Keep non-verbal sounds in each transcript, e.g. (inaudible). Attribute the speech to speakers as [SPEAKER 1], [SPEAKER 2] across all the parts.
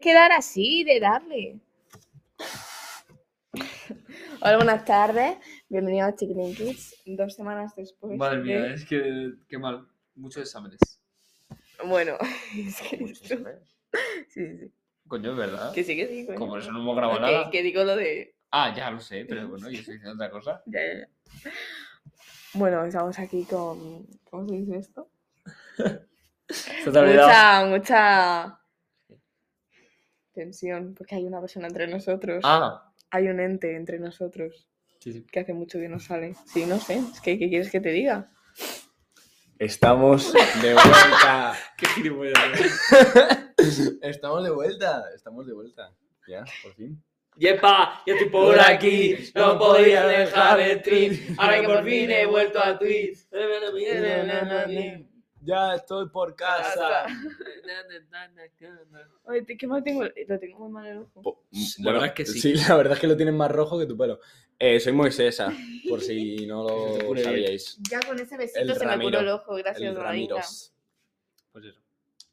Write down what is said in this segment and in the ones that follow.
[SPEAKER 1] quedar así, de darle.
[SPEAKER 2] Hola, buenas tardes. Bienvenidos a Chicken Kids. Dos semanas después.
[SPEAKER 3] Madre
[SPEAKER 2] de-
[SPEAKER 3] mía, ¿eh? es que qué mal. Muchos exámenes.
[SPEAKER 2] Bueno, (laughs) es que
[SPEAKER 3] Muchos
[SPEAKER 2] esto-
[SPEAKER 3] exámenes.
[SPEAKER 2] Sí, sí.
[SPEAKER 3] Coño, es verdad.
[SPEAKER 2] Que sí, que sí. coño.
[SPEAKER 3] Como eso no hemos
[SPEAKER 2] No,
[SPEAKER 3] grabado
[SPEAKER 2] que-
[SPEAKER 3] nada.
[SPEAKER 2] que digo lo de.
[SPEAKER 3] Ah, ya lo sé, pero bueno, yo estoy diciendo
[SPEAKER 2] (laughs)
[SPEAKER 3] otra cosa.
[SPEAKER 2] Ya, ya, ya. Bueno, estamos aquí con. ¿Cómo se dice esto?
[SPEAKER 3] Se te ha
[SPEAKER 2] Mucha,
[SPEAKER 3] olvidado.
[SPEAKER 2] mucha. Tensión, porque hay una persona entre nosotros.
[SPEAKER 3] Ah,
[SPEAKER 2] Hay un ente entre nosotros
[SPEAKER 3] sí, sí.
[SPEAKER 2] que hace mucho que no sale. Sí, no sé. Es que, ¿qué quieres que te diga?
[SPEAKER 4] Estamos de vuelta.
[SPEAKER 3] Qué gilipollas.
[SPEAKER 4] Estamos de vuelta. Estamos de vuelta. Ya, por fin.
[SPEAKER 5] Yepa, yo estoy por aquí, no podía dejar el trip. Ahora que por fin he vuelto a Twitch.
[SPEAKER 4] Ya estoy por casa.
[SPEAKER 2] Oye, ¿qué más tengo? Lo tengo muy mal el ojo.
[SPEAKER 4] Po-
[SPEAKER 3] La verdad es que sí.
[SPEAKER 4] la verdad es que lo tienes más rojo que tu pelo. Eh, soy Moisesa, por si no
[SPEAKER 3] Que se te
[SPEAKER 4] lo
[SPEAKER 3] cure bien.
[SPEAKER 4] sabíais.
[SPEAKER 1] Ya con ese besito
[SPEAKER 4] El
[SPEAKER 1] se me curó el
[SPEAKER 4] Ramiro,
[SPEAKER 1] ojo, gracias,
[SPEAKER 4] El
[SPEAKER 1] Doradita.
[SPEAKER 4] Ramiros.
[SPEAKER 3] Pues eso.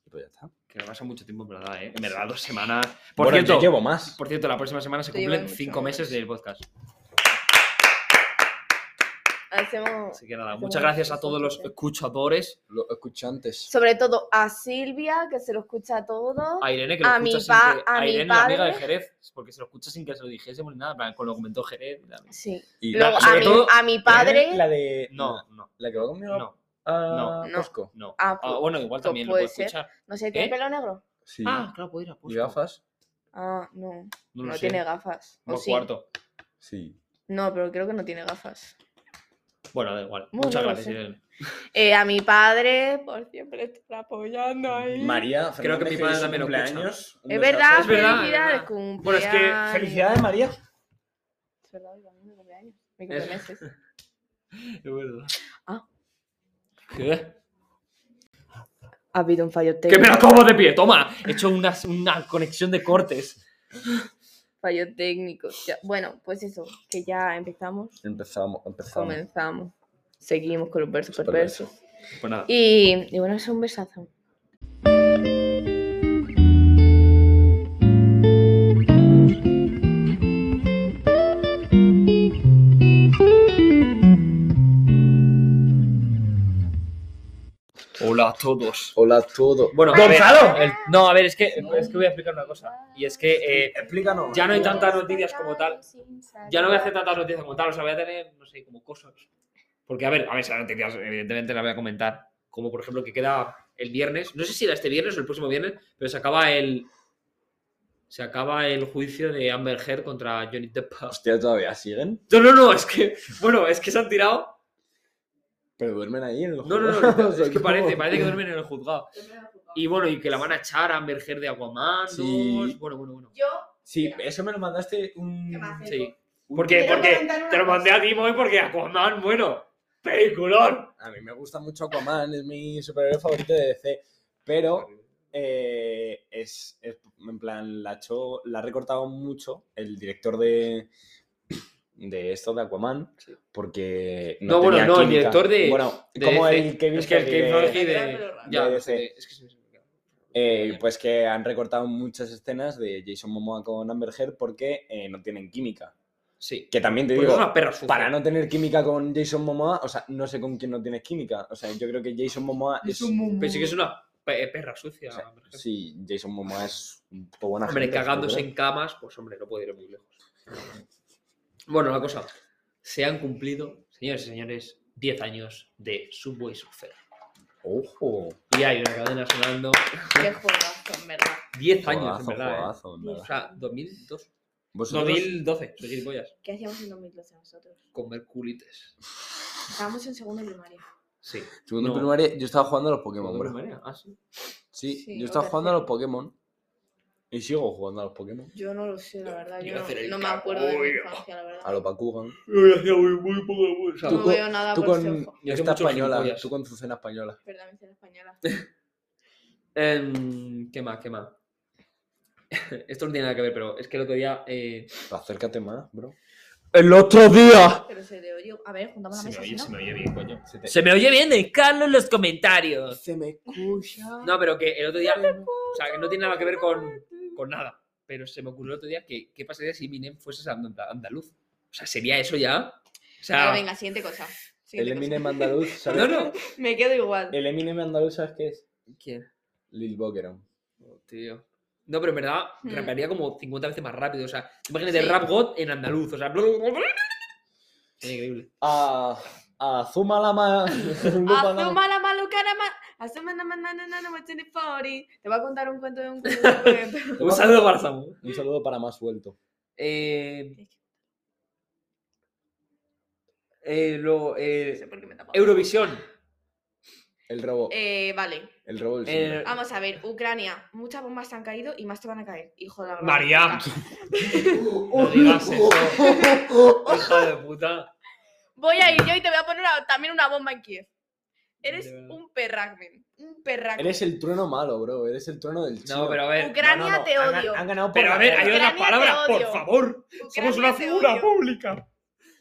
[SPEAKER 4] Pues ya está.
[SPEAKER 3] Que no pasa mucho tiempo, en verdad, ¿eh? En verdad, dos semanas. Por
[SPEAKER 4] Por bueno,
[SPEAKER 3] cierto,
[SPEAKER 4] yo llevo más.
[SPEAKER 3] por cierto, la próxima semana se
[SPEAKER 2] Te llevan
[SPEAKER 3] cumplen
[SPEAKER 2] mucho,
[SPEAKER 3] cinco
[SPEAKER 2] menos.
[SPEAKER 3] meses del podcast.
[SPEAKER 2] Hacemos.
[SPEAKER 3] Así que nada,
[SPEAKER 2] Hace
[SPEAKER 3] muchas
[SPEAKER 2] mucho
[SPEAKER 3] gracias a
[SPEAKER 2] tiempo,
[SPEAKER 3] todos los
[SPEAKER 2] sí.
[SPEAKER 3] escuchadores.
[SPEAKER 4] Los escuchantes.
[SPEAKER 1] Sobre todo a Silvia, que se lo escucha a todo.
[SPEAKER 3] A Irene, que lo
[SPEAKER 1] A mi
[SPEAKER 3] escucha sin
[SPEAKER 1] pa-
[SPEAKER 3] que...
[SPEAKER 1] a mi
[SPEAKER 3] Irene, la amiga de
[SPEAKER 1] padre.
[SPEAKER 3] Jerez, porque se lo escucha sin que se lo dijésemos ni nada, en plan, con lo que comentó Jerez. y tal.
[SPEAKER 1] Sí.
[SPEAKER 4] Y
[SPEAKER 1] Luego a
[SPEAKER 3] sobre
[SPEAKER 1] mi,
[SPEAKER 3] todo- ¿Eh?
[SPEAKER 1] a mi padre.
[SPEAKER 4] ¿eh? La de.
[SPEAKER 3] No, no,
[SPEAKER 4] La que va conmigo.
[SPEAKER 3] no,
[SPEAKER 4] a
[SPEAKER 1] No.
[SPEAKER 4] Costco.
[SPEAKER 3] no.
[SPEAKER 1] Ah,
[SPEAKER 3] Ah, bueno, igual
[SPEAKER 1] pues
[SPEAKER 3] también lo
[SPEAKER 1] puede
[SPEAKER 3] puedo
[SPEAKER 1] ser.
[SPEAKER 3] escuchar.
[SPEAKER 1] No sé, ¿tiene
[SPEAKER 3] ¿Eh?
[SPEAKER 1] pelo negro?
[SPEAKER 4] Sí.
[SPEAKER 3] Ah, claro, puedo ir a
[SPEAKER 4] ¿Y
[SPEAKER 3] Costco.
[SPEAKER 4] gafas?
[SPEAKER 1] Ah, no.
[SPEAKER 3] No
[SPEAKER 1] No,
[SPEAKER 3] lo sé.
[SPEAKER 1] tiene gafas. ¿O
[SPEAKER 3] Va
[SPEAKER 1] sí?
[SPEAKER 3] cuarto.
[SPEAKER 4] Sí.
[SPEAKER 1] No, pero creo que no tiene gafas.
[SPEAKER 3] Bueno, da igual.
[SPEAKER 1] Bueno,
[SPEAKER 3] Muchas
[SPEAKER 1] no lo
[SPEAKER 3] gracias,
[SPEAKER 1] sé.
[SPEAKER 3] Irene.
[SPEAKER 1] Eh, a mi padre, por siempre estar apoyando ahí.
[SPEAKER 4] María,
[SPEAKER 3] Creo que mi
[SPEAKER 4] Fernández,
[SPEAKER 3] padre
[SPEAKER 4] es
[SPEAKER 3] también lo
[SPEAKER 4] cumpleaños. Un
[SPEAKER 1] Es
[SPEAKER 4] besazo.
[SPEAKER 1] verdad,
[SPEAKER 3] Es verdad, es
[SPEAKER 1] felicidades,
[SPEAKER 3] verdad.
[SPEAKER 1] cumpleaños.
[SPEAKER 3] Bueno, es que
[SPEAKER 4] Felicidades, María.
[SPEAKER 1] Es verdad, oiga, mi cumpleaños. Mi cumpleaños.
[SPEAKER 3] Es verdad.
[SPEAKER 1] Ah.
[SPEAKER 3] ¿Qué?
[SPEAKER 1] (laughs) Ha habido un fallo
[SPEAKER 3] ¡Que
[SPEAKER 1] técnico.
[SPEAKER 3] me la como de pie! ¡Toma! He hecho una, una conexión de cortes.
[SPEAKER 1] Fallo técnico. Ya- bueno, pues eso, que ya empezamos,
[SPEAKER 4] Empezamos, empezamos.
[SPEAKER 1] comenzamos. Seguimos con los versos
[SPEAKER 4] Perverso.
[SPEAKER 1] perversos.
[SPEAKER 3] Pues nada.
[SPEAKER 1] Y, y bueno, es un besazo.
[SPEAKER 3] Hola a todos.
[SPEAKER 4] Hola a todos.
[SPEAKER 3] Bueno, a ver,
[SPEAKER 4] ¡Gonzalo!
[SPEAKER 3] el- no, a ver, es que, es que voy a explicar una cosa. Y es que eh,
[SPEAKER 4] Explícanos.
[SPEAKER 3] ya no hay tantas noticias como tal. Ya no voy a hacer tantas noticias como tal, o sea, voy a tener, no sé, como cosas. Porque, a ver, a ver, esas noticias evidentemente las voy a comentar. Como, por ejemplo, que queda el viernes, no sé si era este viernes o el próximo viernes, pero se acaba el... Se acaba el juicio de Amber Heard contra Johnny Depp. (laughs)
[SPEAKER 4] Hostia, ¿todavía siguen?
[SPEAKER 3] No, no, no, es que... Bueno, es que se han tirado...
[SPEAKER 4] ¿Pero duermen ahí en el
[SPEAKER 3] No, no, no,
[SPEAKER 4] (laughs)
[SPEAKER 3] no, es que parece, parece que duermen en el juzgado. Y bueno, y que la van a echar a Amber Heard de Aquaman.
[SPEAKER 4] Sí.
[SPEAKER 3] Bueno, bueno, bueno.
[SPEAKER 1] Yo,
[SPEAKER 4] Sí, eso me lo mandaste un...
[SPEAKER 3] Sí. Porque,
[SPEAKER 1] Quiero
[SPEAKER 3] porque
[SPEAKER 1] comentar una
[SPEAKER 3] te lo mandé a ti, Moy, porque Aquaman, bueno, peliculón.
[SPEAKER 4] A mí me gusta mucho Aquaman, es mi superhéroe favorito de DC. Pero eh, es, es- en plan, la, ha hecho- la ha recortado mucho el director de, de esto, de Aquaman,
[SPEAKER 3] Sí.
[SPEAKER 4] porque...
[SPEAKER 3] No, bueno,
[SPEAKER 4] tenía
[SPEAKER 3] no, el
[SPEAKER 4] química. director
[SPEAKER 3] de-
[SPEAKER 4] Bueno,
[SPEAKER 3] de
[SPEAKER 4] como
[SPEAKER 3] DC.
[SPEAKER 4] el Kevin
[SPEAKER 3] Es que el
[SPEAKER 4] Feige
[SPEAKER 3] Kevin
[SPEAKER 4] de-
[SPEAKER 3] Feige de... Ya,
[SPEAKER 4] De
[SPEAKER 3] no
[SPEAKER 4] DC.
[SPEAKER 3] sé, es que se me- se me-
[SPEAKER 4] Eh, pues que han recortado muchas escenas de Jason Momoa con Amber Heard porque eh, no tienen química.
[SPEAKER 3] Sí.
[SPEAKER 4] Que también te
[SPEAKER 3] Porque
[SPEAKER 4] digo,
[SPEAKER 3] es una perra sucia.
[SPEAKER 4] para no tener química con Jason Momoa, o sea, no sé con quién no tienes química. O sea, yo creo que Jason Momoa es...
[SPEAKER 3] Pero sí que es una pe- eh, perra sucia.
[SPEAKER 4] o sea,
[SPEAKER 3] hombre.
[SPEAKER 4] sí, Jason Momoa es un poco buena
[SPEAKER 3] Hombre,
[SPEAKER 4] gente,
[SPEAKER 3] cagándose
[SPEAKER 4] seguro.
[SPEAKER 3] en camas, pues hombre, no puede ir muy lejos. Bueno, la cosa. Se han cumplido, señores y señores, 10 años de Subway Surfer.
[SPEAKER 4] Ojo.
[SPEAKER 3] Y hay una cadena sonando.
[SPEAKER 1] qué juegazo, en verdad.
[SPEAKER 3] 10 años, en
[SPEAKER 4] Juegazo,
[SPEAKER 3] verdad. ¿eh?
[SPEAKER 4] juegazo, en verdad.
[SPEAKER 3] O sea, 2002.
[SPEAKER 4] Vosotros-
[SPEAKER 3] 2012, soy gilipollas.
[SPEAKER 1] ¿Qué hacíamos en 2012 nosotros?
[SPEAKER 3] Comer culites.
[SPEAKER 1] Estábamos en segundo primaria.
[SPEAKER 3] Sí.
[SPEAKER 4] Segundo
[SPEAKER 3] No.
[SPEAKER 4] primaria, yo estaba jugando a los Pokémon,
[SPEAKER 3] ¿De
[SPEAKER 4] bro.
[SPEAKER 3] manera? Ah, sí.
[SPEAKER 4] Sí,
[SPEAKER 1] Sí,
[SPEAKER 4] yo estaba
[SPEAKER 1] o
[SPEAKER 4] jugando a los
[SPEAKER 1] tercero.
[SPEAKER 4] Pokémon. Y sigo jugando a los Pokémon.
[SPEAKER 1] Yo no lo sé, la verdad. Yo
[SPEAKER 3] Iba a hacer
[SPEAKER 1] no,
[SPEAKER 3] el
[SPEAKER 1] no me acuerdo de mi
[SPEAKER 3] capullo.
[SPEAKER 1] infancia, la
[SPEAKER 4] A
[SPEAKER 1] verdad.
[SPEAKER 4] los Bakugan.
[SPEAKER 3] Yo hacía muy, muy poco, muy- o sea,
[SPEAKER 4] Tú
[SPEAKER 1] No
[SPEAKER 4] con-
[SPEAKER 1] veo nada
[SPEAKER 4] Tú
[SPEAKER 1] por ese
[SPEAKER 4] con
[SPEAKER 1] ojo.
[SPEAKER 3] Yo
[SPEAKER 4] esta
[SPEAKER 3] mucho
[SPEAKER 4] española,
[SPEAKER 3] gilipollas.
[SPEAKER 4] tú con Zucena española.
[SPEAKER 1] Perdón, mi ser española.
[SPEAKER 3] Em, ¿Qué más? ¿Qué más? (laughs) Esto no tiene nada que ver, pero es que el otro día. eh,
[SPEAKER 4] Acércate más, bro.
[SPEAKER 3] ¡El otro día!
[SPEAKER 1] Pero se le oye. A ver, juntamos la mesa. si no.
[SPEAKER 3] oye bien, coño.
[SPEAKER 4] Se te-
[SPEAKER 3] Se me oye bien, dejadlo en los comentarios.
[SPEAKER 4] Se me escucha.
[SPEAKER 3] No, pero que el otro día. O sea, que no tiene nada que ver con. con nada. Pero se me ocurrió el otro día que qué pasaría si Eminem fuese and- andaluz. O sea, sería eso ya. O sea,
[SPEAKER 1] Vale, Ah, venga, siguiente cosa.
[SPEAKER 4] El
[SPEAKER 1] siguiente
[SPEAKER 4] Eminem
[SPEAKER 3] (laughs)
[SPEAKER 4] andaluz, ¿sabes?
[SPEAKER 3] no, no.
[SPEAKER 1] cosa. Me quedo igual.
[SPEAKER 4] El Eminem andaluz, ¿sabes qué es?
[SPEAKER 3] ¿Quién?
[SPEAKER 4] Lil Boquerón.
[SPEAKER 3] Oh, tío. No, pero en verdad
[SPEAKER 1] Hmm.
[SPEAKER 3] rapearía como 50 veces más rápido. O sea, imagínate
[SPEAKER 1] Sí.
[SPEAKER 3] rap god en andaluz. O sea, sería
[SPEAKER 1] (laughs)
[SPEAKER 3] increíble.
[SPEAKER 4] A, a Zuma
[SPEAKER 3] (laughs)
[SPEAKER 4] Lama.
[SPEAKER 1] Azuma la malucana ma- Azuma na na na na na what's in it for it. Te voy a contar un cuento de un cuento.
[SPEAKER 3] Un saludo para Samu.
[SPEAKER 4] Un saludo para más suelto.
[SPEAKER 3] Eh, eh, luego,
[SPEAKER 1] No
[SPEAKER 3] eh,
[SPEAKER 1] sé por qué me he tapado.
[SPEAKER 3] Eurovisión.
[SPEAKER 4] El robo.
[SPEAKER 1] Eh, vale.
[SPEAKER 4] el robo del
[SPEAKER 3] eh,
[SPEAKER 4] siglo.
[SPEAKER 1] Vamos a ver, Ucrania. Muchas bombas han caído y más te van a caer. Hijo de la gran (laughs)
[SPEAKER 3] María. (laughs)
[SPEAKER 1] puta.
[SPEAKER 3] No digas
[SPEAKER 1] (laughs)
[SPEAKER 3] eso. Hija de puta.
[SPEAKER 1] Voy a ir yo y te voy a poner una- también una bomba en Kiev. Eres
[SPEAKER 3] De verdad.
[SPEAKER 1] un perragmen. Un perragmen.
[SPEAKER 4] Eres el trueno malo, bro. Eres el trueno del chico.
[SPEAKER 3] ah, No, pero a ver.
[SPEAKER 1] Ucrania
[SPEAKER 4] No, no,
[SPEAKER 1] te
[SPEAKER 4] han ga-
[SPEAKER 1] odio.
[SPEAKER 4] Han, ganado por
[SPEAKER 3] Pero a
[SPEAKER 4] la
[SPEAKER 3] ver,
[SPEAKER 4] guerra.
[SPEAKER 3] hay otras
[SPEAKER 1] Ucrania,
[SPEAKER 3] palabras,
[SPEAKER 1] te
[SPEAKER 3] por
[SPEAKER 1] odio.
[SPEAKER 3] favor.
[SPEAKER 1] Ucrania
[SPEAKER 3] Somos una
[SPEAKER 1] te
[SPEAKER 3] figura
[SPEAKER 1] odio.
[SPEAKER 3] pública.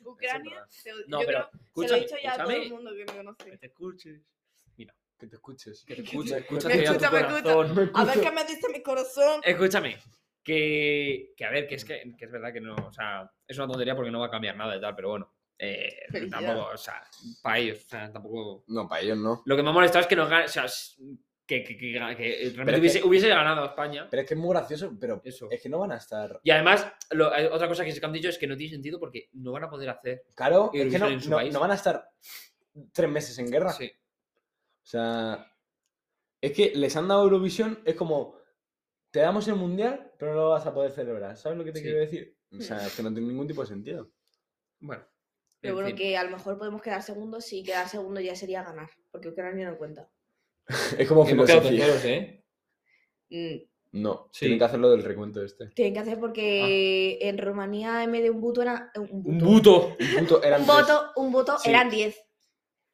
[SPEAKER 1] Ucrania te odio.
[SPEAKER 3] No,
[SPEAKER 1] Yo
[SPEAKER 3] pero
[SPEAKER 1] creo- se lo he
[SPEAKER 3] escúchame,
[SPEAKER 1] dicho ya a todo el
[SPEAKER 3] escúchame.
[SPEAKER 1] mundo que me
[SPEAKER 3] Que
[SPEAKER 1] conoce.
[SPEAKER 3] te escuches.
[SPEAKER 4] Que te escuches.
[SPEAKER 3] Que te
[SPEAKER 4] Me
[SPEAKER 3] escuches. Escúchate
[SPEAKER 4] escucha,
[SPEAKER 1] me
[SPEAKER 3] a tu
[SPEAKER 1] escucha, me escucha.
[SPEAKER 3] corazón.
[SPEAKER 1] A ver qué me dice mi corazón.
[SPEAKER 3] Escúchame. Que, que a ver, que es que, que es verdad que no, o sea, es una tontería porque no va a cambiar nada y tal, pero bueno. Eh,
[SPEAKER 1] Felicidad.
[SPEAKER 3] tampoco, o sea, para ellos, o sea, tampoco.
[SPEAKER 4] No, para ellos no.
[SPEAKER 3] Lo que me ha molestado es que no gan- o sea, es- que, que, que, que- que realmente
[SPEAKER 4] que- Eh.
[SPEAKER 3] hubiese, hubiese ganado a España.
[SPEAKER 4] Pero es que es muy gracioso, pero
[SPEAKER 3] Eso.
[SPEAKER 4] es que no van a estar.
[SPEAKER 3] Y además, lo- hay otra cosa que se que han dicho es que no tiene sentido porque no van a poder hacer.
[SPEAKER 4] Claro,
[SPEAKER 3] Y
[SPEAKER 4] es que no,
[SPEAKER 3] Eurovisión en su
[SPEAKER 4] no-
[SPEAKER 3] país.
[SPEAKER 4] no van a estar tres meses en guerra.
[SPEAKER 3] Sí.
[SPEAKER 4] O sea, es que les han dado Eurovisión, es como, te damos el mundial, pero no lo vas a poder celebrar. ¿Sabes lo que te
[SPEAKER 3] Sí.
[SPEAKER 4] quiero (laughs) decir? O sea, es que no tiene ningún tipo de sentido.
[SPEAKER 3] Bueno.
[SPEAKER 1] Pero
[SPEAKER 3] en fin.
[SPEAKER 1] bueno, que a lo mejor podemos quedar segundos y quedar segundo ya sería ganar, porque Ucrania no cuenta.
[SPEAKER 4] (laughs) Es como
[SPEAKER 3] Hemos quedado
[SPEAKER 4] filosofía.
[SPEAKER 3] terceros, ¿eh? Mm.
[SPEAKER 4] No,
[SPEAKER 3] Sí.
[SPEAKER 4] tienen que hacerlo del recuento este.
[SPEAKER 1] Tienen que hacer porque en Rumanía en vez de un voto era un
[SPEAKER 3] Ah. Un
[SPEAKER 1] voto.
[SPEAKER 3] buto.
[SPEAKER 4] Un punto, eran
[SPEAKER 1] Un
[SPEAKER 4] tres.
[SPEAKER 1] voto, un voto
[SPEAKER 4] Sí.
[SPEAKER 1] eran 10.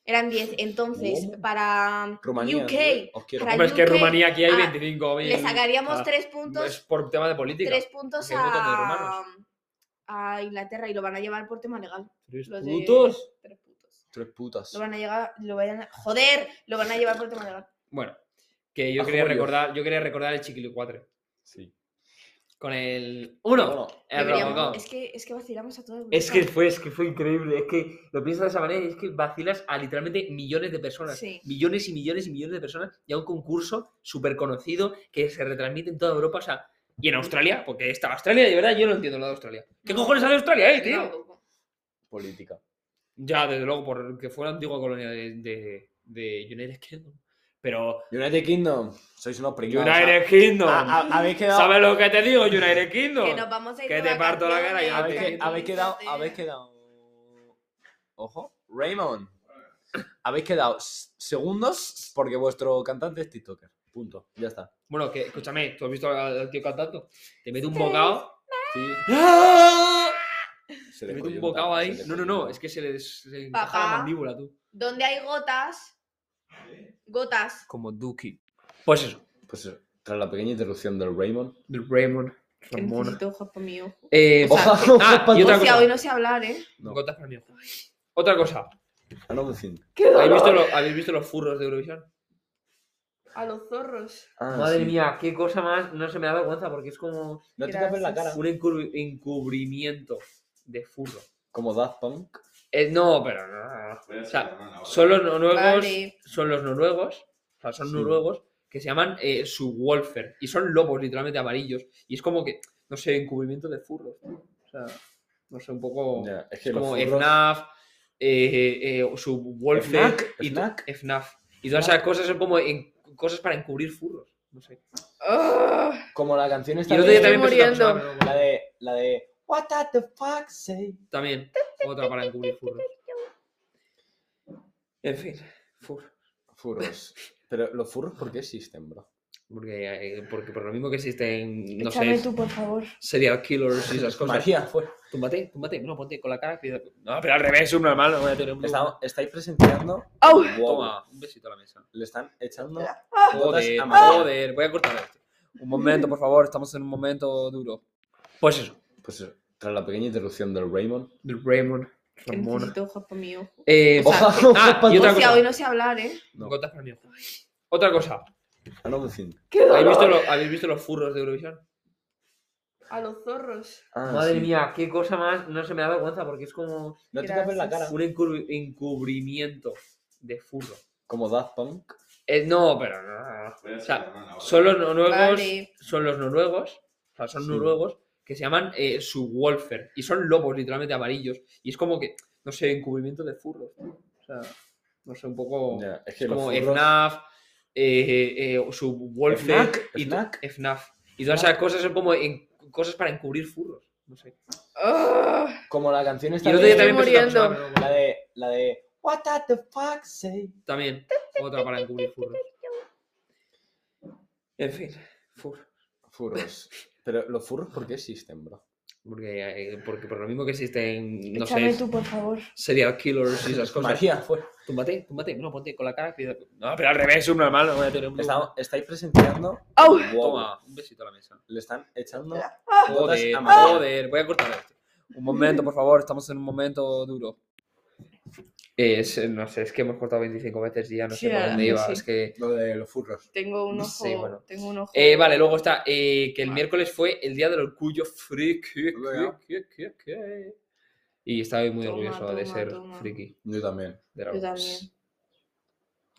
[SPEAKER 1] Eran 10. Entonces,
[SPEAKER 4] Wow.
[SPEAKER 1] para um,
[SPEAKER 4] Rumanía,
[SPEAKER 1] UK
[SPEAKER 4] os quiero.
[SPEAKER 1] Para
[SPEAKER 3] Hombre, es que en
[SPEAKER 1] UK,
[SPEAKER 3] Rumanía aquí hay
[SPEAKER 1] ah,
[SPEAKER 3] 25.000.
[SPEAKER 1] le sacaríamos
[SPEAKER 3] Ah,
[SPEAKER 1] 3
[SPEAKER 3] Es
[SPEAKER 1] puntos,
[SPEAKER 3] por tema de política.
[SPEAKER 1] tres puntos
[SPEAKER 3] que votan de
[SPEAKER 1] a, um,
[SPEAKER 3] rumanos.
[SPEAKER 1] a Inglaterra y lo van a llevar por tema legal.
[SPEAKER 3] ¿Tres
[SPEAKER 1] Los de-
[SPEAKER 3] putos?
[SPEAKER 1] Tres puntos.
[SPEAKER 4] Tres putas.
[SPEAKER 1] Lo van a llegar, lo vayan a, joder, lo van a llevar por tema legal.
[SPEAKER 3] Bueno, que yo
[SPEAKER 4] A
[SPEAKER 3] quería
[SPEAKER 4] Julio.
[SPEAKER 3] recordar, yo quería recordar el chiquilicuatre.
[SPEAKER 4] Sí.
[SPEAKER 3] Con el. ¡Uno!
[SPEAKER 4] Bueno,
[SPEAKER 3] el
[SPEAKER 1] Deberíamos-
[SPEAKER 3] Robocop.
[SPEAKER 1] es que es que vacilamos a todo el
[SPEAKER 3] Es que
[SPEAKER 1] mundo.
[SPEAKER 3] fue, es que fue increíble, es que lo piensas de esa manera y es que vacilas a literalmente millones de personas,
[SPEAKER 1] Sí.
[SPEAKER 3] millones y millones y millones de personas y a un concurso súper conocido que se retransmite en toda Europa, o sea, y en Australia, porque está Australia, de verdad yo no entiendo lo de Australia. ¿Qué
[SPEAKER 1] No.
[SPEAKER 3] cojones sale Australia, eh,
[SPEAKER 1] Yo
[SPEAKER 3] tío?
[SPEAKER 1] tampoco.
[SPEAKER 4] Política.
[SPEAKER 3] Ya, desde luego, porque fue la antigua colonia de, de, de United Kingdom. Pero
[SPEAKER 4] United Kingdom, sois unos pringados.
[SPEAKER 3] United Kingdom,
[SPEAKER 4] Ah, ah, ah, habéis quedado.
[SPEAKER 3] ¿sabes lo que te digo, United Kingdom?
[SPEAKER 1] Que nos vamos a ir
[SPEAKER 3] Que
[SPEAKER 1] de
[SPEAKER 3] te parto la cara, yo no
[SPEAKER 1] vacaciones,
[SPEAKER 4] Habéis, que-
[SPEAKER 3] Kingdom.
[SPEAKER 4] habéis quedado.
[SPEAKER 1] tranquilízate.
[SPEAKER 4] Habéis quedado. Ojo. Raymond. Habéis quedado s- segundos porque vuestro cantante es TikToker. Punto. Ya está.
[SPEAKER 3] Bueno, que escúchame, ¿tú has visto al, al tío cantando? Te mete un bocado.
[SPEAKER 4] Sí.
[SPEAKER 3] ¡Ah!
[SPEAKER 4] Se
[SPEAKER 3] Te
[SPEAKER 4] le
[SPEAKER 3] mete un
[SPEAKER 4] coyunta,
[SPEAKER 3] bocado ahí.
[SPEAKER 4] se le
[SPEAKER 3] No, no, no,
[SPEAKER 4] coyunta.
[SPEAKER 3] es que se le des- se le
[SPEAKER 1] Papá.
[SPEAKER 3] encaja la mandíbula, tú.
[SPEAKER 1] Donde hay gotas. Gotas.
[SPEAKER 3] Como Duki. Pues eso,
[SPEAKER 4] Pues eso, tras la pequeña interrupción del Raymond.
[SPEAKER 3] del Raymond.
[SPEAKER 1] Que
[SPEAKER 3] Ramona.
[SPEAKER 1] necesito ojos para mi ojo.
[SPEAKER 3] Eh,
[SPEAKER 1] O sea,
[SPEAKER 4] Ojalá, (laughs) ojalá,
[SPEAKER 3] y otra
[SPEAKER 1] O sea,
[SPEAKER 3] cosa.
[SPEAKER 1] hoy no sé hablar, ¿eh?
[SPEAKER 4] No.
[SPEAKER 3] gotas para mi ojo. Otra cosa,
[SPEAKER 4] Ah, no, en fin.
[SPEAKER 3] ¿habéis visto, lo- ¿habéis visto los furros de Eurovisión?
[SPEAKER 1] A los zorros.
[SPEAKER 4] Ah,
[SPEAKER 3] Madre
[SPEAKER 4] sí.
[SPEAKER 3] mía, qué cosa más. No se me da vergüenza porque es como
[SPEAKER 4] No te tapes la cara.
[SPEAKER 3] un encubri- encubrimiento de furro.
[SPEAKER 4] Como Daft Punk.
[SPEAKER 3] Eh, no, pero no. O sea, son los noruegos.
[SPEAKER 1] Vale.
[SPEAKER 3] Son los noruegos. O sea, son
[SPEAKER 4] Sí.
[SPEAKER 3] noruegos que se llaman eh, subwoofer. Y son lobos literalmente amarillos. Y es como que, no sé, encubrimiento de furros. tío. O sea, no sé, un poco.
[SPEAKER 4] Ya, es
[SPEAKER 3] es
[SPEAKER 4] que los
[SPEAKER 3] como
[SPEAKER 4] furros-
[SPEAKER 3] FNAF, eh, eh, subwoofer.
[SPEAKER 4] FNAC,
[SPEAKER 3] y to-
[SPEAKER 4] FNAC.
[SPEAKER 3] FNAF. Y todas esas cosas son como en- cosas para encubrir furros. No sé.
[SPEAKER 1] Ah,
[SPEAKER 4] Como la canción
[SPEAKER 3] Y
[SPEAKER 4] esta
[SPEAKER 3] el otro
[SPEAKER 4] de-
[SPEAKER 3] día también
[SPEAKER 1] estoy
[SPEAKER 3] pensé otra
[SPEAKER 1] muriendo.
[SPEAKER 3] cosa,
[SPEAKER 4] La de. La de. What does the fuck say?
[SPEAKER 3] También, otra para encubrir furros. En fin, fur-
[SPEAKER 4] Furros. Pero los furros, ¿por qué existen, bro?
[SPEAKER 3] Porque, eh, porque por lo mismo que existen, no
[SPEAKER 1] échame
[SPEAKER 3] sé,
[SPEAKER 1] tú, por favor.
[SPEAKER 3] serial killers y esas cosas.
[SPEAKER 4] María, fuera.
[SPEAKER 3] Túmbate, túmbate, no, ponte con la cara. cuidado. No, pero al revés, un normal, no voy a tener un
[SPEAKER 4] Estamos- estáis presenciando.
[SPEAKER 1] ¡Au!
[SPEAKER 4] Wow.
[SPEAKER 3] Toma, un besito a la mesa.
[SPEAKER 4] Le están echando. gotas
[SPEAKER 3] Joder,
[SPEAKER 4] a María.
[SPEAKER 3] joder, voy a cortar esto. Un momento, por favor, estamos en un momento duro. Pues eso,
[SPEAKER 4] Pues eso, tras la pequeña interrupción del Raymond.
[SPEAKER 3] del Raymond,
[SPEAKER 1] Que
[SPEAKER 3] Ramona.
[SPEAKER 1] necesito ojos para mi ojo.
[SPEAKER 3] Eh,
[SPEAKER 1] O sea,
[SPEAKER 4] Ojalá,
[SPEAKER 1] que-
[SPEAKER 4] (laughs) ojalá,
[SPEAKER 3] y otra
[SPEAKER 1] O sea, hoy
[SPEAKER 3] cosa.
[SPEAKER 1] no sé hablar, ¿eh?
[SPEAKER 4] No.
[SPEAKER 3] Gotas para mi ojo. Otra cosa,
[SPEAKER 4] Ah, no, en fin.
[SPEAKER 3] ¿habéis visto, lo- ¿habéis visto los furros de Eurovisión?
[SPEAKER 1] A los zorros.
[SPEAKER 4] Ah,
[SPEAKER 3] Madre
[SPEAKER 4] sí.
[SPEAKER 3] mía, qué cosa más. No se me da vergüenza porque es como
[SPEAKER 4] No te tapes la cara.
[SPEAKER 2] Gracias.
[SPEAKER 3] un encubri- encubrimiento de furro.
[SPEAKER 4] Como Daft Punk.
[SPEAKER 3] Eh, no, pero no, no. O sea, son los noruegos.
[SPEAKER 1] Vale.
[SPEAKER 3] Son los noruegos. O sea, son
[SPEAKER 4] Sí.
[SPEAKER 3] noruegos que se llaman eh, subwoofer. Y son lobos, literalmente amarillos. Y es como que, no sé, encubrimiento de furros. O sea, no sé, un poco.
[SPEAKER 4] Ya, es que
[SPEAKER 3] Es
[SPEAKER 4] los
[SPEAKER 3] como
[SPEAKER 4] furros-
[SPEAKER 3] FNAF, eh, eh, Subwolfer
[SPEAKER 4] FNAC,
[SPEAKER 3] y
[SPEAKER 4] FNAC.
[SPEAKER 3] FNAF. Y todas esas cosas son como en- cosas para encubrir furros. No sé.
[SPEAKER 1] Ah,
[SPEAKER 4] Como la canción
[SPEAKER 3] Y
[SPEAKER 4] está
[SPEAKER 3] el otro día
[SPEAKER 1] Estoy
[SPEAKER 3] también pensé una cosa,
[SPEAKER 1] muriendo.
[SPEAKER 3] pero
[SPEAKER 4] La
[SPEAKER 3] bueno,
[SPEAKER 4] de, la de What does the fuck say?
[SPEAKER 3] También, otra para encubrir
[SPEAKER 1] (laughs)
[SPEAKER 3] furros. En fin, furros.
[SPEAKER 4] Furros. Pero los furros, ¿por qué existen, bro?
[SPEAKER 3] Porque, eh, porque por lo mismo que existen, no
[SPEAKER 2] Échame
[SPEAKER 3] sé,
[SPEAKER 2] tú, por favor.
[SPEAKER 3] serial killers y (laughs) esas cosas.
[SPEAKER 4] María, fue.
[SPEAKER 3] Túmbate, túmbate, no, ponte con la cara. cuidado. No, pero al revés, un normal, no voy a tener un
[SPEAKER 4] Está- estáis presenciando.
[SPEAKER 1] Au.
[SPEAKER 4] Wow.
[SPEAKER 3] Toma, Ah. un besito a la mesa.
[SPEAKER 4] Le están echando. gotas
[SPEAKER 3] Joder,
[SPEAKER 4] amarillas.
[SPEAKER 3] joder, voy a cortar esto. Un momento, por favor, estamos en un momento duro. Es, eh, no sé, es que hemos cortado 25 veces y ya no sé
[SPEAKER 1] Sí,
[SPEAKER 3] por
[SPEAKER 1] ahora
[SPEAKER 3] dónde
[SPEAKER 1] que
[SPEAKER 3] iba.
[SPEAKER 1] sí.
[SPEAKER 3] Es que...
[SPEAKER 4] Lo de los furros.
[SPEAKER 1] Tengo un ojo.
[SPEAKER 3] Sí, bueno.
[SPEAKER 1] Tengo un ojo.
[SPEAKER 3] Eh, vale, luego está eh, que el
[SPEAKER 1] Vale.
[SPEAKER 3] miércoles fue el día del orgullo friki.
[SPEAKER 4] Venga.
[SPEAKER 3] que- que- que- Y estaba muy
[SPEAKER 1] Toma,
[SPEAKER 3] orgulloso de
[SPEAKER 1] toma,
[SPEAKER 3] ser
[SPEAKER 1] toma.
[SPEAKER 3] friki.
[SPEAKER 4] Yo también.
[SPEAKER 3] del
[SPEAKER 1] Yo
[SPEAKER 3] orgullo.
[SPEAKER 1] también.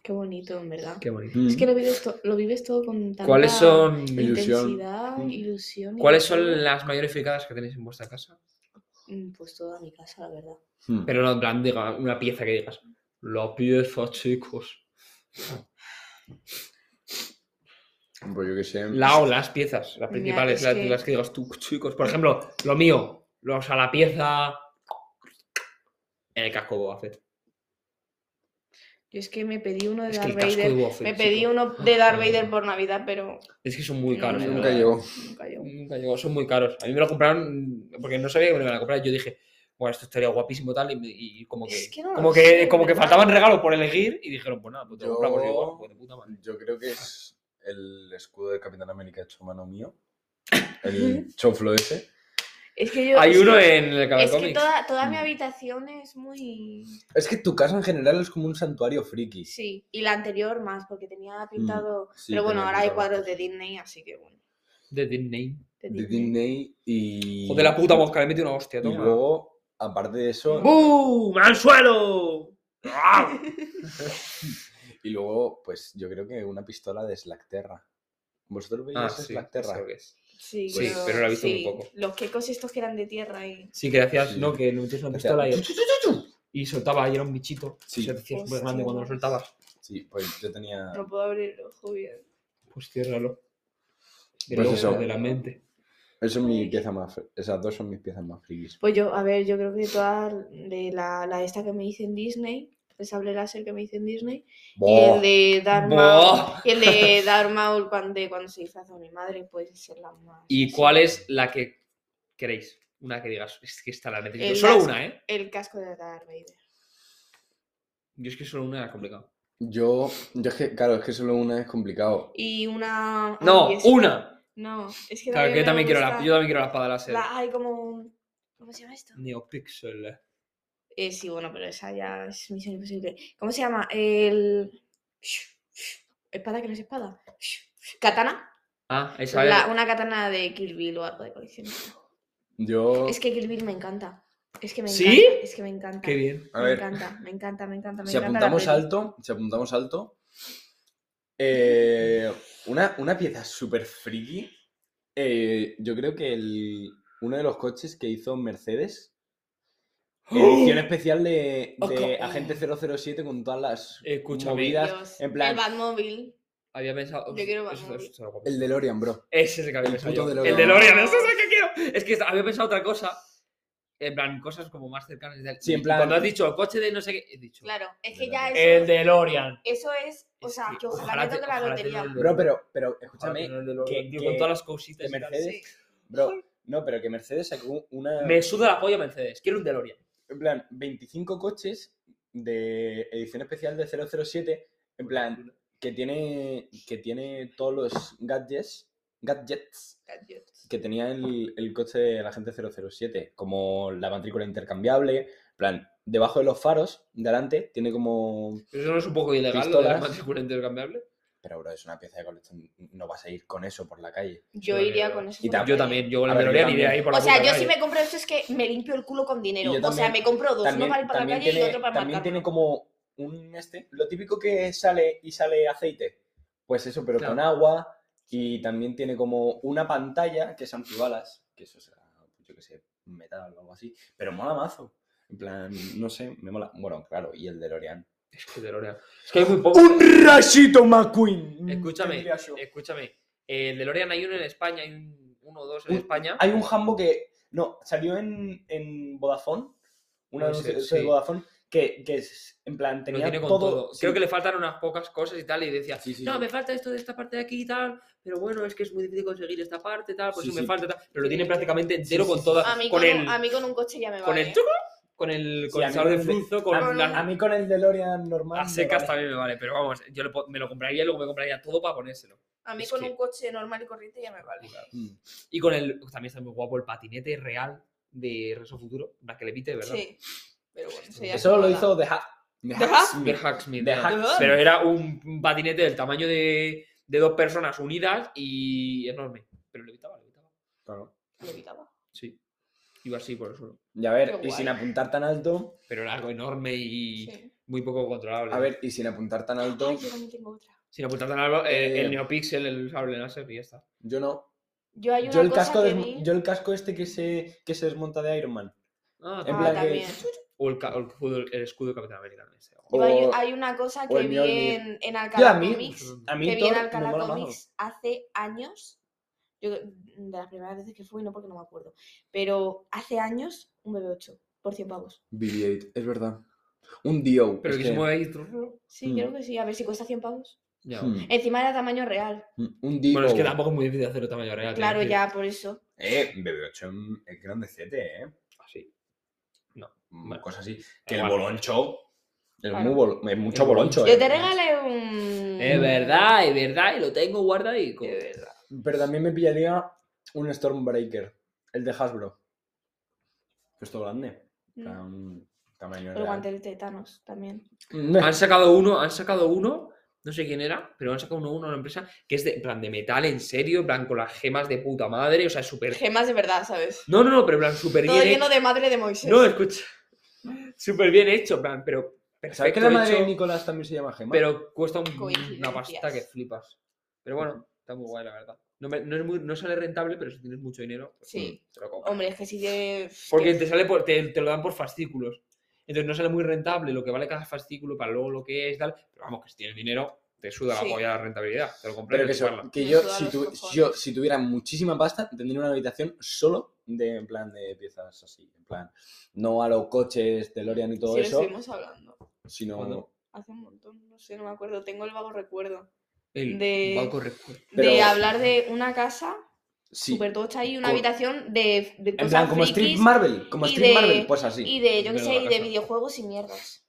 [SPEAKER 1] Qué bonito, en verdad.
[SPEAKER 3] Qué bonito.
[SPEAKER 1] Es que lo vives, to- lo vives todo con tanta
[SPEAKER 3] ¿Cuáles son,
[SPEAKER 4] Ilusión.
[SPEAKER 1] intensidad,
[SPEAKER 4] Mm.
[SPEAKER 1] ilusión. y
[SPEAKER 3] ¿Cuáles
[SPEAKER 1] todo.
[SPEAKER 3] son las mayores fricadas que tenéis en vuestra casa?
[SPEAKER 1] Mm, Pues toda mi casa, la verdad.
[SPEAKER 4] Hmm.
[SPEAKER 3] Pero no en plan, diga, una pieza que digas. La pieza, chicos.
[SPEAKER 4] Pues yo qué sé.
[SPEAKER 3] La o las piezas, las
[SPEAKER 1] Mira,
[SPEAKER 3] principales,
[SPEAKER 1] es
[SPEAKER 3] las,
[SPEAKER 1] que-
[SPEAKER 3] las que digas tú, chicos. Por ejemplo, lo mío, lo- o sea, la pieza. El casco Boba Fett.
[SPEAKER 1] Yo es que me pedí uno de
[SPEAKER 3] Es que el
[SPEAKER 1] Darth
[SPEAKER 3] casco de
[SPEAKER 1] Vader.
[SPEAKER 3] Boba Fett.
[SPEAKER 1] Me pedí
[SPEAKER 3] chico.
[SPEAKER 1] uno de Darth Vader por Navidad, pero
[SPEAKER 3] Es que son muy
[SPEAKER 1] No,
[SPEAKER 3] caros.
[SPEAKER 1] no,
[SPEAKER 3] de
[SPEAKER 4] Nunca
[SPEAKER 3] verdad.
[SPEAKER 4] llegó.
[SPEAKER 1] nunca llegó.
[SPEAKER 3] Nunca llegó, son muy caros. A mí me lo compraron mm, porque no sabía que me lo iban a comprar. Yo dije, bueno, esto estaría guapísimo tal. Y, me- y como que,
[SPEAKER 1] Es que no lo
[SPEAKER 3] como,
[SPEAKER 1] sé,
[SPEAKER 3] que, como que
[SPEAKER 1] ¿verdad?
[SPEAKER 3] faltaban regalos por elegir. Y dijeron, pues nada, pues te lo
[SPEAKER 4] Yo-
[SPEAKER 3] compramos. Y digo, bueno, pues de puta madre.
[SPEAKER 4] Yo creo que es el escudo de Capitán América hecho a mano
[SPEAKER 1] (laughs)
[SPEAKER 4] mío. El choflo ese.
[SPEAKER 1] Es que yo.
[SPEAKER 3] Hay
[SPEAKER 1] es
[SPEAKER 3] uno
[SPEAKER 1] que-
[SPEAKER 3] en el Cabal
[SPEAKER 1] Es que
[SPEAKER 3] Comics.
[SPEAKER 1] toda, toda mi
[SPEAKER 4] Mm.
[SPEAKER 1] habitación es muy.
[SPEAKER 4] Es que tu casa en general es como un santuario friki.
[SPEAKER 1] Sí, y la anterior más, porque
[SPEAKER 3] Mm.
[SPEAKER 1] tenía pintado.
[SPEAKER 4] sí,
[SPEAKER 1] pero bueno,
[SPEAKER 4] tenía
[SPEAKER 1] ahora hay
[SPEAKER 4] pintado
[SPEAKER 1] cuadros
[SPEAKER 4] cosas.
[SPEAKER 1] de Disney, así que bueno.
[SPEAKER 3] De Disney.
[SPEAKER 1] de
[SPEAKER 4] De
[SPEAKER 1] Disney.
[SPEAKER 4] Disney y.
[SPEAKER 3] Joder, la puta mosca, le metí una hostia.
[SPEAKER 4] Y
[SPEAKER 3] Toma.
[SPEAKER 4] luego, aparte de eso.
[SPEAKER 3] ¡Bum! ¡Al suelo! ¡Au!
[SPEAKER 4] Ah.
[SPEAKER 3] (laughs)
[SPEAKER 4] Y luego, pues yo creo que una pistola de Slacterra. ¿Vosotros veis
[SPEAKER 3] Ah, sí,
[SPEAKER 4] Slacterra?
[SPEAKER 3] eso que es.
[SPEAKER 1] Sí,
[SPEAKER 3] Sí, pero lo he visto muy poco.
[SPEAKER 1] Los quecos estos que eran de tierra y.
[SPEAKER 3] Sí, que le hacías,
[SPEAKER 4] Sí.
[SPEAKER 3] ¿no? Que le metías una
[SPEAKER 4] Hacía-
[SPEAKER 3] pistola y... Y soltaba, y era un bichito.
[SPEAKER 4] Sí.
[SPEAKER 3] Y se te hacía súper grande
[SPEAKER 1] Hostia.
[SPEAKER 3] cuando lo soltabas.
[SPEAKER 4] Sí, pues yo
[SPEAKER 3] Ah.
[SPEAKER 4] tenía.
[SPEAKER 1] No puedo abrir el ojo bien.
[SPEAKER 3] Pues ciérralo. De
[SPEAKER 4] Pues
[SPEAKER 3] loco,
[SPEAKER 4] eso.
[SPEAKER 3] de la mente.
[SPEAKER 4] Eso es mi pieza más. fr- Esas dos son mis piezas más frikis.
[SPEAKER 1] Pues yo, a ver, yo creo que toda de la, la esta que me hice en Disney, el sable láser que me hice en Disney, y
[SPEAKER 4] ¡Boh!
[SPEAKER 1] el de Darth Maul,
[SPEAKER 3] (laughs) Buah.
[SPEAKER 1] y el de Darth Maul cuando, de cuando se disfrazó mi madre, puede ser la más.
[SPEAKER 3] ¿Y
[SPEAKER 1] así.
[SPEAKER 3] cuál es la que queréis? Una que digas, es que esta la necesito.
[SPEAKER 1] El
[SPEAKER 3] Solo
[SPEAKER 1] las-
[SPEAKER 3] una, ¿eh?
[SPEAKER 1] El casco de Darth Vader.
[SPEAKER 3] Yo es que solo una era complicado.
[SPEAKER 4] Yo, yo es que, claro, es que solo una es complicado.
[SPEAKER 1] Y una.
[SPEAKER 3] ¡No!
[SPEAKER 1] ay, es-
[SPEAKER 3] ¡Una!
[SPEAKER 1] No, es que.
[SPEAKER 3] Claro, que yo también, quiero la, yo
[SPEAKER 1] yo
[SPEAKER 3] también quiero la espada láser.
[SPEAKER 1] Hay como un. ¿Cómo se llama esto?
[SPEAKER 3] Neopixel.
[SPEAKER 1] Eh, sí, bueno, pero esa ya es misión imposible. ¿Cómo se llama? El. Espada que no es espada. Katana.
[SPEAKER 3] Ah, esa
[SPEAKER 1] La-
[SPEAKER 3] es.
[SPEAKER 1] una katana de Kill Bill o algo de colección.
[SPEAKER 4] Yo.
[SPEAKER 1] Es que Kill Bill me encanta. Es que me
[SPEAKER 3] Oh. ¿Sí?
[SPEAKER 1] encanta. Es que me encanta.
[SPEAKER 3] Qué bien.
[SPEAKER 4] A
[SPEAKER 1] me
[SPEAKER 4] ver,
[SPEAKER 1] encanta, me encanta, me encanta. Me
[SPEAKER 4] si
[SPEAKER 1] encanta la
[SPEAKER 4] apuntamos
[SPEAKER 1] peli.
[SPEAKER 4] alto, si apuntamos alto. eh, una, una pieza súper friki. eh, yo creo que el, uno de los coches que hizo Mercedes. Edición especial de, de
[SPEAKER 3] Ojo.
[SPEAKER 4] Agente 007 con todas las
[SPEAKER 3] Escúchame.
[SPEAKER 4] movidas.
[SPEAKER 1] Dios,
[SPEAKER 4] En plan,
[SPEAKER 1] El Batmóvil.
[SPEAKER 3] Había pensado.
[SPEAKER 1] Yo quiero
[SPEAKER 3] Eso-
[SPEAKER 1] Batmóvil.
[SPEAKER 3] eso está guapo.
[SPEAKER 4] el DeLorean, bro.
[SPEAKER 3] Ese es el que había
[SPEAKER 4] el
[SPEAKER 3] pensado.
[SPEAKER 4] puto
[SPEAKER 3] yo.
[SPEAKER 4] DeLorean.
[SPEAKER 3] El DeLorean, ese es el que quiero. Es que esta- había pensado otra cosa. En plan, cosas como más cercanas y tal.
[SPEAKER 4] Sí, en
[SPEAKER 3] Y
[SPEAKER 4] plan-
[SPEAKER 3] Cuando has dicho el coche de no sé qué. He dicho.
[SPEAKER 1] Claro, es que
[SPEAKER 4] De
[SPEAKER 1] ya
[SPEAKER 4] la-
[SPEAKER 1] eso,
[SPEAKER 3] El DeLorean.
[SPEAKER 1] eso es. O
[SPEAKER 3] Es
[SPEAKER 1] sea,
[SPEAKER 3] que
[SPEAKER 1] que ojalá,
[SPEAKER 3] ojalá
[SPEAKER 1] me
[SPEAKER 3] te-
[SPEAKER 1] toque la
[SPEAKER 3] ojalá te
[SPEAKER 1] lotería.
[SPEAKER 3] lo-
[SPEAKER 4] Bro, pero, pero
[SPEAKER 3] Ojalá
[SPEAKER 4] escúchame,
[SPEAKER 3] tener el DeLorean,
[SPEAKER 4] que-
[SPEAKER 3] tío, con
[SPEAKER 4] que-
[SPEAKER 3] todas las cositas.
[SPEAKER 4] de
[SPEAKER 3] y tal.
[SPEAKER 4] Mercedes.
[SPEAKER 1] Sí.
[SPEAKER 4] bro. No, pero que Mercedes sacó una.
[SPEAKER 3] Me suda la polla Mercedes. Quiero un DeLorean.
[SPEAKER 4] En plan, 25 coches de edición especial de 007. En plan, que tiene, que tiene todos los gadgets, gadgets que tenía el, el coche del agente 007. Como la matrícula intercambiable. En plan, debajo de los faros, delante, tiene como.
[SPEAKER 3] Pero eso no es un poco ilegal, lo de la
[SPEAKER 4] Pistolas.
[SPEAKER 3] matrícula intercambiable.
[SPEAKER 4] Pero, bro, es una pieza de colección. No vas a ir con eso por la calle.
[SPEAKER 1] Yo
[SPEAKER 3] Yo
[SPEAKER 1] iría
[SPEAKER 3] creo.
[SPEAKER 1] con eso.
[SPEAKER 4] Y
[SPEAKER 1] por
[SPEAKER 3] Yo
[SPEAKER 1] la calle.
[SPEAKER 3] también, yo con la
[SPEAKER 4] A ver, yo
[SPEAKER 3] melonera ni de
[SPEAKER 4] también.
[SPEAKER 3] ahí por la
[SPEAKER 1] O sea,
[SPEAKER 3] puta
[SPEAKER 1] yo si
[SPEAKER 3] calle.
[SPEAKER 1] me compro eso es que me limpio el culo con dinero.
[SPEAKER 4] Y yo
[SPEAKER 1] o sea, me
[SPEAKER 4] también-
[SPEAKER 1] compro dos.
[SPEAKER 4] también,
[SPEAKER 1] uno vale para la
[SPEAKER 4] también
[SPEAKER 1] calle
[SPEAKER 4] tiene,
[SPEAKER 1] y otro para
[SPEAKER 4] también
[SPEAKER 1] marcar.
[SPEAKER 4] tiene como un este, lo típico que sale y sale aceite, pues eso, pero con
[SPEAKER 3] Claro.
[SPEAKER 4] agua y también tiene como una pantalla que es antibalas, que eso será, pues, yo que sé, metal o algo así, pero mola mazo. En plan, no sé, me mola. Bueno, claro, y el de Lorian.
[SPEAKER 3] Es que DeLorean. Es que hay muy poco.
[SPEAKER 4] Rashito McQueen!
[SPEAKER 3] Escúchame, eh,
[SPEAKER 4] tendría yo.
[SPEAKER 3] escúchame. El DeLorean hay uno en España, hay un, uno o dos en
[SPEAKER 4] Un-
[SPEAKER 3] España.
[SPEAKER 4] Hay un jambo que. No, salió en, en Vodafone. Un
[SPEAKER 3] Puede
[SPEAKER 4] anuncio
[SPEAKER 3] ser,
[SPEAKER 4] eso de
[SPEAKER 3] sí.
[SPEAKER 4] Vodafone. Que, que es, en plan,
[SPEAKER 3] Lo
[SPEAKER 4] tenía
[SPEAKER 3] tiene con
[SPEAKER 4] todo.
[SPEAKER 3] todo. Creo
[SPEAKER 4] sí.
[SPEAKER 3] que le faltan unas pocas cosas y tal. Y decía,
[SPEAKER 4] Sí,
[SPEAKER 3] (laughs)
[SPEAKER 4] sí,
[SPEAKER 3] no,
[SPEAKER 4] sí.
[SPEAKER 3] me falta esto de esta parte de aquí y tal. Pero bueno, es que es muy difícil conseguir esta parte tal. Pues
[SPEAKER 4] Sí,
[SPEAKER 3] sí, me
[SPEAKER 4] sí.
[SPEAKER 3] falta tal. Pero lo tiene prácticamente entero
[SPEAKER 4] sí,
[SPEAKER 3] con
[SPEAKER 4] sí,
[SPEAKER 3] todas.
[SPEAKER 1] A mí
[SPEAKER 3] Con
[SPEAKER 1] con,
[SPEAKER 3] el,
[SPEAKER 1] un, a mí con un coche ya me
[SPEAKER 3] con
[SPEAKER 1] vale. ¿eh?
[SPEAKER 3] el chucu, con el, con
[SPEAKER 4] Sí, a
[SPEAKER 3] el
[SPEAKER 4] mí
[SPEAKER 3] sabor de
[SPEAKER 4] con el de-
[SPEAKER 3] fruzo, con
[SPEAKER 1] con
[SPEAKER 3] las
[SPEAKER 4] A mí con el DeLorean normal.
[SPEAKER 3] a
[SPEAKER 4] me
[SPEAKER 3] secas
[SPEAKER 4] vale.
[SPEAKER 3] también me vale. Pero vamos, yo le po- me lo compraría y luego me compraría todo para ponérselo.
[SPEAKER 1] A mí
[SPEAKER 3] Es
[SPEAKER 1] con
[SPEAKER 3] que-
[SPEAKER 1] un coche normal y corriente ya me vale.
[SPEAKER 4] Mm.
[SPEAKER 3] Y con el. También está muy guapo el patinete real de Reso Futuro. La que le pite, ¿verdad?
[SPEAKER 1] Sí. Pero bueno, eso ya
[SPEAKER 4] Eso
[SPEAKER 1] es
[SPEAKER 4] lo
[SPEAKER 1] moda.
[SPEAKER 4] hizo The Hack. The
[SPEAKER 1] The
[SPEAKER 4] Hack Mm.
[SPEAKER 1] Hack?
[SPEAKER 4] Smith.
[SPEAKER 3] De Hacksmith.
[SPEAKER 4] The
[SPEAKER 3] ¿no?
[SPEAKER 4] Hack
[SPEAKER 1] ¿verdad?
[SPEAKER 3] Pero era un un patinete del tamaño de, de dos personas unidas y enorme. Pero levitaba, levitaba.
[SPEAKER 4] Claro.
[SPEAKER 1] Lo evitaba.
[SPEAKER 3] Sí. Iba así por el suelo.
[SPEAKER 4] Y a ver, y
[SPEAKER 1] Qué guay.
[SPEAKER 4] sin apuntar tan alto.
[SPEAKER 3] Pero era algo enorme y
[SPEAKER 1] Sí.
[SPEAKER 3] muy poco controlable.
[SPEAKER 4] A ver, y sin apuntar tan alto.
[SPEAKER 1] Ay, yo también tengo otra.
[SPEAKER 3] Sin apuntar tan algo, eh,
[SPEAKER 4] Eh,
[SPEAKER 3] el Neopixel, el sable láser y ya está.
[SPEAKER 4] Yo no.
[SPEAKER 1] Yo hay una
[SPEAKER 4] Yo el,
[SPEAKER 1] cosa
[SPEAKER 4] casco
[SPEAKER 1] que
[SPEAKER 4] desm-
[SPEAKER 1] vi-
[SPEAKER 4] yo el casco este que se, que se desmonta de Iron Man.
[SPEAKER 3] Ah,
[SPEAKER 4] en
[SPEAKER 1] Ah,
[SPEAKER 4] plan que-
[SPEAKER 1] también.
[SPEAKER 3] O el, ca- o el escudo, el escudo de Capitán América. también está guapo.
[SPEAKER 1] Yo hay,
[SPEAKER 4] O-
[SPEAKER 1] hay una cosa que
[SPEAKER 4] el
[SPEAKER 1] vi
[SPEAKER 4] Mjolnir.
[SPEAKER 1] en, en Alcalá
[SPEAKER 4] a mí-
[SPEAKER 1] Comics,
[SPEAKER 4] A mí
[SPEAKER 1] que vi en
[SPEAKER 4] Thor me
[SPEAKER 1] Alcalá
[SPEAKER 4] mola mazo.
[SPEAKER 1] Comics hace años, yo, de las primeras veces que fui, no porque no me acuerdo, pero hace años un BB8 por 100 pavos.
[SPEAKER 4] BB-8, es verdad. Un Dio.
[SPEAKER 3] Pero
[SPEAKER 4] es
[SPEAKER 3] que se
[SPEAKER 4] que- hmm,
[SPEAKER 3] mueve ahí. tru-
[SPEAKER 1] Sí,
[SPEAKER 4] Mm.
[SPEAKER 1] creo que sí, a ver si cuesta 100 pavos.
[SPEAKER 3] Ya.
[SPEAKER 4] Hmm.
[SPEAKER 1] Encima era tamaño real,
[SPEAKER 4] Mm, Un Dio.
[SPEAKER 3] Bueno, es que tampoco es muy difícil hacerlo tamaño real.
[SPEAKER 1] claro,
[SPEAKER 3] tenés que-
[SPEAKER 1] ya por eso.
[SPEAKER 4] Eh, BB-8 es grande 7, eh.
[SPEAKER 3] Así.
[SPEAKER 4] Mm,
[SPEAKER 3] Bueno.
[SPEAKER 4] Cosas así. Que el
[SPEAKER 3] Igual.
[SPEAKER 4] boloncho. El
[SPEAKER 1] Claro.
[SPEAKER 4] muy bol- es mucho
[SPEAKER 3] El
[SPEAKER 4] boloncho,
[SPEAKER 3] boloncho.
[SPEAKER 4] eh.
[SPEAKER 1] Yo te regalé un...
[SPEAKER 3] Es verdad, es verdad, y lo tengo guardadico.
[SPEAKER 1] De verdad.
[SPEAKER 4] Pero también me pillaría un Stormbreaker. El de Hasbro. Que es todo grande.
[SPEAKER 1] Mm.
[SPEAKER 4] Era un tamaño
[SPEAKER 1] El
[SPEAKER 4] real. Ah,
[SPEAKER 1] guante de Tetanos también.
[SPEAKER 4] Meh. (laughs)
[SPEAKER 3] Han sacado uno, han sacado uno, no sé quién era, pero han sacado uno, uno, una empresa que es de, en plan, de metal en serio, en plan, con las gemas de puta madre, o sea, súper...
[SPEAKER 1] Gemas de verdad, ¿sabes?
[SPEAKER 3] No, no, no, pero en plan, súper
[SPEAKER 1] Todo
[SPEAKER 3] bien
[SPEAKER 1] lleno
[SPEAKER 3] hecho.
[SPEAKER 1] de madre de Moisés.
[SPEAKER 3] No, escucha. Súper bien hecho, en plan, pero
[SPEAKER 4] ¿Sabes
[SPEAKER 3] perfecto
[SPEAKER 4] que la madre de
[SPEAKER 3] hecho,
[SPEAKER 4] Nicolás también se llama Gemma?
[SPEAKER 3] pero cuesta un- una
[SPEAKER 1] Coincidencias.
[SPEAKER 3] pasta que flipas. Pero bueno, está muy guay, la verdad. No, me- no es muy- no sale rentable, pero si tienes mucho dinero, pues,
[SPEAKER 1] Sí.
[SPEAKER 3] te lo compras.
[SPEAKER 1] Hombre, es que si te...
[SPEAKER 3] Porque te, sale por- te, te lo dan por fascículos. Entonces no sale muy rentable lo que vale cada fascículo para luego lo que es, tal. Pero vamos, que si tienes dinero, te suda
[SPEAKER 1] Sí.
[SPEAKER 3] la polla la rentabilidad. Te lo compras
[SPEAKER 4] Pero
[SPEAKER 3] y
[SPEAKER 4] que,
[SPEAKER 3] te
[SPEAKER 4] eso,
[SPEAKER 3] chuparla.
[SPEAKER 4] que
[SPEAKER 1] Me
[SPEAKER 4] yo,
[SPEAKER 1] suda
[SPEAKER 4] si
[SPEAKER 1] los
[SPEAKER 4] tu-
[SPEAKER 1] cojones.
[SPEAKER 4] yo, si tuviera muchísima pasta, tendría una habitación solo de, en plan, de piezas así. En plan, no a los coches, DeLorean y todo
[SPEAKER 1] Sí, lo
[SPEAKER 4] eso,
[SPEAKER 1] estuvimos hablando.
[SPEAKER 4] sino...
[SPEAKER 3] ¿Cuándo?
[SPEAKER 1] Hace un montón, no sé, no me acuerdo. Tengo el vago recuerdo.
[SPEAKER 3] El
[SPEAKER 1] de-
[SPEAKER 3] banco recuerdo.
[SPEAKER 1] De
[SPEAKER 4] Pero-
[SPEAKER 1] hablar de una casa
[SPEAKER 4] Sí,
[SPEAKER 1] súper tocha y una
[SPEAKER 4] Co-
[SPEAKER 1] habitación de, de
[SPEAKER 4] en
[SPEAKER 1] cosas
[SPEAKER 4] plan, como Street
[SPEAKER 1] frikis
[SPEAKER 4] Marvel, como
[SPEAKER 1] y
[SPEAKER 4] Street
[SPEAKER 1] de-
[SPEAKER 4] Marvel, pues así.
[SPEAKER 1] y de, yo qué
[SPEAKER 3] Pero
[SPEAKER 1] sé,
[SPEAKER 3] la
[SPEAKER 1] y de
[SPEAKER 3] casa.
[SPEAKER 1] videojuegos y mierdas.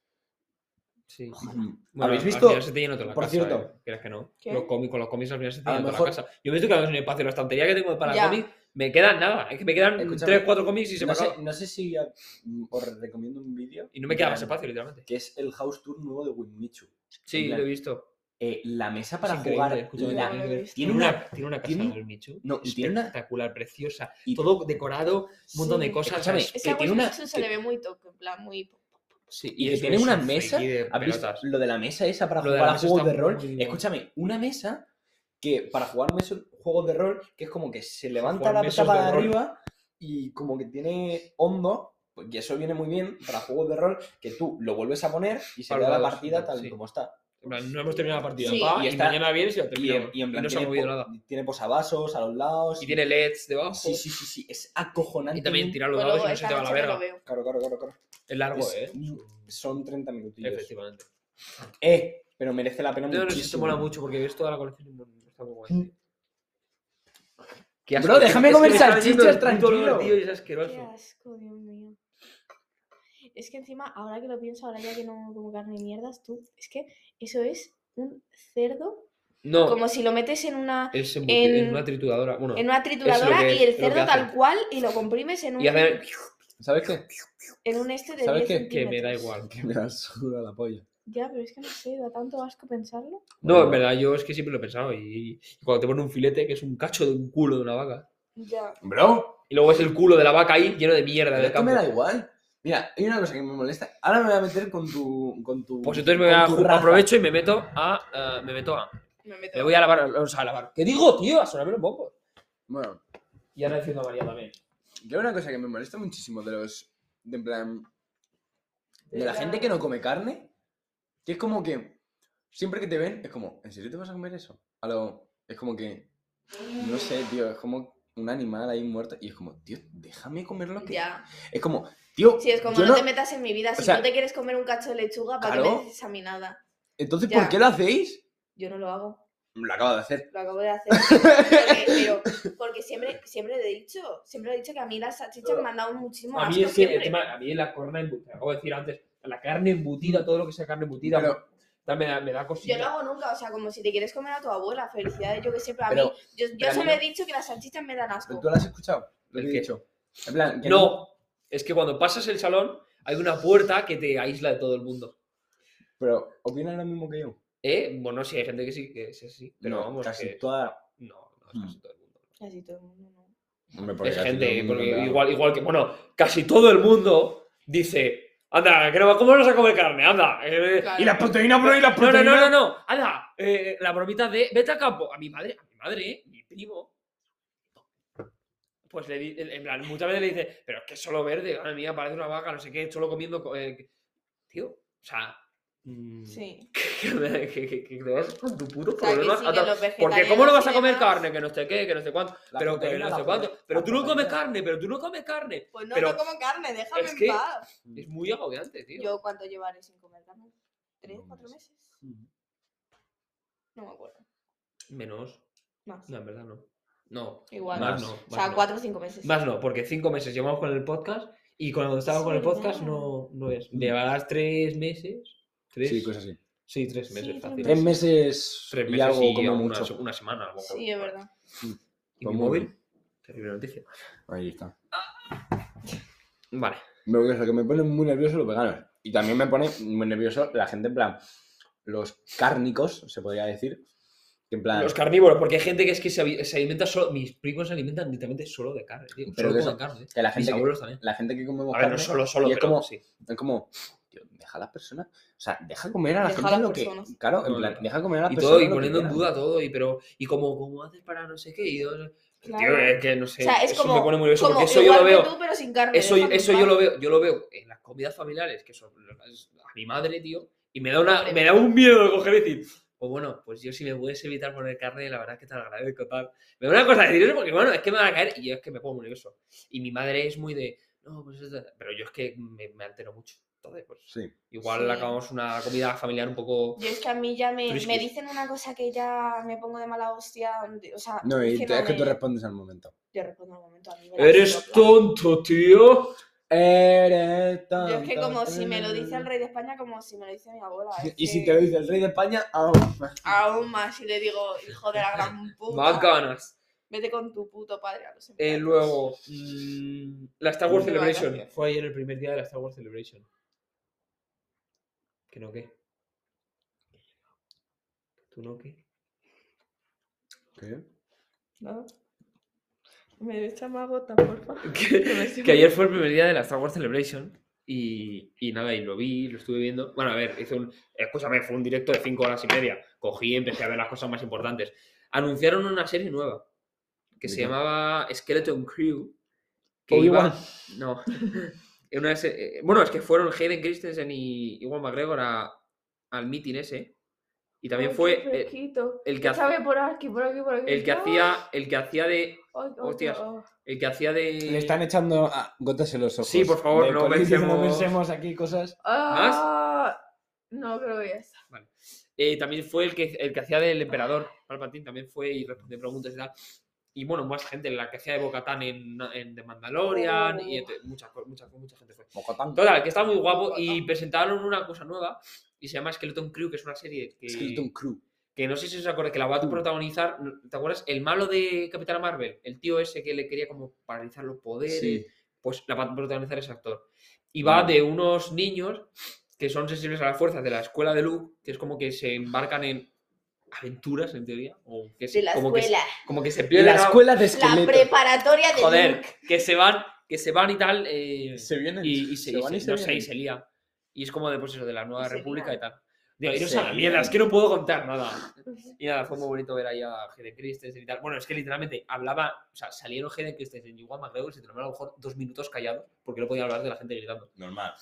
[SPEAKER 3] Sí.
[SPEAKER 4] Ujú.
[SPEAKER 3] Bueno,
[SPEAKER 4] ¿Habéis
[SPEAKER 3] al
[SPEAKER 4] visto?
[SPEAKER 3] final se te llena toda la
[SPEAKER 4] Por
[SPEAKER 3] casa,
[SPEAKER 4] cierto.
[SPEAKER 3] ¿eh? Quieras que no.
[SPEAKER 1] ¿Qué?
[SPEAKER 3] Los cómics, con los cómics al final se te
[SPEAKER 4] A lo
[SPEAKER 3] llena toda
[SPEAKER 4] mejor-
[SPEAKER 3] la casa. Yo me estoy quedando sin espacio. La estantería que tengo para
[SPEAKER 1] Ya.
[SPEAKER 3] cómics me quedan nada. Es que me quedan
[SPEAKER 4] Escúchame,
[SPEAKER 3] 3, 4 cómics y se me
[SPEAKER 4] no, sé,
[SPEAKER 3] acaba.
[SPEAKER 4] no sé si a- os recomiendo un vídeo.
[SPEAKER 3] Y no me queda más
[SPEAKER 4] en plan,
[SPEAKER 3] espacio, literalmente.
[SPEAKER 4] Que es el house tour nuevo de Winmichu.
[SPEAKER 3] Sí,
[SPEAKER 4] plan,
[SPEAKER 3] lo he visto.
[SPEAKER 4] Eh, la mesa
[SPEAKER 3] Es
[SPEAKER 4] para
[SPEAKER 3] increíble,
[SPEAKER 4] jugar.
[SPEAKER 3] escúchame,
[SPEAKER 4] la-
[SPEAKER 1] también.
[SPEAKER 4] Tiene
[SPEAKER 3] Tiene
[SPEAKER 4] una.
[SPEAKER 3] una, tiene una casa
[SPEAKER 4] tiene-
[SPEAKER 3] del Michu.
[SPEAKER 4] no, y tiene una-
[SPEAKER 3] espectacular, preciosa.
[SPEAKER 4] y-
[SPEAKER 3] Todo decorado, un montón de cosas.
[SPEAKER 4] Escúchame,
[SPEAKER 3] ¿sabes?
[SPEAKER 1] Ese
[SPEAKER 4] que tiene
[SPEAKER 1] agua
[SPEAKER 4] una-
[SPEAKER 1] se
[SPEAKER 4] que-
[SPEAKER 1] le ve muy toque, en plan, muy...
[SPEAKER 3] Sí,
[SPEAKER 4] Y que
[SPEAKER 3] eso
[SPEAKER 4] tiene
[SPEAKER 3] es
[SPEAKER 4] una
[SPEAKER 3] un
[SPEAKER 4] mesa.
[SPEAKER 3] friki de
[SPEAKER 4] ¿Has visto
[SPEAKER 3] pelotas.
[SPEAKER 4] lo de la mesa esa para
[SPEAKER 3] Lo de la
[SPEAKER 4] jugar a
[SPEAKER 3] mesa
[SPEAKER 4] juegos
[SPEAKER 3] está
[SPEAKER 4] de rol?
[SPEAKER 3] muy bien.
[SPEAKER 4] Escúchame, una mesa que para jugar meso- juegos de rol, que es como que se levanta
[SPEAKER 3] jugar
[SPEAKER 4] la
[SPEAKER 3] mesas
[SPEAKER 4] tapa de
[SPEAKER 3] de rol.
[SPEAKER 4] arriba y como que tiene hondo, pues, y eso viene muy bien para juegos de rol, que tú lo vuelves a poner y se
[SPEAKER 3] Para
[SPEAKER 4] queda la
[SPEAKER 3] los lados,
[SPEAKER 4] partida
[SPEAKER 3] sí.
[SPEAKER 4] tal y
[SPEAKER 3] Sí.
[SPEAKER 4] como está.
[SPEAKER 3] En plan, no hemos terminado la partida.
[SPEAKER 1] Sí.
[SPEAKER 3] pa,
[SPEAKER 4] Y
[SPEAKER 3] y,
[SPEAKER 4] está-
[SPEAKER 3] mañana vienes y la
[SPEAKER 4] Y en,
[SPEAKER 3] terminamos. Y,
[SPEAKER 4] y en plan
[SPEAKER 3] no se ha
[SPEAKER 4] tiene,
[SPEAKER 3] movido
[SPEAKER 4] po-
[SPEAKER 3] nada.
[SPEAKER 4] tiene posavasos a los lados.
[SPEAKER 3] Y tiene LEDs debajo.
[SPEAKER 4] Sí, sí, sí, sí, es acojonante.
[SPEAKER 3] Y también tirar los
[SPEAKER 1] Pues
[SPEAKER 3] dados y
[SPEAKER 1] luego
[SPEAKER 3] no se
[SPEAKER 1] esta
[SPEAKER 3] te va a la
[SPEAKER 1] noche me lo
[SPEAKER 3] verga.
[SPEAKER 1] veo.
[SPEAKER 4] Claro, claro, claro, claro.
[SPEAKER 3] Es largo,
[SPEAKER 4] Es
[SPEAKER 3] ¿eh?
[SPEAKER 4] un- Son 30 minutillos.
[SPEAKER 3] Efectivamente.
[SPEAKER 4] Eh, pero merece la pena
[SPEAKER 3] No, no, sí, te
[SPEAKER 4] muchísimo.
[SPEAKER 3] mola mucho porque ves toda la colección y bueno, está muy guay. tío. Qué
[SPEAKER 4] Bro, déjame
[SPEAKER 3] es que me
[SPEAKER 4] comer
[SPEAKER 3] está
[SPEAKER 4] salchichas,
[SPEAKER 3] viniendo el puto olor,
[SPEAKER 4] tranquilo.
[SPEAKER 3] tío, y es
[SPEAKER 1] Qué
[SPEAKER 3] asqueroso.
[SPEAKER 1] asco, Dios mío. Es que encima, ahora que lo pienso, ahora ya que no como carne ni mierdas, tú, es que eso es un cerdo.
[SPEAKER 3] No,
[SPEAKER 1] Como si lo metes en una,
[SPEAKER 3] es en,
[SPEAKER 1] en-
[SPEAKER 3] en una trituradora. Bueno,
[SPEAKER 1] en una trituradora
[SPEAKER 3] que-
[SPEAKER 1] y el
[SPEAKER 3] es lo que
[SPEAKER 1] cerdo tal
[SPEAKER 3] hacen.
[SPEAKER 1] cual y lo comprimes en un,
[SPEAKER 3] y hacer
[SPEAKER 1] (laughs)
[SPEAKER 4] ¿Sabes qué? (laughs)
[SPEAKER 1] en un este de
[SPEAKER 4] ¿Sabes
[SPEAKER 1] 10
[SPEAKER 3] que me da
[SPEAKER 1] centímetros.
[SPEAKER 3] igual.
[SPEAKER 4] Que me da suda la polla.
[SPEAKER 1] Ya, pero es que no sé, da tanto asco pensarlo.
[SPEAKER 3] No, en verdad, yo es que siempre lo he pensado. Y y cuando te ponen un filete, que es un cacho de un culo de una vaca.
[SPEAKER 1] Ya.
[SPEAKER 4] Bro,
[SPEAKER 3] Y luego es el culo de la vaca ahí lleno de mierda
[SPEAKER 4] pero
[SPEAKER 3] del
[SPEAKER 4] es que
[SPEAKER 3] campo.
[SPEAKER 4] me da igual. Mira, hay una cosa que me molesta. Ahora me voy a meter con tu. Con tu
[SPEAKER 3] Pues entonces me voy
[SPEAKER 4] con
[SPEAKER 3] a,
[SPEAKER 4] tu
[SPEAKER 3] ju-
[SPEAKER 4] raza.
[SPEAKER 3] aprovecho y me meto a. eh, me meto a.
[SPEAKER 1] Me meto.
[SPEAKER 3] Me voy a lavar. O sea, a lavar. ¿Qué digo, tío? A sonarme los mocos.
[SPEAKER 4] Bueno,
[SPEAKER 3] Y ahora diciendo a María también.
[SPEAKER 4] Yo una cosa que me molesta muchísimo de los. De en plan. De la gente que no come carne. Que es como que. Siempre que te ven, es como, ¿en serio te vas a comer eso? A lo- es como que. No sé, tío. Es como un animal ahí muerto. Y es como, tío, déjame comer lo que.
[SPEAKER 1] Ya.
[SPEAKER 4] Es como, tío.
[SPEAKER 1] Sí, es como
[SPEAKER 4] yo
[SPEAKER 1] no,
[SPEAKER 4] no-
[SPEAKER 1] te metas en mi vida. Si
[SPEAKER 4] sea,
[SPEAKER 1] no te quieres comer un cacho de lechuga, ¿para qué
[SPEAKER 4] claro.
[SPEAKER 1] me dices a mí nada?
[SPEAKER 4] Entonces,
[SPEAKER 1] ya.
[SPEAKER 4] ¿por qué lo hacéis?
[SPEAKER 1] Yo no lo hago.
[SPEAKER 4] Lo acabo de hacer.
[SPEAKER 1] Lo acabo de hacer. (laughs) Porque, pero- porque siempre, siempre lo he dicho. Siempre he dicho que a mí las salchichas me han dado muchísimo
[SPEAKER 3] A
[SPEAKER 1] asco.
[SPEAKER 3] mí es que
[SPEAKER 1] siempre.
[SPEAKER 3] el tema, a mí la carne embutida, acabo de decir antes, la carne embutida, todo lo que sea carne embutida,
[SPEAKER 4] Pero-
[SPEAKER 3] da- me da, me da cosita.
[SPEAKER 1] Yo no hago nunca, o sea, como si te quieres comer a tu abuela, felicidades, yo que sé, pero a
[SPEAKER 4] Pero-
[SPEAKER 1] mí, yo, yo
[SPEAKER 4] pero a mí
[SPEAKER 1] solo he
[SPEAKER 4] no.
[SPEAKER 1] dicho que las salchichas me dan asco.
[SPEAKER 4] ¿Tú lo has escuchado? Lo
[SPEAKER 3] ¿El
[SPEAKER 4] que he
[SPEAKER 3] qué?
[SPEAKER 4] dicho. En plan, que
[SPEAKER 3] No, es que cuando pasas el salón hay una puerta que te aísla de todo el mundo.
[SPEAKER 4] Pero, ¿opinas lo mismo que yo?
[SPEAKER 3] ¿Eh? Bueno, sí, hay gente que sí, que es así, pero vamos,
[SPEAKER 4] casi
[SPEAKER 3] que-
[SPEAKER 4] toda.
[SPEAKER 3] No, no es casi todo el mundo.
[SPEAKER 1] Casi todo el mundo, ¿no?
[SPEAKER 4] Hombre, porque
[SPEAKER 3] Es
[SPEAKER 4] casi todo el
[SPEAKER 3] gente,
[SPEAKER 4] mundo
[SPEAKER 3] Mm. porque
[SPEAKER 4] en plan-
[SPEAKER 3] igual, igual que, bueno, casi todo el mundo dice, anda, que no, va- ¿cómo vamos a comer carne? Anda. eh,
[SPEAKER 4] Y las proteínas, bro, y las
[SPEAKER 3] No, no,
[SPEAKER 4] proteínas.
[SPEAKER 3] no, no, no. Hala, eh, la bromita de vete al campo. A mi madre, a mi madre, eh, mi primo. Pues le di, en en plan, muchas veces le dice, pero es que es solo verde, madre mía, parece una vaca, no sé qué, solo comiendo. co- eh, tío, o sea. (laughs) mm,
[SPEAKER 1] Sí.
[SPEAKER 3] Que, que- que- que te vas con tu puto
[SPEAKER 1] O sea, que
[SPEAKER 3] problema.
[SPEAKER 1] sí,
[SPEAKER 3] a
[SPEAKER 1] que
[SPEAKER 3] to-
[SPEAKER 1] los
[SPEAKER 3] Porque,
[SPEAKER 1] vegetarianos
[SPEAKER 3] ¿cómo no vas a
[SPEAKER 1] y
[SPEAKER 3] comer
[SPEAKER 1] demás,
[SPEAKER 3] carne? Que no sé qué, que no sé cuánto,
[SPEAKER 4] La
[SPEAKER 3] pero que
[SPEAKER 4] proteína,
[SPEAKER 3] no
[SPEAKER 4] la
[SPEAKER 3] sé cuánto.
[SPEAKER 4] proteína,
[SPEAKER 3] Pero
[SPEAKER 4] la
[SPEAKER 3] tú no comes
[SPEAKER 4] proteína.
[SPEAKER 3] carne, pero tú no comes carne.
[SPEAKER 1] Pues no,
[SPEAKER 3] Pero-
[SPEAKER 1] no como carne, déjame
[SPEAKER 3] es
[SPEAKER 1] en
[SPEAKER 3] que-
[SPEAKER 1] paz.
[SPEAKER 3] Es muy agobiante, tío.
[SPEAKER 1] Mm. Yo, ¿cuánto llevaré sin comer carne? ¿Tres,
[SPEAKER 4] No
[SPEAKER 1] cuatro meses?
[SPEAKER 4] Mm.
[SPEAKER 1] No me acuerdo.
[SPEAKER 3] Menos.
[SPEAKER 1] Más.
[SPEAKER 3] No, en verdad no. No.
[SPEAKER 1] Igual.
[SPEAKER 3] Más
[SPEAKER 4] no,
[SPEAKER 3] no.
[SPEAKER 1] o sea,
[SPEAKER 3] más no.
[SPEAKER 1] cuatro o cinco meses.
[SPEAKER 3] Más no, porque cinco meses llevamos con el podcast y cuando estábamos
[SPEAKER 1] Es
[SPEAKER 3] con el podcast
[SPEAKER 1] verdad.
[SPEAKER 3] no, no es. Llevarás tres meses. ¿Tres?
[SPEAKER 4] Mm. Sí, cosas así.
[SPEAKER 3] Sí, tres
[SPEAKER 1] Sí,
[SPEAKER 3] meses.
[SPEAKER 1] tres
[SPEAKER 3] fácil.
[SPEAKER 4] Tres meses,
[SPEAKER 3] Tres
[SPEAKER 4] y
[SPEAKER 3] meses
[SPEAKER 4] algo
[SPEAKER 3] y
[SPEAKER 4] como
[SPEAKER 3] una,
[SPEAKER 4] mucho.
[SPEAKER 3] una semana. a lo mejor.
[SPEAKER 1] Sí, es verdad.
[SPEAKER 3] ¿Y
[SPEAKER 4] Pues
[SPEAKER 3] mi
[SPEAKER 4] muy
[SPEAKER 3] móvil?
[SPEAKER 4] bien.
[SPEAKER 3] Terrible noticia.
[SPEAKER 4] Ahí está.
[SPEAKER 3] Vale.
[SPEAKER 4] Lo que, lo que me pone muy nervioso los veganos. Y también me pone muy nervioso la gente en plan. Los cárnicos, se podría decir. Que en plan.
[SPEAKER 3] Los carnívoros, porque hay gente que es que se, avi- se alimenta solo. Mis primos se alimentan literalmente solo de carne, tío.
[SPEAKER 4] Pero
[SPEAKER 3] Solo
[SPEAKER 4] que
[SPEAKER 3] comen
[SPEAKER 4] eso-
[SPEAKER 3] carne. ¿eh?
[SPEAKER 4] que la
[SPEAKER 3] Mis
[SPEAKER 4] gente que,
[SPEAKER 3] abuelos también.
[SPEAKER 4] la gente que comemos
[SPEAKER 3] A ver, no
[SPEAKER 4] carne
[SPEAKER 3] solo, solo,
[SPEAKER 4] y es
[SPEAKER 3] pero
[SPEAKER 4] como-
[SPEAKER 3] sí.
[SPEAKER 4] es como. Tío, deja a las personas. O sea, deja comer a la
[SPEAKER 1] Deja
[SPEAKER 4] gente
[SPEAKER 1] a las
[SPEAKER 4] lo que.
[SPEAKER 1] personas.
[SPEAKER 4] Claro, en
[SPEAKER 3] No,
[SPEAKER 4] plan,
[SPEAKER 3] no.
[SPEAKER 4] deja comer a las
[SPEAKER 3] Y
[SPEAKER 4] personas.
[SPEAKER 3] todo, y
[SPEAKER 4] lo que
[SPEAKER 3] poniendo en
[SPEAKER 4] quieran.
[SPEAKER 3] duda todo, y pero. Y como, ¿cómo haces para no sé qué? Y yo- Tío,
[SPEAKER 1] Claro.
[SPEAKER 3] es que no sé.
[SPEAKER 1] o sea, es
[SPEAKER 3] eso
[SPEAKER 1] como,
[SPEAKER 3] me pone muy nervioso,
[SPEAKER 1] como
[SPEAKER 3] porque eso yo
[SPEAKER 1] igual
[SPEAKER 3] lo
[SPEAKER 1] que
[SPEAKER 3] veo.
[SPEAKER 1] tú, pero sin carne.
[SPEAKER 3] Eso,
[SPEAKER 1] déjame en
[SPEAKER 3] eso yo
[SPEAKER 1] paz.
[SPEAKER 3] lo veo, yo lo veo en las comidas familiares, que son las- a mi madre, tío, y me da una,
[SPEAKER 1] Hombre.
[SPEAKER 3] me da un miedo de coger y decir, pues bueno, pues yo si me puedes evitar poner carne, la verdad es que te lo agradezco tal. Me da una cosa decir eso porque bueno, es que me va a caer y yo es que me pongo muy nervioso. Y mi madre es muy de, no, pues es- pero yo es que me, me altero mucho. Entonces, pues
[SPEAKER 4] Sí.
[SPEAKER 3] igual
[SPEAKER 1] Sí.
[SPEAKER 3] acabamos una comida familiar un poco
[SPEAKER 1] Yo es que a mí ya me,
[SPEAKER 3] Friskies.
[SPEAKER 1] me dicen una cosa que ya me pongo de mala hostia. O sea,
[SPEAKER 4] No, y
[SPEAKER 1] es que,
[SPEAKER 4] te-
[SPEAKER 1] no
[SPEAKER 4] es que tú
[SPEAKER 1] me-
[SPEAKER 4] respondes al momento.
[SPEAKER 1] Yo respondo al momento a mí. me la
[SPEAKER 3] Eres
[SPEAKER 1] sopla.
[SPEAKER 3] tonto, tío.
[SPEAKER 4] Eres
[SPEAKER 1] Yo es que
[SPEAKER 4] tan,
[SPEAKER 1] como
[SPEAKER 4] tan,
[SPEAKER 1] si me lo
[SPEAKER 4] tan,
[SPEAKER 1] dice el rey de España, como si me lo dice mi abuela. es
[SPEAKER 4] (laughs) Y si
[SPEAKER 1] que
[SPEAKER 4] te lo dice el rey de España, ah, aún más.
[SPEAKER 1] Aún más, si le digo, hijo de la
[SPEAKER 3] (laughs)
[SPEAKER 1] gran puta.
[SPEAKER 3] Más ganas.
[SPEAKER 1] Vete con tu puto padre a los
[SPEAKER 3] Eh,
[SPEAKER 1] empleados.
[SPEAKER 3] luego, mm, la Star Wars
[SPEAKER 1] Muy bacán.
[SPEAKER 3] Celebration. Fue ayer el primer día de la Star Wars Celebration. ¿Que no qué? ¿Tú no qué?
[SPEAKER 4] ¿Qué?
[SPEAKER 1] ¿No? Me echa más gota, por
[SPEAKER 4] (laughs)
[SPEAKER 1] favor.
[SPEAKER 3] Que, que ayer fue el primer día de la Star Wars Celebration. Y, y nada, y lo vi, lo estuve viendo. Bueno, a ver, hice un. Escúchame, fue un directo de 5 horas y media. Cogí y empecé a ver las cosas más importantes. Anunciaron una serie nueva que
[SPEAKER 4] ¿De
[SPEAKER 3] se
[SPEAKER 4] qué?
[SPEAKER 3] llamaba Skeleton Crew. Que
[SPEAKER 4] Obi-Wan.
[SPEAKER 3] iba. No. (laughs) en una se- eh, bueno, es que fueron Hayden Christensen y Iwan McGregor a- al meeting ese. Y también fue eh, el que hace-
[SPEAKER 1] sabe por aquí, por aquí, por aquí.
[SPEAKER 3] el que
[SPEAKER 1] Ay,
[SPEAKER 3] hacía. El que hacía de.
[SPEAKER 1] ay, ay,
[SPEAKER 3] hostias.
[SPEAKER 1] ay, ay.
[SPEAKER 3] El que hacía de.
[SPEAKER 4] Le están echando ah, gotas en los ojos.
[SPEAKER 3] Sí, por favor,
[SPEAKER 4] De
[SPEAKER 3] no
[SPEAKER 4] colirio, no
[SPEAKER 3] pensemos-
[SPEAKER 4] pensemos aquí cosas.
[SPEAKER 1] Ah, No creo que ya está.
[SPEAKER 3] Eh, también fue el que, el que hacía del emperador. Palpatine también fue y respondió preguntas y tal. Y bueno, más gente, la que hacía de Bocatán en, en The Mandalorian y
[SPEAKER 1] Oh.
[SPEAKER 3] entre- mucha, co- mucha, co- mucha gente fue.
[SPEAKER 4] Mocotán.
[SPEAKER 3] Total, que está muy guapo y presentaron una cosa nueva y se llama Skeleton Crew, que es una serie que,
[SPEAKER 4] Skeleton Crew.
[SPEAKER 3] que no sé si os acordáis, que la va a protagonizar, ¿te acuerdas? El malo de Capitana Marvel, el tío ese que le quería como paralizar los poderes
[SPEAKER 4] Sí.
[SPEAKER 3] pues la va a protagonizar ese actor. Y va
[SPEAKER 4] Mm.
[SPEAKER 3] de unos niños que son sensibles a las fuerzas de la escuela de Luke, que es como que se embarcan en aventuras, en teoría. O que se,
[SPEAKER 1] De la
[SPEAKER 3] como, que, se-
[SPEAKER 1] escuela.
[SPEAKER 3] como que se pierden.
[SPEAKER 4] La
[SPEAKER 3] a-
[SPEAKER 4] escuela de
[SPEAKER 1] La
[SPEAKER 4] esqueleto.
[SPEAKER 1] preparatoria de
[SPEAKER 3] Joder,
[SPEAKER 1] Luke.
[SPEAKER 3] que se van, que se van y tal. eh,
[SPEAKER 4] Se vienen.
[SPEAKER 3] y, y se, y
[SPEAKER 4] van
[SPEAKER 3] se-
[SPEAKER 4] y se
[SPEAKER 3] no sé, y
[SPEAKER 4] vienen.
[SPEAKER 3] se lía. Y es como de, pues eso, de la nueva
[SPEAKER 1] Y se
[SPEAKER 3] república
[SPEAKER 1] lían.
[SPEAKER 3] y tal. Digo, iros
[SPEAKER 4] Pues Se
[SPEAKER 3] a la mierda,
[SPEAKER 4] lían.
[SPEAKER 3] es que no puedo contar
[SPEAKER 1] (laughs)
[SPEAKER 3] nada. Y nada, fue muy bonito ver ahí a Hayden Christensen y tal. Bueno, es que literalmente hablaba, o sea, salieron Hayden Christensen y Juan McGregor y se tomaron a lo mejor dos minutos callados porque no podía hablar de la gente gritando.
[SPEAKER 4] Normal.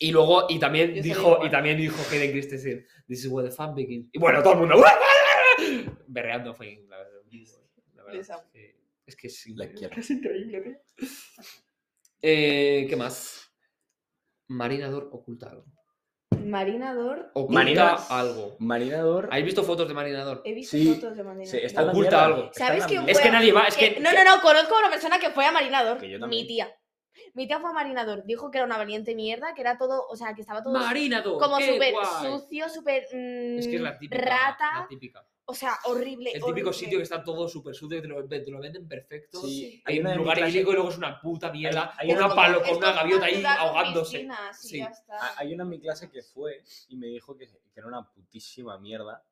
[SPEAKER 3] Y luego, y también
[SPEAKER 1] Yo soy
[SPEAKER 3] dijo,
[SPEAKER 1] igual.
[SPEAKER 3] y también dijo Hayden Christensen, this is where the fan begins. Y bueno, todo el mundo, (laughs) berreando fue, la verdad. La verdad
[SPEAKER 1] Esa.
[SPEAKER 3] es, que, es que es
[SPEAKER 4] La
[SPEAKER 3] increíble.
[SPEAKER 4] quiero.
[SPEAKER 1] Es increíble, tío.
[SPEAKER 3] Eh, ¿Qué más? Marinador oculta algo.
[SPEAKER 1] Marinador.
[SPEAKER 3] Oculta
[SPEAKER 4] Marina-
[SPEAKER 3] algo.
[SPEAKER 4] Marinador.
[SPEAKER 3] ¿Habéis visto fotos de Marinador?
[SPEAKER 1] He visto
[SPEAKER 4] Sí,
[SPEAKER 1] fotos de Marinador.
[SPEAKER 4] se- está en la
[SPEAKER 3] Oculta
[SPEAKER 4] mierda,
[SPEAKER 3] algo.
[SPEAKER 4] está
[SPEAKER 1] ¿Sabes
[SPEAKER 4] en la
[SPEAKER 1] que un
[SPEAKER 4] mierda.
[SPEAKER 3] Es que
[SPEAKER 1] Bueno,
[SPEAKER 3] nadie va, es que...
[SPEAKER 1] Que- No, no, no, conozco a una persona que fue a marinador.
[SPEAKER 4] Que yo
[SPEAKER 1] mi
[SPEAKER 4] también.
[SPEAKER 1] tía. Mi tía fue a marinador. Dijo que era una valiente mierda, que era todo, o sea, que estaba todo
[SPEAKER 3] Marinador,
[SPEAKER 1] como
[SPEAKER 3] qué
[SPEAKER 1] súper
[SPEAKER 3] guay.
[SPEAKER 1] sucio, súper mm,
[SPEAKER 3] Es que es la típica.
[SPEAKER 1] rata.
[SPEAKER 3] la típica.
[SPEAKER 1] O sea, horrible.
[SPEAKER 3] El típico
[SPEAKER 1] horrible.
[SPEAKER 3] sitio que está todo súper sucio, que te lo, te lo venden perfecto.
[SPEAKER 4] Sí,
[SPEAKER 3] Hay
[SPEAKER 4] una
[SPEAKER 3] un
[SPEAKER 4] de mi
[SPEAKER 3] lugar
[SPEAKER 4] clase-
[SPEAKER 3] idílico y luego es una puta mierda.
[SPEAKER 4] Hay- hay
[SPEAKER 3] con
[SPEAKER 4] una
[SPEAKER 3] una palo,
[SPEAKER 1] Es
[SPEAKER 3] con una
[SPEAKER 1] como
[SPEAKER 3] gaviota ahí
[SPEAKER 1] ciudad con
[SPEAKER 3] ahogándose.
[SPEAKER 1] piscinas y
[SPEAKER 3] Sí.
[SPEAKER 1] ya está.
[SPEAKER 4] Ah, Hay una en mi clase que fue y me dijo que, que era una putísima mierda.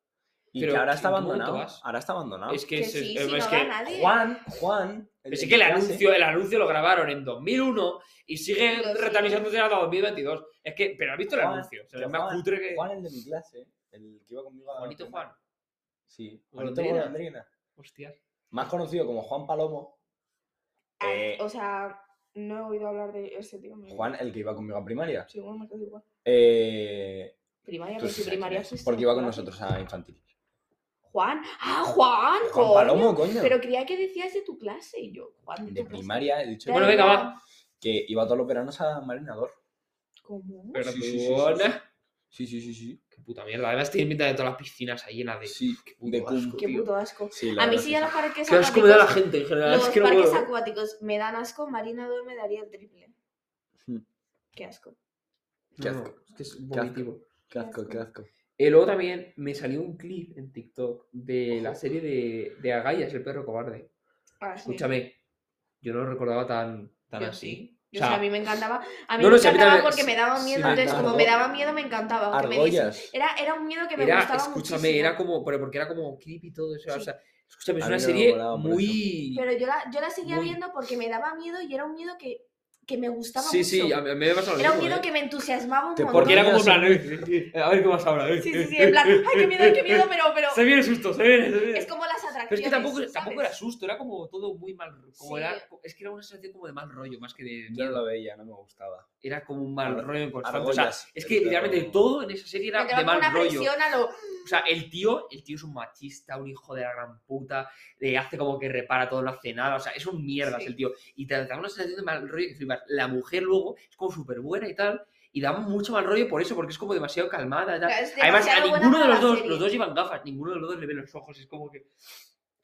[SPEAKER 4] Y
[SPEAKER 3] Pero,
[SPEAKER 4] que ahora
[SPEAKER 3] ¿en qué
[SPEAKER 4] está abandonado.
[SPEAKER 3] momento vas?
[SPEAKER 4] Ahora está abandonado.
[SPEAKER 3] Es que,
[SPEAKER 1] Que
[SPEAKER 3] es,
[SPEAKER 1] sí,
[SPEAKER 3] es-
[SPEAKER 1] sí,
[SPEAKER 3] eh, es
[SPEAKER 1] no va
[SPEAKER 3] que
[SPEAKER 1] nadie.
[SPEAKER 4] Juan, Juan.
[SPEAKER 3] Pero sí
[SPEAKER 4] de
[SPEAKER 3] que el
[SPEAKER 4] mi clase,
[SPEAKER 3] anuncio, el anuncio lo grabaron en 2001 y sigue
[SPEAKER 1] Lo sigue.
[SPEAKER 3] retalizándose hasta 2022. Es que, pero ¿has visto el
[SPEAKER 4] Juan,
[SPEAKER 3] anuncio? Se
[SPEAKER 4] que
[SPEAKER 3] ve más
[SPEAKER 4] Juan-
[SPEAKER 3] cutre que...
[SPEAKER 4] Juan, el de mi clase, el que iba conmigo a la
[SPEAKER 3] Juanito
[SPEAKER 4] doctrina.
[SPEAKER 3] Juan.
[SPEAKER 4] Sí, Juanito
[SPEAKER 3] Golondrina.
[SPEAKER 4] Golondrina.
[SPEAKER 3] Hostia.
[SPEAKER 4] Más conocido como Juan Palomo.
[SPEAKER 1] Ah,
[SPEAKER 4] Eh,
[SPEAKER 1] O sea, no he oído hablar de ese tío. me-
[SPEAKER 4] Juan, el que iba conmigo a primaria.
[SPEAKER 1] Sí, bueno, me quedo igual.
[SPEAKER 4] Eh,
[SPEAKER 1] Primaria,
[SPEAKER 4] tú
[SPEAKER 1] pero
[SPEAKER 4] sí sabes
[SPEAKER 1] si
[SPEAKER 4] quién
[SPEAKER 1] primaria
[SPEAKER 4] es,
[SPEAKER 1] fuiste
[SPEAKER 4] porque iba con
[SPEAKER 1] Juan.
[SPEAKER 4] nosotros a infantil.
[SPEAKER 1] Juan. ¡Ah, Juan!
[SPEAKER 4] Juan
[SPEAKER 1] coño!
[SPEAKER 4] Palomo, coño.
[SPEAKER 1] Pero creía que decías de tu clase. Y yo, Juan,
[SPEAKER 4] De
[SPEAKER 1] tu clase.
[SPEAKER 4] primaria, he dicho
[SPEAKER 3] Bueno,
[SPEAKER 1] Da
[SPEAKER 3] venga,
[SPEAKER 1] igual.
[SPEAKER 3] va.
[SPEAKER 4] que iba todos los veranos a Marinador.
[SPEAKER 1] ¿Cómo?
[SPEAKER 3] Perdona.
[SPEAKER 4] sí, sí, sí, Sí, sí, sí, sí.
[SPEAKER 3] Qué puta mierda. Además tiene pinta de todas las piscinas ahí llenas de...
[SPEAKER 4] Sí,
[SPEAKER 3] puto
[SPEAKER 4] de
[SPEAKER 3] asco.
[SPEAKER 4] cum.
[SPEAKER 1] Qué puto asco.
[SPEAKER 4] Sí, la
[SPEAKER 1] A mí
[SPEAKER 4] verdad
[SPEAKER 1] sí
[SPEAKER 4] es
[SPEAKER 1] ya
[SPEAKER 4] que
[SPEAKER 1] los parques
[SPEAKER 3] Qué asco me da la
[SPEAKER 1] acuáticos.
[SPEAKER 3] gente en general.
[SPEAKER 1] Los
[SPEAKER 3] es que no
[SPEAKER 1] parques
[SPEAKER 3] puedo.
[SPEAKER 1] acuáticos me dan asco, Marinador me daría el triple.
[SPEAKER 4] Hmm.
[SPEAKER 1] Qué asco.
[SPEAKER 4] Qué
[SPEAKER 3] No, no,
[SPEAKER 4] asco.
[SPEAKER 3] es que es
[SPEAKER 4] Qué asco.
[SPEAKER 3] vomitivo.
[SPEAKER 4] Qué asco, qué asco.
[SPEAKER 3] Y luego también me salió un clip en TikTok de la serie de, de Agallas, el perro cobarde.
[SPEAKER 1] Ah, sí.
[SPEAKER 3] Escúchame, yo no lo recordaba tan, tan
[SPEAKER 1] Yo
[SPEAKER 3] así.
[SPEAKER 1] sí.
[SPEAKER 3] O
[SPEAKER 1] Yo sé,
[SPEAKER 3] sea,
[SPEAKER 1] a mí me encantaba. A mí
[SPEAKER 3] no
[SPEAKER 1] me
[SPEAKER 3] lo sé, a mí
[SPEAKER 1] encantaba
[SPEAKER 3] también-
[SPEAKER 1] porque me daba
[SPEAKER 3] sí,
[SPEAKER 1] miedo.
[SPEAKER 4] me
[SPEAKER 1] entonces, como me
[SPEAKER 4] encantó.
[SPEAKER 1] daba miedo, me encantaba. que me diesen-
[SPEAKER 4] Argollas.
[SPEAKER 1] era, era un miedo que me
[SPEAKER 3] era,
[SPEAKER 1] gustaba
[SPEAKER 3] escúchame,
[SPEAKER 1] muchísimo.
[SPEAKER 3] era como, pero porque era como creepy y todo eso. O
[SPEAKER 1] Sí.
[SPEAKER 3] sea, escúchame, es
[SPEAKER 4] A
[SPEAKER 3] una
[SPEAKER 4] mí no me
[SPEAKER 3] serie
[SPEAKER 4] molaba por
[SPEAKER 3] muy.
[SPEAKER 1] Pero yo la, yo la seguía
[SPEAKER 3] Muy-
[SPEAKER 1] viendo porque me daba miedo y era un miedo que, que me gustaba
[SPEAKER 3] Sí,
[SPEAKER 1] mucho.
[SPEAKER 3] sí, a mí a mí me pasó lo
[SPEAKER 1] Era un
[SPEAKER 3] mismo,
[SPEAKER 1] miedo
[SPEAKER 3] ¿eh?
[SPEAKER 1] que me entusiasmaba un
[SPEAKER 4] Te
[SPEAKER 1] montón.
[SPEAKER 3] Porque era como en
[SPEAKER 4] Porque
[SPEAKER 3] plan,
[SPEAKER 4] era
[SPEAKER 3] eh, eh, a ver qué pasa ahora. eh,
[SPEAKER 1] Sí,
[SPEAKER 3] eh,
[SPEAKER 1] sí, sí,
[SPEAKER 3] (laughs)
[SPEAKER 1] en plan,
[SPEAKER 3] eh,
[SPEAKER 1] ay, qué miedo,
[SPEAKER 3] (laughs)
[SPEAKER 1] qué miedo, pero, pero
[SPEAKER 3] Se viene el susto, se viene, se viene.
[SPEAKER 1] es como las atracciones.
[SPEAKER 3] Pero es que tampoco,
[SPEAKER 1] ¿sabes?
[SPEAKER 3] tampoco era susto, era como todo muy mal. Como
[SPEAKER 1] Sí.
[SPEAKER 3] era, es que era una sensación como de mal rollo, más que de
[SPEAKER 4] Yo no lo
[SPEAKER 3] miedo.
[SPEAKER 4] veía, no me gustaba.
[SPEAKER 3] Era como un mal
[SPEAKER 4] Ar-
[SPEAKER 3] rollo constante. O sea,
[SPEAKER 4] argollas,
[SPEAKER 3] es
[SPEAKER 4] el
[SPEAKER 3] que
[SPEAKER 4] perro.
[SPEAKER 3] literalmente todo en esa serie era
[SPEAKER 1] Porque
[SPEAKER 3] de
[SPEAKER 1] como
[SPEAKER 3] mal
[SPEAKER 1] una
[SPEAKER 3] rollo.
[SPEAKER 1] presión a lo...
[SPEAKER 3] O sea, el tío, el tío es un machista, un hijo de la gran puta, le hace como que repara todo, no hace nada, o sea, es un mierda
[SPEAKER 1] Sí.
[SPEAKER 3] el tío. Y te da una sensación de mal rollo que flipas. La mujer luego es como súper buena y tal, y da mucho mal rollo por eso, porque es como demasiado calmada y tal.
[SPEAKER 1] es
[SPEAKER 3] Además, a
[SPEAKER 1] demasiado buena
[SPEAKER 3] ninguno de
[SPEAKER 1] para
[SPEAKER 3] los
[SPEAKER 1] la
[SPEAKER 3] dos,
[SPEAKER 1] serie.
[SPEAKER 3] los dos llevan gafas, ninguno de los dos le ve los ojos, es como que...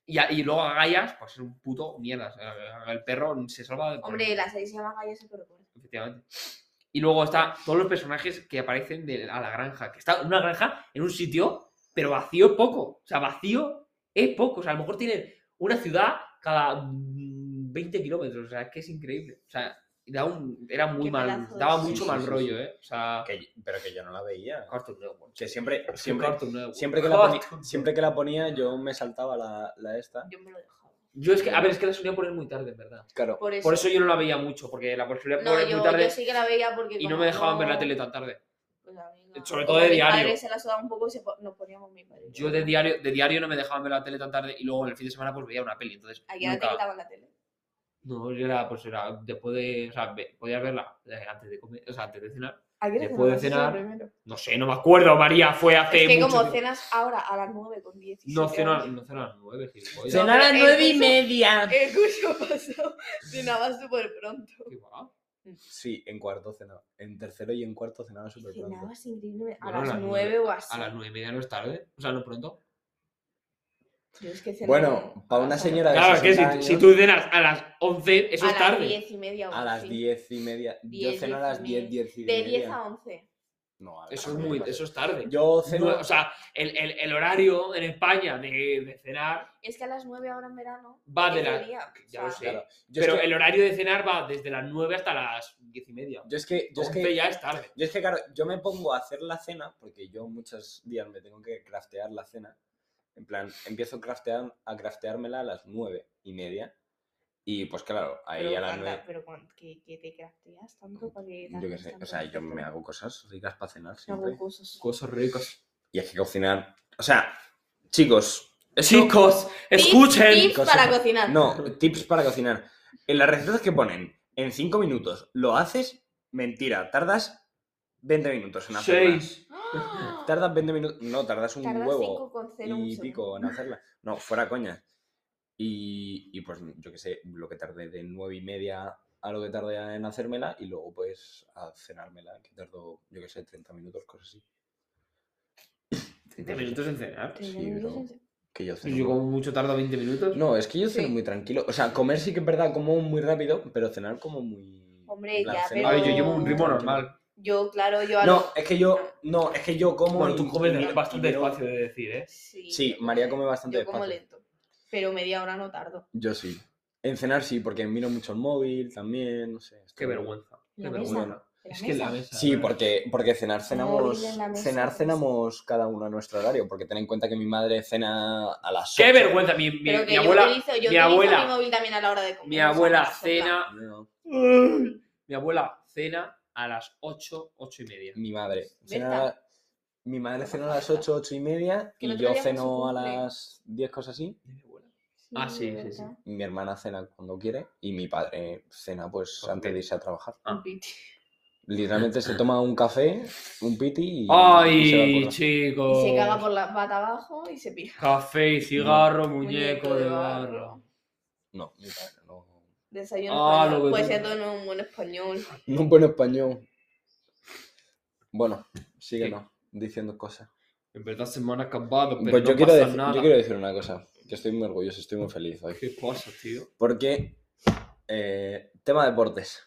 [SPEAKER 3] Y, a- y luego a Gaias, pues es un puto mierda, o sea, el perro se salva de... por-
[SPEAKER 1] Hombre, la serie se llama Gallos y Corcoran.
[SPEAKER 3] Efectivamente. Y luego está todos los personajes que aparecen de, a la granja. Que está en una granja, en un sitio, pero vacío poco. O sea, vacío es poco. O sea, a lo mejor tienen una ciudad cada mm, 20 kilómetros. O sea, es que es increíble. O sea, da un- era muy
[SPEAKER 1] Qué
[SPEAKER 3] mal.
[SPEAKER 1] pedazo de
[SPEAKER 3] Daba
[SPEAKER 1] serie.
[SPEAKER 3] mucho
[SPEAKER 4] Sí, sí,
[SPEAKER 3] mal
[SPEAKER 4] sí,
[SPEAKER 3] rollo, ¿eh? O sea,
[SPEAKER 4] Que- pero que yo no la veía.
[SPEAKER 3] Cartoon Network.
[SPEAKER 4] Que siempre, siempre,
[SPEAKER 3] Cartoon Network.
[SPEAKER 4] siempre, que, la poni-
[SPEAKER 3] Cartoon
[SPEAKER 4] siempre que la ponía, yo me saltaba la, la esta.
[SPEAKER 1] Yo me lo dejaba.
[SPEAKER 3] Yo es que, a ver, es que la solía poner muy tarde, en verdad.
[SPEAKER 4] Claro.
[SPEAKER 1] Por eso.
[SPEAKER 3] Por eso yo no la veía mucho, porque la solía
[SPEAKER 1] no,
[SPEAKER 3] poner
[SPEAKER 1] yo,
[SPEAKER 3] muy
[SPEAKER 1] yo
[SPEAKER 3] tarde
[SPEAKER 1] sí que la veía porque
[SPEAKER 3] y
[SPEAKER 1] como
[SPEAKER 3] no me dejaban ver la tele tan tarde.
[SPEAKER 1] pues a mí no.
[SPEAKER 3] Sobre
[SPEAKER 1] Como
[SPEAKER 3] todo de
[SPEAKER 1] mi
[SPEAKER 3] diario.
[SPEAKER 1] padre se la sudaba un poco y se po- nos poníamos mi padre.
[SPEAKER 3] Yo de diario, de diario no me dejaban ver la tele tan tarde y luego en el fin de semana pues veía una peli. Entonces,
[SPEAKER 1] Aquí ahora te
[SPEAKER 3] nunca-
[SPEAKER 1] quitaban la tele.
[SPEAKER 3] No, yo era, pues era, después de, o sea, ve- podías verla eh, antes de comer, o sea, antes de cenar.
[SPEAKER 1] Aquí
[SPEAKER 3] Después de Eh, cenar, No sé, no me acuerdo, María, fue hace
[SPEAKER 1] Es que
[SPEAKER 3] mucho
[SPEAKER 1] como
[SPEAKER 3] tiempo.
[SPEAKER 1] cenas ahora a las 9 con 10.
[SPEAKER 3] No cena, no cena a las nueve, gilipollas.
[SPEAKER 1] Cena- a las nueve y
[SPEAKER 4] media.
[SPEAKER 1] El curso pasó cenaba súper pronto.
[SPEAKER 3] Qué guau.
[SPEAKER 4] Sí, en cuarto cenaba. En tercero y en cuarto cenaba súper pronto.
[SPEAKER 1] Cenabas increíble a
[SPEAKER 3] Bueno, a
[SPEAKER 1] las
[SPEAKER 3] las
[SPEAKER 1] 9 o así.
[SPEAKER 3] A las nueve y media no es tarde, o sea, no pronto.
[SPEAKER 1] Yo es que cenaba
[SPEAKER 4] Bueno,
[SPEAKER 1] a
[SPEAKER 4] para una
[SPEAKER 1] las nueve.
[SPEAKER 4] señora de
[SPEAKER 3] Claro, es que
[SPEAKER 4] 60
[SPEAKER 3] si, si
[SPEAKER 4] años,
[SPEAKER 3] tú cenas a las once, eso
[SPEAKER 1] a
[SPEAKER 3] es tarde.
[SPEAKER 1] las 10 y media o
[SPEAKER 4] a las
[SPEAKER 1] así.
[SPEAKER 4] 10 y media. Yo
[SPEAKER 1] Diez,
[SPEAKER 4] ceno a
[SPEAKER 1] diez y
[SPEAKER 4] las 10,
[SPEAKER 1] media.
[SPEAKER 4] 10 y
[SPEAKER 1] De
[SPEAKER 4] media.
[SPEAKER 1] 10 a 11.
[SPEAKER 4] No, a ver,
[SPEAKER 3] Eso es
[SPEAKER 4] a mí
[SPEAKER 3] muy,
[SPEAKER 4] me parece-
[SPEAKER 3] eso es tarde.
[SPEAKER 4] Yo ceno.
[SPEAKER 3] No, o sea, el, el- el horario en España de, de cenar
[SPEAKER 1] Es que a las 9 ahora en verano.
[SPEAKER 3] va de
[SPEAKER 1] es de
[SPEAKER 3] la.
[SPEAKER 1] día, o
[SPEAKER 3] Ya lo
[SPEAKER 1] sea,
[SPEAKER 3] sé.
[SPEAKER 4] claro, yo
[SPEAKER 3] Pero
[SPEAKER 4] es que,
[SPEAKER 3] el horario de cenar va desde las 9 hasta las 10 y media.
[SPEAKER 4] yo es que, yo es que-
[SPEAKER 3] 11 ya es tarde.
[SPEAKER 4] Yo es que, claro, yo me pongo a hacer la cena, porque yo muchos días me tengo que craftear la cena. En plan, empiezo a, craftear, a crafteármela a las nueve y media. Y pues claro, ahí
[SPEAKER 1] Pero,
[SPEAKER 4] a las
[SPEAKER 1] cuánta-
[SPEAKER 4] nueve.
[SPEAKER 1] pero cuán- que, que te crafteas tanto para que
[SPEAKER 4] Yo qué
[SPEAKER 1] tardes
[SPEAKER 4] sé,
[SPEAKER 1] tanto
[SPEAKER 4] o sea,
[SPEAKER 1] en
[SPEAKER 4] yo me
[SPEAKER 1] hacerlo.
[SPEAKER 4] hago cosas ricas para cenar
[SPEAKER 1] Me hago
[SPEAKER 4] siempre.
[SPEAKER 1] cosas.
[SPEAKER 3] Cosas ricas.
[SPEAKER 4] Y hay que cocinar. O sea, chicos. esto-
[SPEAKER 5] Chicos, escuchen.
[SPEAKER 1] Tips, tips para
[SPEAKER 4] Consejo.
[SPEAKER 1] cocinar.
[SPEAKER 4] No, tips para cocinar. En las recetas que ponen, en cinco minutos, lo haces, mentira, tardas 20 minutos en hacerla.
[SPEAKER 5] Seis.
[SPEAKER 1] (gasps) ¡Ah!
[SPEAKER 4] Tardas 20 minutos. No, tardas un
[SPEAKER 1] Tardas
[SPEAKER 4] huevo.
[SPEAKER 1] 5,01
[SPEAKER 4] y
[SPEAKER 1] segundo.
[SPEAKER 4] pico en hacerla. No, fuera coña. Y, y pues yo qué sé, lo que tardé de nueve y media a lo que tardé en hacérmela y luego pues a cenármela, que tardó, yo qué sé, 30 minutos, cosas así.
[SPEAKER 3] 30 minutos en cenar.
[SPEAKER 1] Te
[SPEAKER 4] Sí,
[SPEAKER 1] dan
[SPEAKER 4] bro.
[SPEAKER 1] unos-
[SPEAKER 4] Que yo ceno.
[SPEAKER 3] Yo como mucho tardo 20 minutos.
[SPEAKER 4] No, es que yo ceno
[SPEAKER 1] Sí.
[SPEAKER 4] muy tranquilo. O sea, comer sí que es verdad, como muy rápido, pero cenar como muy...
[SPEAKER 1] Hombre,
[SPEAKER 4] en plan,
[SPEAKER 1] ya,
[SPEAKER 4] ceno
[SPEAKER 3] A ver, yo
[SPEAKER 1] pero-
[SPEAKER 3] llevo un ritmo
[SPEAKER 4] tranquilo.
[SPEAKER 3] normal.
[SPEAKER 1] Yo, claro, yo a
[SPEAKER 4] No,
[SPEAKER 1] los-
[SPEAKER 4] es que yo, no, es que yo como...
[SPEAKER 3] Bueno,
[SPEAKER 4] y-
[SPEAKER 3] tú comes
[SPEAKER 4] y-
[SPEAKER 3] bastante
[SPEAKER 4] y veo-
[SPEAKER 3] despacio de decir, ¿eh?
[SPEAKER 1] Sí,
[SPEAKER 4] Sí,
[SPEAKER 1] yo como
[SPEAKER 4] María
[SPEAKER 1] le-
[SPEAKER 4] come bastante
[SPEAKER 1] Yo como
[SPEAKER 4] despacio.
[SPEAKER 1] lento. Pero media hora no tardo.
[SPEAKER 4] Yo sí. En cenar sí, porque miro mucho el móvil también, no sé.
[SPEAKER 3] Qué
[SPEAKER 4] estoy-
[SPEAKER 3] vergüenza. Qué
[SPEAKER 1] La
[SPEAKER 3] vergüenza.
[SPEAKER 1] ¿En la
[SPEAKER 3] Es que en la
[SPEAKER 1] mesa?
[SPEAKER 3] mesa.
[SPEAKER 4] Sí,
[SPEAKER 3] ¿verdad?
[SPEAKER 4] porque, porque cenar cenamos,
[SPEAKER 1] en la mesa,
[SPEAKER 4] cenar
[SPEAKER 1] pues.
[SPEAKER 4] cenamos cada uno a nuestro horario, porque ten en cuenta que mi madre cena a las
[SPEAKER 3] Qué
[SPEAKER 4] ocho.
[SPEAKER 3] vergüenza. Mi, mi-
[SPEAKER 1] Pero que
[SPEAKER 3] mi
[SPEAKER 1] yo
[SPEAKER 3] abuela,
[SPEAKER 1] utilizo, yo
[SPEAKER 3] mi
[SPEAKER 1] utilizo
[SPEAKER 3] abuela-
[SPEAKER 1] mi móvil también a la hora de comer.
[SPEAKER 3] mi
[SPEAKER 1] o sea,
[SPEAKER 3] abuela
[SPEAKER 1] no soy tan-
[SPEAKER 3] cena,
[SPEAKER 4] No,
[SPEAKER 3] mi abuela cena a las 8, 8 y media.
[SPEAKER 4] mi madre.
[SPEAKER 1] ¿Ves
[SPEAKER 4] Cena, mi madre cena a las ocho, ocho y media,
[SPEAKER 1] Que el
[SPEAKER 4] y
[SPEAKER 1] otro
[SPEAKER 4] yo
[SPEAKER 1] día fue su
[SPEAKER 4] ceno a
[SPEAKER 1] cumple.
[SPEAKER 4] las diez, cosas así.
[SPEAKER 3] Mi abuela. Ah, sí, sí, sí.
[SPEAKER 1] ¿verdad?
[SPEAKER 4] Mi hermana cena cuando quiere, y mi padre cena pues
[SPEAKER 3] Cuando
[SPEAKER 4] antes de
[SPEAKER 3] quiere.
[SPEAKER 4] irse a trabajar.
[SPEAKER 3] Ah.
[SPEAKER 4] Literalmente se toma un café, un piti y, y se va a
[SPEAKER 3] Ay,
[SPEAKER 4] currar.
[SPEAKER 3] chicos.
[SPEAKER 1] Y se caga por la pata abajo y se pija.
[SPEAKER 3] Café y cigarro,
[SPEAKER 1] Muñeco
[SPEAKER 3] muñeco
[SPEAKER 1] de
[SPEAKER 3] de
[SPEAKER 1] barro.
[SPEAKER 3] barro.
[SPEAKER 4] No, mi padre no.
[SPEAKER 1] Desayuno
[SPEAKER 3] Ah,
[SPEAKER 1] español.
[SPEAKER 3] lo que
[SPEAKER 1] Puede
[SPEAKER 3] tú-
[SPEAKER 1] ser todo en un buen español.
[SPEAKER 4] No un buen español. Bueno, síguenos diciendo cosas.
[SPEAKER 3] En verdad se me han acabado, pero
[SPEAKER 4] Pues
[SPEAKER 3] no
[SPEAKER 4] yo, quiero
[SPEAKER 3] pasa
[SPEAKER 4] decir,
[SPEAKER 3] nada.
[SPEAKER 4] yo quiero decir una cosa, que estoy muy orgulloso, estoy muy feliz hoy.
[SPEAKER 3] ¿Qué pasa, tío?
[SPEAKER 4] Porque, eh, tema deportes.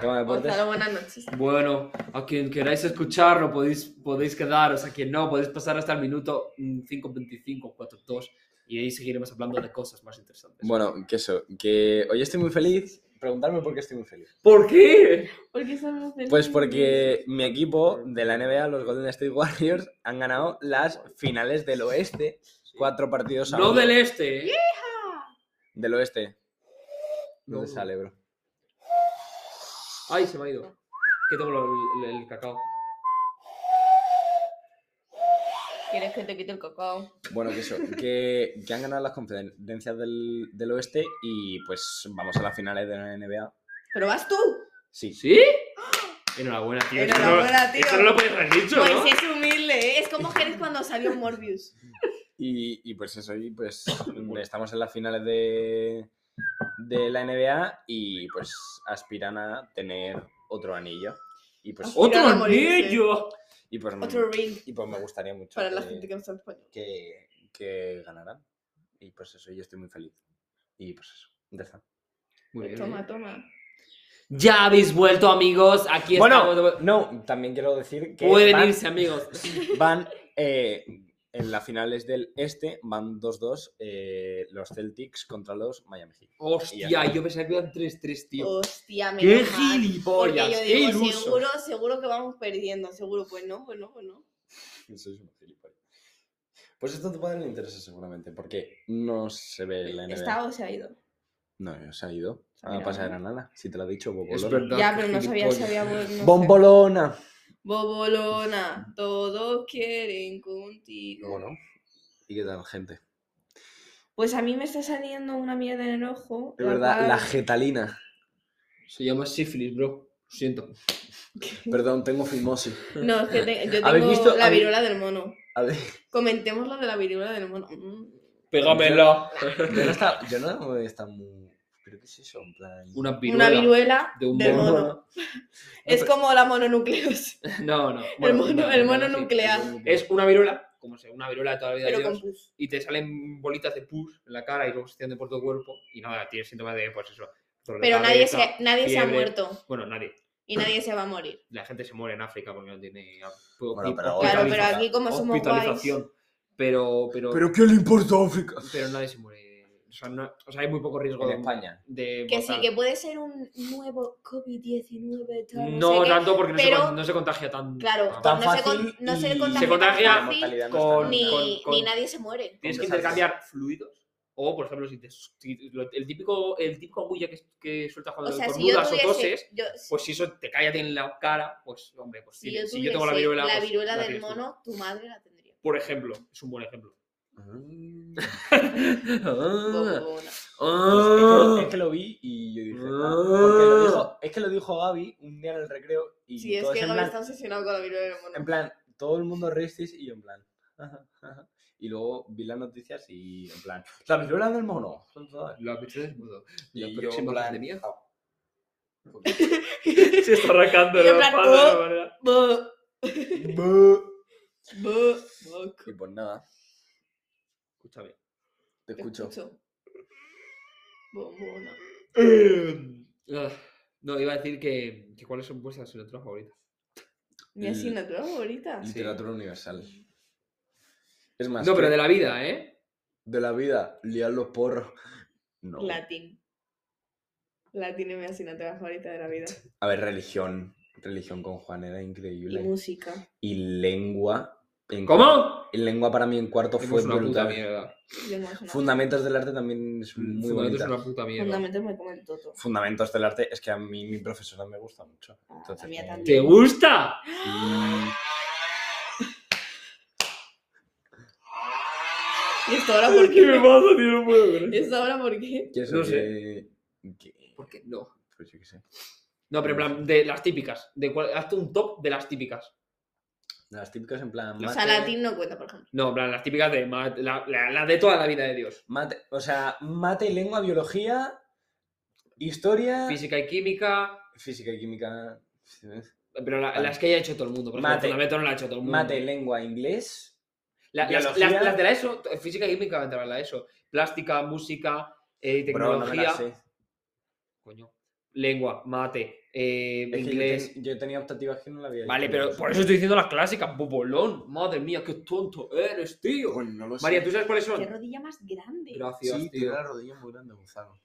[SPEAKER 4] Tema deportes.
[SPEAKER 1] Gonzalo, buenas noches.
[SPEAKER 3] Bueno, a quien queráis escucharlo podéis, podéis quedaros, a quien no podéis pasar hasta el minuto mm, 5.25, 4.2 y ahí seguiremos hablando de cosas más interesantes.
[SPEAKER 4] Bueno, que eso, que hoy estoy muy feliz. Preguntarme por qué estoy muy feliz.
[SPEAKER 3] ¿Por qué?
[SPEAKER 1] ¿Por qué son los
[SPEAKER 4] Pues porque mi equipo de la NBA, los Golden State Warriors, han ganado las finales del oeste. Cuatro partidos a
[SPEAKER 3] No
[SPEAKER 4] uno.
[SPEAKER 3] del este. ¿eh?
[SPEAKER 4] Del oeste. No te
[SPEAKER 3] No.
[SPEAKER 4] sale, bro.
[SPEAKER 3] Ay, se me ha ido. Que tengo lo- el, el cacao.
[SPEAKER 1] ¿Quieres que te quite el cacao?
[SPEAKER 4] Bueno, que eso, que, que han ganado las conferencias del, del oeste y pues vamos a las finales de la NBA.
[SPEAKER 3] Ah.
[SPEAKER 1] ¿Pero vas tú?
[SPEAKER 4] Sí.
[SPEAKER 3] ¿Sí? Enhorabuena, tío. Eso no-
[SPEAKER 1] Enhorabuena, tío.
[SPEAKER 3] Eso no lo puedes haber dicho,
[SPEAKER 1] Pues
[SPEAKER 3] ¿no?
[SPEAKER 1] es humilde, ¿eh? Es como
[SPEAKER 3] (laughs)
[SPEAKER 1] Jerez cuando salió Morbius.
[SPEAKER 4] Y, y, pues eso, y
[SPEAKER 1] (laughs)
[SPEAKER 4] pues estamos en las finales de, de la NBA y pues aspiran a tener otro anillo. Y pues,
[SPEAKER 1] Oh.
[SPEAKER 3] ¡Otro
[SPEAKER 1] Tirar a morirse.
[SPEAKER 3] anillo!
[SPEAKER 4] y pues,
[SPEAKER 3] Mm.
[SPEAKER 4] me-
[SPEAKER 1] Otro ring
[SPEAKER 4] y pues me gustaría mucho
[SPEAKER 1] para
[SPEAKER 4] que,
[SPEAKER 1] la gente que no sabe español.
[SPEAKER 4] que, que ganaran. Y pues eso, yo estoy muy feliz. Y pues eso, ya está.
[SPEAKER 3] Muy bien.
[SPEAKER 1] Toma, toma.
[SPEAKER 3] Ya habéis vuelto, amigos. Aquí estamos.
[SPEAKER 4] Bueno, no, también quiero decir que...
[SPEAKER 3] Pueden
[SPEAKER 4] van-
[SPEAKER 3] irse, amigos.
[SPEAKER 4] (laughs) Van eh, en las finales del este, van 2-2 eh, los Celtics contra los Miami Heat.
[SPEAKER 3] Hostia, yo pensaba que eran 3-3, tío.
[SPEAKER 1] Hostia, me
[SPEAKER 3] ¡Qué gilipollas!
[SPEAKER 1] Porque yo
[SPEAKER 3] ¡Qué
[SPEAKER 1] digo,
[SPEAKER 3] iluso!
[SPEAKER 1] seguro, seguro que vamos perdiendo. Seguro, pues no, pues no, pues no.
[SPEAKER 4] Pues esto a tu padre le interesa seguramente, porque no se ve la NBA.
[SPEAKER 1] Está o se ha ido.
[SPEAKER 4] No, ya se ha ido.
[SPEAKER 1] Se ha
[SPEAKER 4] A
[SPEAKER 1] mirado,
[SPEAKER 4] pasar
[SPEAKER 1] ¿no?
[SPEAKER 4] a nada. Si te lo ha dicho
[SPEAKER 3] Es
[SPEAKER 4] Bobolona.
[SPEAKER 3] verdad,
[SPEAKER 1] Ya,
[SPEAKER 3] qué
[SPEAKER 1] pero no sabía si
[SPEAKER 3] gilipollas.
[SPEAKER 1] había vuelto. no sé.
[SPEAKER 4] ¡Bombolona!
[SPEAKER 1] Bobolona, todos quieren contigo.
[SPEAKER 4] Bueno, ¿y qué tal, gente?
[SPEAKER 1] Pues a mí me está saliendo una mierda en el ojo.
[SPEAKER 4] Es verdad, la
[SPEAKER 1] cual- (laughs)
[SPEAKER 4] getalina.
[SPEAKER 3] Se llama sífilis, bro. Lo siento.
[SPEAKER 4] Perdón, tengo fimosis.
[SPEAKER 1] No, es que te- yo
[SPEAKER 4] ¿Habéis
[SPEAKER 1] tengo
[SPEAKER 4] visto-
[SPEAKER 1] la
[SPEAKER 4] habéis-
[SPEAKER 1] viruela del mono.
[SPEAKER 4] A ver,
[SPEAKER 1] Comentemos lo de la viruela del mono. Mm.
[SPEAKER 4] Pégamela. yo no estaba, yo no estaba muy... ¿Pero qué es eso? En plan...
[SPEAKER 3] Una viruela.
[SPEAKER 1] Una viruela
[SPEAKER 3] de un
[SPEAKER 1] del
[SPEAKER 3] mono.
[SPEAKER 1] mono. Es como la mononucleosis.
[SPEAKER 3] (laughs) No, no.
[SPEAKER 1] el
[SPEAKER 3] Bueno,
[SPEAKER 1] mono,
[SPEAKER 3] una-
[SPEAKER 1] el
[SPEAKER 3] una-
[SPEAKER 1] mono
[SPEAKER 3] sí.
[SPEAKER 1] nuclear.
[SPEAKER 3] Es una viruela, como sea, una viruela de toda la vida de
[SPEAKER 1] Pero
[SPEAKER 3] Dios.
[SPEAKER 1] con pus.
[SPEAKER 3] Y te salen bolitas de pus en la cara y luego se extienden por todo el cuerpo. Y nada, tienes síntomas de, pues eso. dolor de
[SPEAKER 1] Pero nadie,
[SPEAKER 3] cabeza.
[SPEAKER 1] se, nadie se ha
[SPEAKER 3] fiebre.
[SPEAKER 1] muerto.
[SPEAKER 3] Bueno, nadie.
[SPEAKER 1] y nadie se va a morir.
[SPEAKER 3] La gente se muere en África porque no tiene hospi-
[SPEAKER 4] Bueno, pero-
[SPEAKER 1] Claro, pero
[SPEAKER 4] Hospitaliza-
[SPEAKER 1] aquí como somos guays,
[SPEAKER 3] hospitalización. Pero, pero, pero,
[SPEAKER 4] ¿Pero qué le importa a África?
[SPEAKER 3] nadie se muere. O sea, no- o sea, hay muy poco riesgo
[SPEAKER 4] En
[SPEAKER 3] de-
[SPEAKER 4] España.
[SPEAKER 3] de
[SPEAKER 1] que sí,
[SPEAKER 3] mortal.
[SPEAKER 1] que puede ser un nuevo COVID-19, tal,
[SPEAKER 3] No
[SPEAKER 1] sé qué.
[SPEAKER 3] tanto porque no, se,
[SPEAKER 1] pero-
[SPEAKER 3] con- no se contagia tan.
[SPEAKER 1] Claro,
[SPEAKER 3] tan-
[SPEAKER 4] Tan
[SPEAKER 1] no se con-
[SPEAKER 4] fácil
[SPEAKER 1] no se
[SPEAKER 4] y-
[SPEAKER 1] contagia
[SPEAKER 3] Se contagia
[SPEAKER 1] tan fácil
[SPEAKER 4] mortalidad no
[SPEAKER 3] con-
[SPEAKER 4] está
[SPEAKER 1] ni,
[SPEAKER 4] tan alta.
[SPEAKER 3] con-
[SPEAKER 1] ni nadie se muere.
[SPEAKER 3] Tienes que
[SPEAKER 4] Conversación.
[SPEAKER 3] intercambiar fluidos. O, por ejemplo, si te- si- lo- el típico el típico bulla que, que sueltas
[SPEAKER 1] O
[SPEAKER 3] cuando
[SPEAKER 1] sea, si yo
[SPEAKER 3] estornudas
[SPEAKER 1] tuviese,
[SPEAKER 3] o toses,
[SPEAKER 1] yo-
[SPEAKER 3] pues si eso te cae a ti en la cara, pues, hombre, pues
[SPEAKER 1] si,
[SPEAKER 3] tiene-
[SPEAKER 1] yo
[SPEAKER 3] si yo tengo la
[SPEAKER 1] tuviese
[SPEAKER 3] viruela.
[SPEAKER 1] la
[SPEAKER 3] pues,
[SPEAKER 1] viruela
[SPEAKER 3] la
[SPEAKER 1] del
[SPEAKER 3] tienes tú.
[SPEAKER 1] mono, tu madre la tendría.
[SPEAKER 3] Por ejemplo, es un buen ejemplo.
[SPEAKER 4] Ah.
[SPEAKER 5] (laughs)
[SPEAKER 3] Ah.
[SPEAKER 4] Es
[SPEAKER 1] Bobona.
[SPEAKER 4] que- Es que lo vi y yo dije, "Ah", porque lo dijo- es que lo dijo Gaby un día en el recreo y
[SPEAKER 1] Sí, es
[SPEAKER 4] todos
[SPEAKER 1] que
[SPEAKER 4] en
[SPEAKER 1] Gaby
[SPEAKER 4] plan,
[SPEAKER 1] está obsesionado con la viruela del
[SPEAKER 4] En
[SPEAKER 1] mono.
[SPEAKER 4] plan, todo el mundo restis y yo en plan. ajá, ajá. Y luego vi las noticias y en plan. (laughs) La viruela del mono.
[SPEAKER 3] La picha del mudo.
[SPEAKER 4] Y
[SPEAKER 3] La
[SPEAKER 4] yo en
[SPEAKER 3] próxima
[SPEAKER 4] plan,
[SPEAKER 3] pandemia.
[SPEAKER 4] "Ah".
[SPEAKER 1] (laughs)
[SPEAKER 3] (laughs) Se está arrancando
[SPEAKER 1] Y
[SPEAKER 3] la
[SPEAKER 1] en plan,
[SPEAKER 3] espalda de
[SPEAKER 1] "Oh".
[SPEAKER 3] una manera.
[SPEAKER 1] Buh,
[SPEAKER 3] (laughs)
[SPEAKER 4] Y
[SPEAKER 1] buh, buh.
[SPEAKER 4] pues nada,
[SPEAKER 3] Escúchame.
[SPEAKER 4] te
[SPEAKER 1] Te
[SPEAKER 4] escucho.
[SPEAKER 1] Bobona.
[SPEAKER 3] Ah, No, iba a decir que, que cuáles son vuestras asignaturas favoritas.
[SPEAKER 1] Mi
[SPEAKER 4] Mm.
[SPEAKER 1] asignatura favorita.
[SPEAKER 4] Literatura universal. Es más,
[SPEAKER 3] No, pero
[SPEAKER 4] que-
[SPEAKER 3] de la vida, ¿eh?
[SPEAKER 4] de la vida, liar los porros. No.
[SPEAKER 1] Latín. Latín es mi asignatura favorita de la vida.
[SPEAKER 4] A ver, religión. Religión con Juan era
[SPEAKER 1] Y
[SPEAKER 4] increíble.
[SPEAKER 1] música.
[SPEAKER 4] Y lengua. en-
[SPEAKER 3] ¿Cómo?
[SPEAKER 4] En lengua para mí en cuarto
[SPEAKER 3] Tenemos
[SPEAKER 4] fue
[SPEAKER 3] una puta
[SPEAKER 4] brutal.
[SPEAKER 3] mierda.
[SPEAKER 1] Lengua es una-
[SPEAKER 4] Fundamentos del arte también es muy
[SPEAKER 3] Fundamentos
[SPEAKER 4] bonita.
[SPEAKER 3] es una puta mierda.
[SPEAKER 1] Fundamentos me come el toto.
[SPEAKER 4] Fundamentos del arte es que a mí mi profesora me gusta mucho.
[SPEAKER 1] Ah,
[SPEAKER 4] Entonces,
[SPEAKER 1] a mí
[SPEAKER 4] eh,
[SPEAKER 1] también.
[SPEAKER 3] ¿Te gusta?
[SPEAKER 1] ¿Y esto ahora por
[SPEAKER 3] me
[SPEAKER 1] qué?
[SPEAKER 3] pasa, tío? No puedo con
[SPEAKER 1] ¿Y esto ahora por (gasps) qué?
[SPEAKER 4] y eso
[SPEAKER 3] No
[SPEAKER 4] que- que-
[SPEAKER 3] ¿Por qué no?
[SPEAKER 4] pues yo qué sé.
[SPEAKER 3] No, pero en plan, de las típicas. De cuál- hazte un top de las típicas.
[SPEAKER 4] De Las típicas en plan.
[SPEAKER 1] O sea, latín no cuenta, por ejemplo.
[SPEAKER 3] No, en plan, las típicas de ma- la, la- la de toda la vida de Dios.
[SPEAKER 4] mate- o sea, mate, lengua, biología,
[SPEAKER 1] Ah.
[SPEAKER 4] historia,
[SPEAKER 3] Física y química.
[SPEAKER 4] física y química. ¿sí ves?
[SPEAKER 3] Pero la-
[SPEAKER 4] Vale.
[SPEAKER 3] las que haya hecho todo el mundo. Por ejemplo,
[SPEAKER 4] Mate.
[SPEAKER 3] fundamento no la ha hecho todo el mundo.
[SPEAKER 4] Mate, lengua, inglés.
[SPEAKER 3] La- las,
[SPEAKER 4] Biología.
[SPEAKER 3] las- las de la ESO, t- física y química entraban en la ESO. Plástica, música, eh,
[SPEAKER 4] Bro, no me
[SPEAKER 3] tecnología.
[SPEAKER 4] la sé.
[SPEAKER 3] Coño. Lengua, mate, eh,
[SPEAKER 4] Es que yo,
[SPEAKER 3] inglés.
[SPEAKER 4] ten- yo tenía optativas que no la había
[SPEAKER 3] Vale,
[SPEAKER 4] hecho.
[SPEAKER 3] pero por eso estoy diciendo las clásicas, bobolón. Madre mía, qué tonto eres, tío.
[SPEAKER 4] Bueno, no lo sé.
[SPEAKER 3] María, ¿tú sabes cuáles
[SPEAKER 1] Qué
[SPEAKER 3] son?
[SPEAKER 1] rodilla más grande.
[SPEAKER 3] Gracias,
[SPEAKER 4] Sí, tiene
[SPEAKER 3] tío.
[SPEAKER 4] la rodilla muy grande, Gonzalo.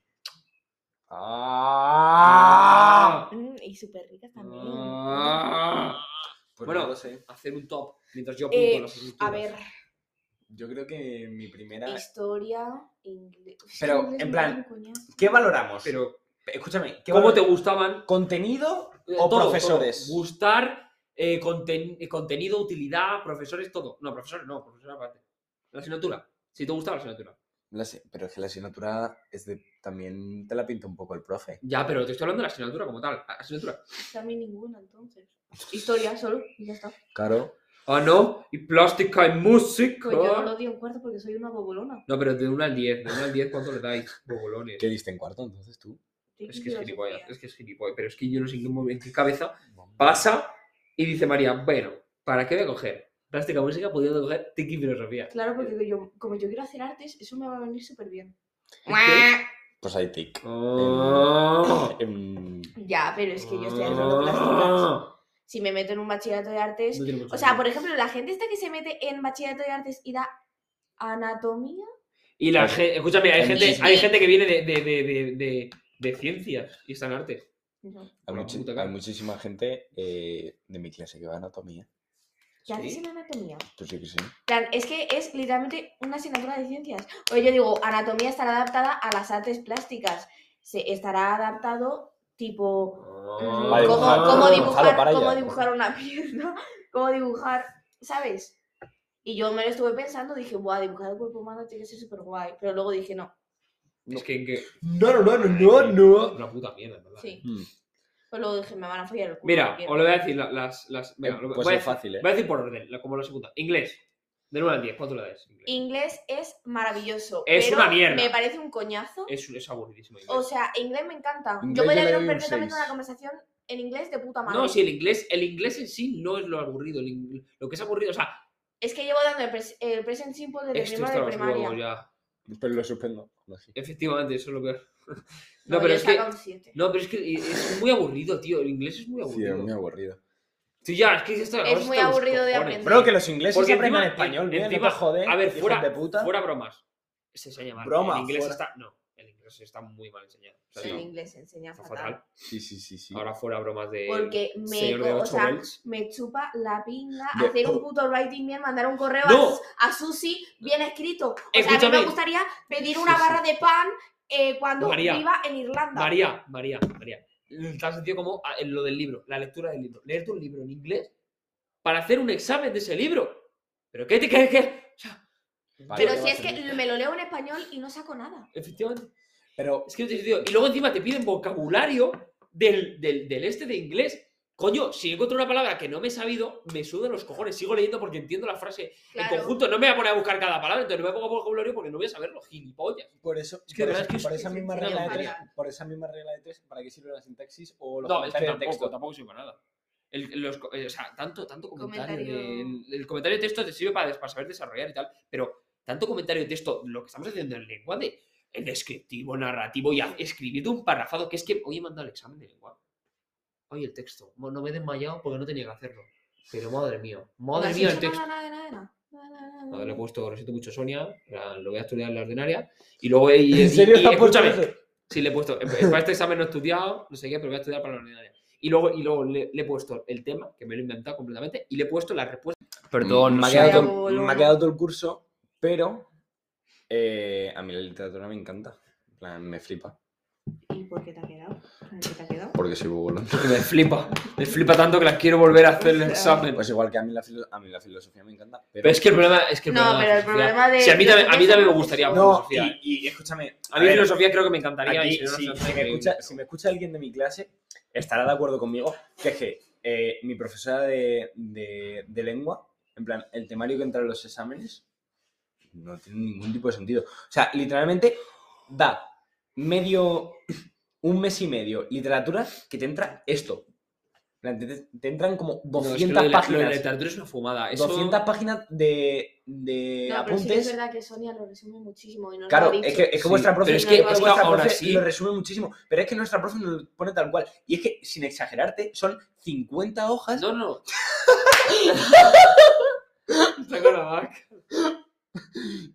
[SPEAKER 3] Ah.
[SPEAKER 1] Mm, y súper rica también.
[SPEAKER 3] Ah.
[SPEAKER 4] Pues
[SPEAKER 3] Bueno,
[SPEAKER 4] no lo sé.
[SPEAKER 3] Hacer un top mientras yo apunto
[SPEAKER 1] Eh,
[SPEAKER 3] las asignaturas.
[SPEAKER 1] a ver,
[SPEAKER 4] Yo creo que mi primera.
[SPEAKER 1] historia, inglés. Uf,
[SPEAKER 4] Pero,
[SPEAKER 1] inglés
[SPEAKER 4] en
[SPEAKER 1] me
[SPEAKER 4] plan,
[SPEAKER 1] da un coñazo.
[SPEAKER 4] ¿Qué valoramos?
[SPEAKER 3] Pero,
[SPEAKER 4] Escúchame, ¿qué
[SPEAKER 3] ¿cómo te
[SPEAKER 4] valor-
[SPEAKER 3] gustaban?
[SPEAKER 4] ¿Contenido
[SPEAKER 3] Eh,
[SPEAKER 4] o
[SPEAKER 3] todo, todo.
[SPEAKER 4] profesores?
[SPEAKER 3] Gustar, eh, conten- eh, contenido, utilidad, profesores, todo. No, profesores no, profesores aparte. La asignatura. Si te gusta la asignatura.
[SPEAKER 4] La asi- pero es que la asignatura es de, también te la pinta un poco el profe.
[SPEAKER 3] Ya, pero te estoy hablando de la asignatura como tal. A- Asignatura.
[SPEAKER 1] También ninguna, entonces. Historia solo, y ya está.
[SPEAKER 4] Claro.
[SPEAKER 3] Ah, no. Y plástica y música.
[SPEAKER 1] Pues yo no lo dio en cuarto porque soy una bobolona.
[SPEAKER 3] No, pero de 1 al 10. De 1 al 10, ¿cuánto le dais? Bobolones.
[SPEAKER 4] ¿Qué diste en cuarto entonces tú?
[SPEAKER 1] Soy
[SPEAKER 3] Es que es
[SPEAKER 1] filosofía.
[SPEAKER 3] gilipollas, es que es gilipollas. Pero es que yo no sé en qué momento, en qué cabeza pasa y dice María, bueno, ¿para qué voy a coger? Plástica música pudiendo coger tiki filosofía.
[SPEAKER 1] Claro, porque yo, como yo quiero hacer artes, eso me va a venir súper bien.
[SPEAKER 4] Pues hay tic.
[SPEAKER 3] Oh.
[SPEAKER 4] Em,
[SPEAKER 1] Ya, pero es que yo estoy haciendo plásticas.
[SPEAKER 3] Oh.
[SPEAKER 1] Si me meto en un bachillerato de artes.
[SPEAKER 3] Ah. No tiene mucho
[SPEAKER 1] O sea,
[SPEAKER 3] sentido.
[SPEAKER 1] por ejemplo, la gente esta que se mete en bachillerato de artes y da anatomía.
[SPEAKER 3] Y la gente, escúchame, hay
[SPEAKER 4] Sí,
[SPEAKER 3] gente,
[SPEAKER 1] sí.
[SPEAKER 3] hay gente que viene de, de, de, de, de- de ciencias y está en artes.
[SPEAKER 1] No.
[SPEAKER 4] hay,
[SPEAKER 3] Una
[SPEAKER 4] muchi-
[SPEAKER 3] puta cara.
[SPEAKER 4] hay muchísima gente eh, de mi clase que va a anatomía.
[SPEAKER 1] ¿Qué haces
[SPEAKER 3] Sí.
[SPEAKER 1] en anatomía?
[SPEAKER 4] Tú sí que sí.
[SPEAKER 1] plan, es que es literalmente una asignatura de ciencias. O yo digo, anatomía estará adaptada a las artes plásticas. Se estará adaptado tipo mm,
[SPEAKER 4] Para Oh,
[SPEAKER 1] cómo,
[SPEAKER 4] dibujar,
[SPEAKER 1] cómo
[SPEAKER 4] Gonzalo,
[SPEAKER 1] dibujar,
[SPEAKER 4] para
[SPEAKER 1] cómo
[SPEAKER 4] ya.
[SPEAKER 1] dibujar una (laughs) pierna, cómo dibujar, ¿sabes? Y yo me lo estuve pensando, dije, buah, dibujar el cuerpo humano tiene que ser súper guay. Pero luego dije, no.
[SPEAKER 3] Es que, que-
[SPEAKER 4] No, no, no, no, no.
[SPEAKER 3] Una puta mierda, en ¿verdad?
[SPEAKER 1] Sí.
[SPEAKER 4] Mm.
[SPEAKER 1] Pues luego dije, me van a follar el culo. no
[SPEAKER 3] Mira, os
[SPEAKER 1] quiero".
[SPEAKER 3] lo voy a decir la- las. las venga, lo-
[SPEAKER 4] pues
[SPEAKER 3] voy, a
[SPEAKER 4] es
[SPEAKER 3] decir,
[SPEAKER 4] fácil, ¿eh?
[SPEAKER 3] voy a decir por orden, la- como la segunda. Inglés. De 1 al 10, ¿cuánto le das? Inglés?
[SPEAKER 1] Inglés es maravilloso.
[SPEAKER 3] Es
[SPEAKER 1] pero
[SPEAKER 3] una mierda.
[SPEAKER 1] Me parece un coñazo.
[SPEAKER 3] Es, es aburridísimo. inglés.
[SPEAKER 1] O sea, inglés me encanta.
[SPEAKER 4] Inglés
[SPEAKER 1] yo
[SPEAKER 4] yo
[SPEAKER 1] podría
[SPEAKER 4] le
[SPEAKER 1] tener
[SPEAKER 4] doy un
[SPEAKER 1] perfectamente
[SPEAKER 4] seis.
[SPEAKER 1] una conversación en inglés de puta madre.
[SPEAKER 3] No, sí, el inglés, el inglés en sí no es lo aburrido. el ing- lo que es aburrido, o sea,
[SPEAKER 1] Es que llevo dando el, pres- el present simple desde
[SPEAKER 3] esto
[SPEAKER 1] primero
[SPEAKER 3] está
[SPEAKER 1] de
[SPEAKER 3] los huevos
[SPEAKER 1] primaria.
[SPEAKER 3] ya.
[SPEAKER 4] ¿eh? Pero lo suspendo. algo así.
[SPEAKER 3] Efectivamente, eso es lo peor. No, pero
[SPEAKER 1] yo
[SPEAKER 3] es que-
[SPEAKER 1] saco un siete.
[SPEAKER 3] No, pero es que es muy aburrido, tío. El inglés es muy
[SPEAKER 4] Sí, es
[SPEAKER 3] aburrido.
[SPEAKER 4] muy aburrido.
[SPEAKER 3] Tú ya, es que esto
[SPEAKER 1] Es muy aburrido de aprender.
[SPEAKER 4] Bro, que los ingleses
[SPEAKER 3] Porque
[SPEAKER 4] aprendan
[SPEAKER 3] encima-
[SPEAKER 4] español, bien,
[SPEAKER 3] encima-
[SPEAKER 4] no te jodes,
[SPEAKER 3] a ver,
[SPEAKER 4] hijos
[SPEAKER 3] fuera-
[SPEAKER 4] de puta.
[SPEAKER 3] Fuera bromas. Se enseña mal.
[SPEAKER 4] Broma,
[SPEAKER 3] El inglés
[SPEAKER 4] fuera.
[SPEAKER 3] está. No, el inglés está muy mal enseñado. O sea,
[SPEAKER 1] El
[SPEAKER 3] no,
[SPEAKER 1] inglés enseña
[SPEAKER 3] está
[SPEAKER 1] fatal.
[SPEAKER 3] fatal.
[SPEAKER 4] Sí, sí, sí, sí.
[SPEAKER 3] Ahora fuera bromas de.
[SPEAKER 1] Porque me,
[SPEAKER 3] señor de
[SPEAKER 1] o
[SPEAKER 3] ocho
[SPEAKER 1] sea,
[SPEAKER 3] bells.
[SPEAKER 1] me chupa la pinga
[SPEAKER 4] De-
[SPEAKER 1] hacer un puto writing bien, mandar un correo a-
[SPEAKER 3] No.
[SPEAKER 1] a, Susi bien escrito. O sea, a mí
[SPEAKER 3] Escúchame.
[SPEAKER 1] me gustaría pedir una barra de pan eh, cuando
[SPEAKER 3] María.
[SPEAKER 1] viva en Irlanda.
[SPEAKER 3] María, María, María. Tal sentido como ah, en lo del libro, la lectura del libro. Leerte un libro en inglés para hacer un examen de ese libro. ¿Pero qué te crees que.? o sea,
[SPEAKER 4] Vale,
[SPEAKER 1] Pero
[SPEAKER 4] te
[SPEAKER 1] si
[SPEAKER 4] va a
[SPEAKER 1] es que
[SPEAKER 4] servir.
[SPEAKER 1] me lo leo en español y no saco nada.
[SPEAKER 3] Efectivamente.
[SPEAKER 4] Pero
[SPEAKER 3] Es que no tiene sentido. Y luego encima te piden vocabulario del, del, del este de inglés. Coño, si encuentro una palabra que no me he sabido, me sudan los cojones. Sigo leyendo porque entiendo la frase en conjunto. No me voy a poner a buscar cada palabra, entonces no me pongo vocabulario porque no voy a saberlo, gilipollas.
[SPEAKER 4] por eso,
[SPEAKER 3] Es que de
[SPEAKER 4] por,
[SPEAKER 3] verdad
[SPEAKER 4] eso-
[SPEAKER 3] es que es-
[SPEAKER 4] por esa
[SPEAKER 1] es
[SPEAKER 4] misma
[SPEAKER 1] sencillo,
[SPEAKER 4] regla de
[SPEAKER 1] María.
[SPEAKER 4] tres, por esa misma regla de tres, ¿para qué sirve la sintaxis o los
[SPEAKER 3] No, es que
[SPEAKER 4] comentarios de
[SPEAKER 3] tampoco,
[SPEAKER 4] texto?
[SPEAKER 3] tampoco sirve para nada. El, los co- eh, o sea, tanto, tanto comentario,
[SPEAKER 1] Comentario.
[SPEAKER 3] de- el, el comentario de texto te sirve para, des- para saber desarrollar y tal, pero tanto comentario de texto, lo que estamos haciendo en lengua de el descriptivo, narrativo y a- escribir de un parrafado, que es que hoy he mandado el examen de lengua. Hoy el texto. Mo- No me he desmayado porque no tenía que hacerlo. Pero madre mía, madre
[SPEAKER 1] Así
[SPEAKER 3] mía
[SPEAKER 1] no
[SPEAKER 3] el
[SPEAKER 1] saco
[SPEAKER 3] texto.
[SPEAKER 1] nada, nada, nada, nada, nada,
[SPEAKER 3] No,
[SPEAKER 1] nada.
[SPEAKER 3] le he puesto, lo siento mucho Sonia, la- lo voy a estudiar en la ordinaria. Y luego he, y- y-
[SPEAKER 4] ¿En serio
[SPEAKER 3] y-
[SPEAKER 4] está por
[SPEAKER 3] escúchame,
[SPEAKER 4] eso?
[SPEAKER 3] Sí, le he puesto, eh, para este examen no he estudiado, no sé qué, pero voy a estudiar para la ordinaria. Y luego, y luego le, le he puesto el tema, que me lo he inventado completamente, y le he puesto la respuesta. Perdón,
[SPEAKER 4] me ha,
[SPEAKER 3] soy-
[SPEAKER 4] quedado
[SPEAKER 1] Pero
[SPEAKER 4] todo,
[SPEAKER 1] lo-
[SPEAKER 4] me ha quedado todo el curso, pero eh, a mí la literatura me encanta. En plan, me flipa.
[SPEAKER 1] ¿Y por qué te ha quedado? ¿Por qué te ha quedado?
[SPEAKER 4] Porque soy bobolón.
[SPEAKER 3] Me flipa, me flipa tanto que las quiero volver a hacer el examen.
[SPEAKER 4] Pues igual que a mí la, filo- a mí la filosofía me encanta. Pero,
[SPEAKER 3] Pero es que el problema es que el
[SPEAKER 1] No,
[SPEAKER 3] problema
[SPEAKER 1] pero
[SPEAKER 3] de
[SPEAKER 1] el
[SPEAKER 3] filosofía-
[SPEAKER 1] problema de.
[SPEAKER 3] Sí, a mí también, a mí también me gustaría
[SPEAKER 1] No,
[SPEAKER 4] No,
[SPEAKER 3] filosofía. ¿eh?
[SPEAKER 4] y, y escúchame.
[SPEAKER 3] A mí
[SPEAKER 4] ver,
[SPEAKER 3] filosofía creo que me encantaría.
[SPEAKER 4] Aquí,
[SPEAKER 3] y si no, no
[SPEAKER 4] si,
[SPEAKER 3] sé,
[SPEAKER 4] si me escucha, si me escucha alguien de mi clase, estará de acuerdo conmigo que es que eh, mi profesora de, de- de lengua, en plan, el temario que entra en los exámenes, no tiene ningún tipo de sentido. O sea, literalmente da medio, un mes y medio literatura que te entra esto. En plan, Te, te entran como
[SPEAKER 3] No, es que lo
[SPEAKER 4] 200
[SPEAKER 3] de la- Lo de la
[SPEAKER 4] páginas.
[SPEAKER 3] literatura es una fumada. Eso,
[SPEAKER 4] 200 páginas de,
[SPEAKER 3] Eh,
[SPEAKER 4] de
[SPEAKER 1] No, pero sí que
[SPEAKER 4] apuntes.
[SPEAKER 1] es verdad que Sonia lo resume muchísimo y no
[SPEAKER 4] Claro,
[SPEAKER 1] lo ha
[SPEAKER 4] es
[SPEAKER 1] dicho.
[SPEAKER 4] que, es que
[SPEAKER 3] Sí,
[SPEAKER 4] vuestra profe,
[SPEAKER 3] pero es que-
[SPEAKER 4] es que
[SPEAKER 3] es que
[SPEAKER 4] vuestra
[SPEAKER 3] aún
[SPEAKER 4] profe
[SPEAKER 3] así-
[SPEAKER 4] lo resume muchísimo, pero es que nuestra profe nos lo pone tal cual. Y es que, sin exagerarte, son 50 hojas.
[SPEAKER 3] No, no. Está con la vaca.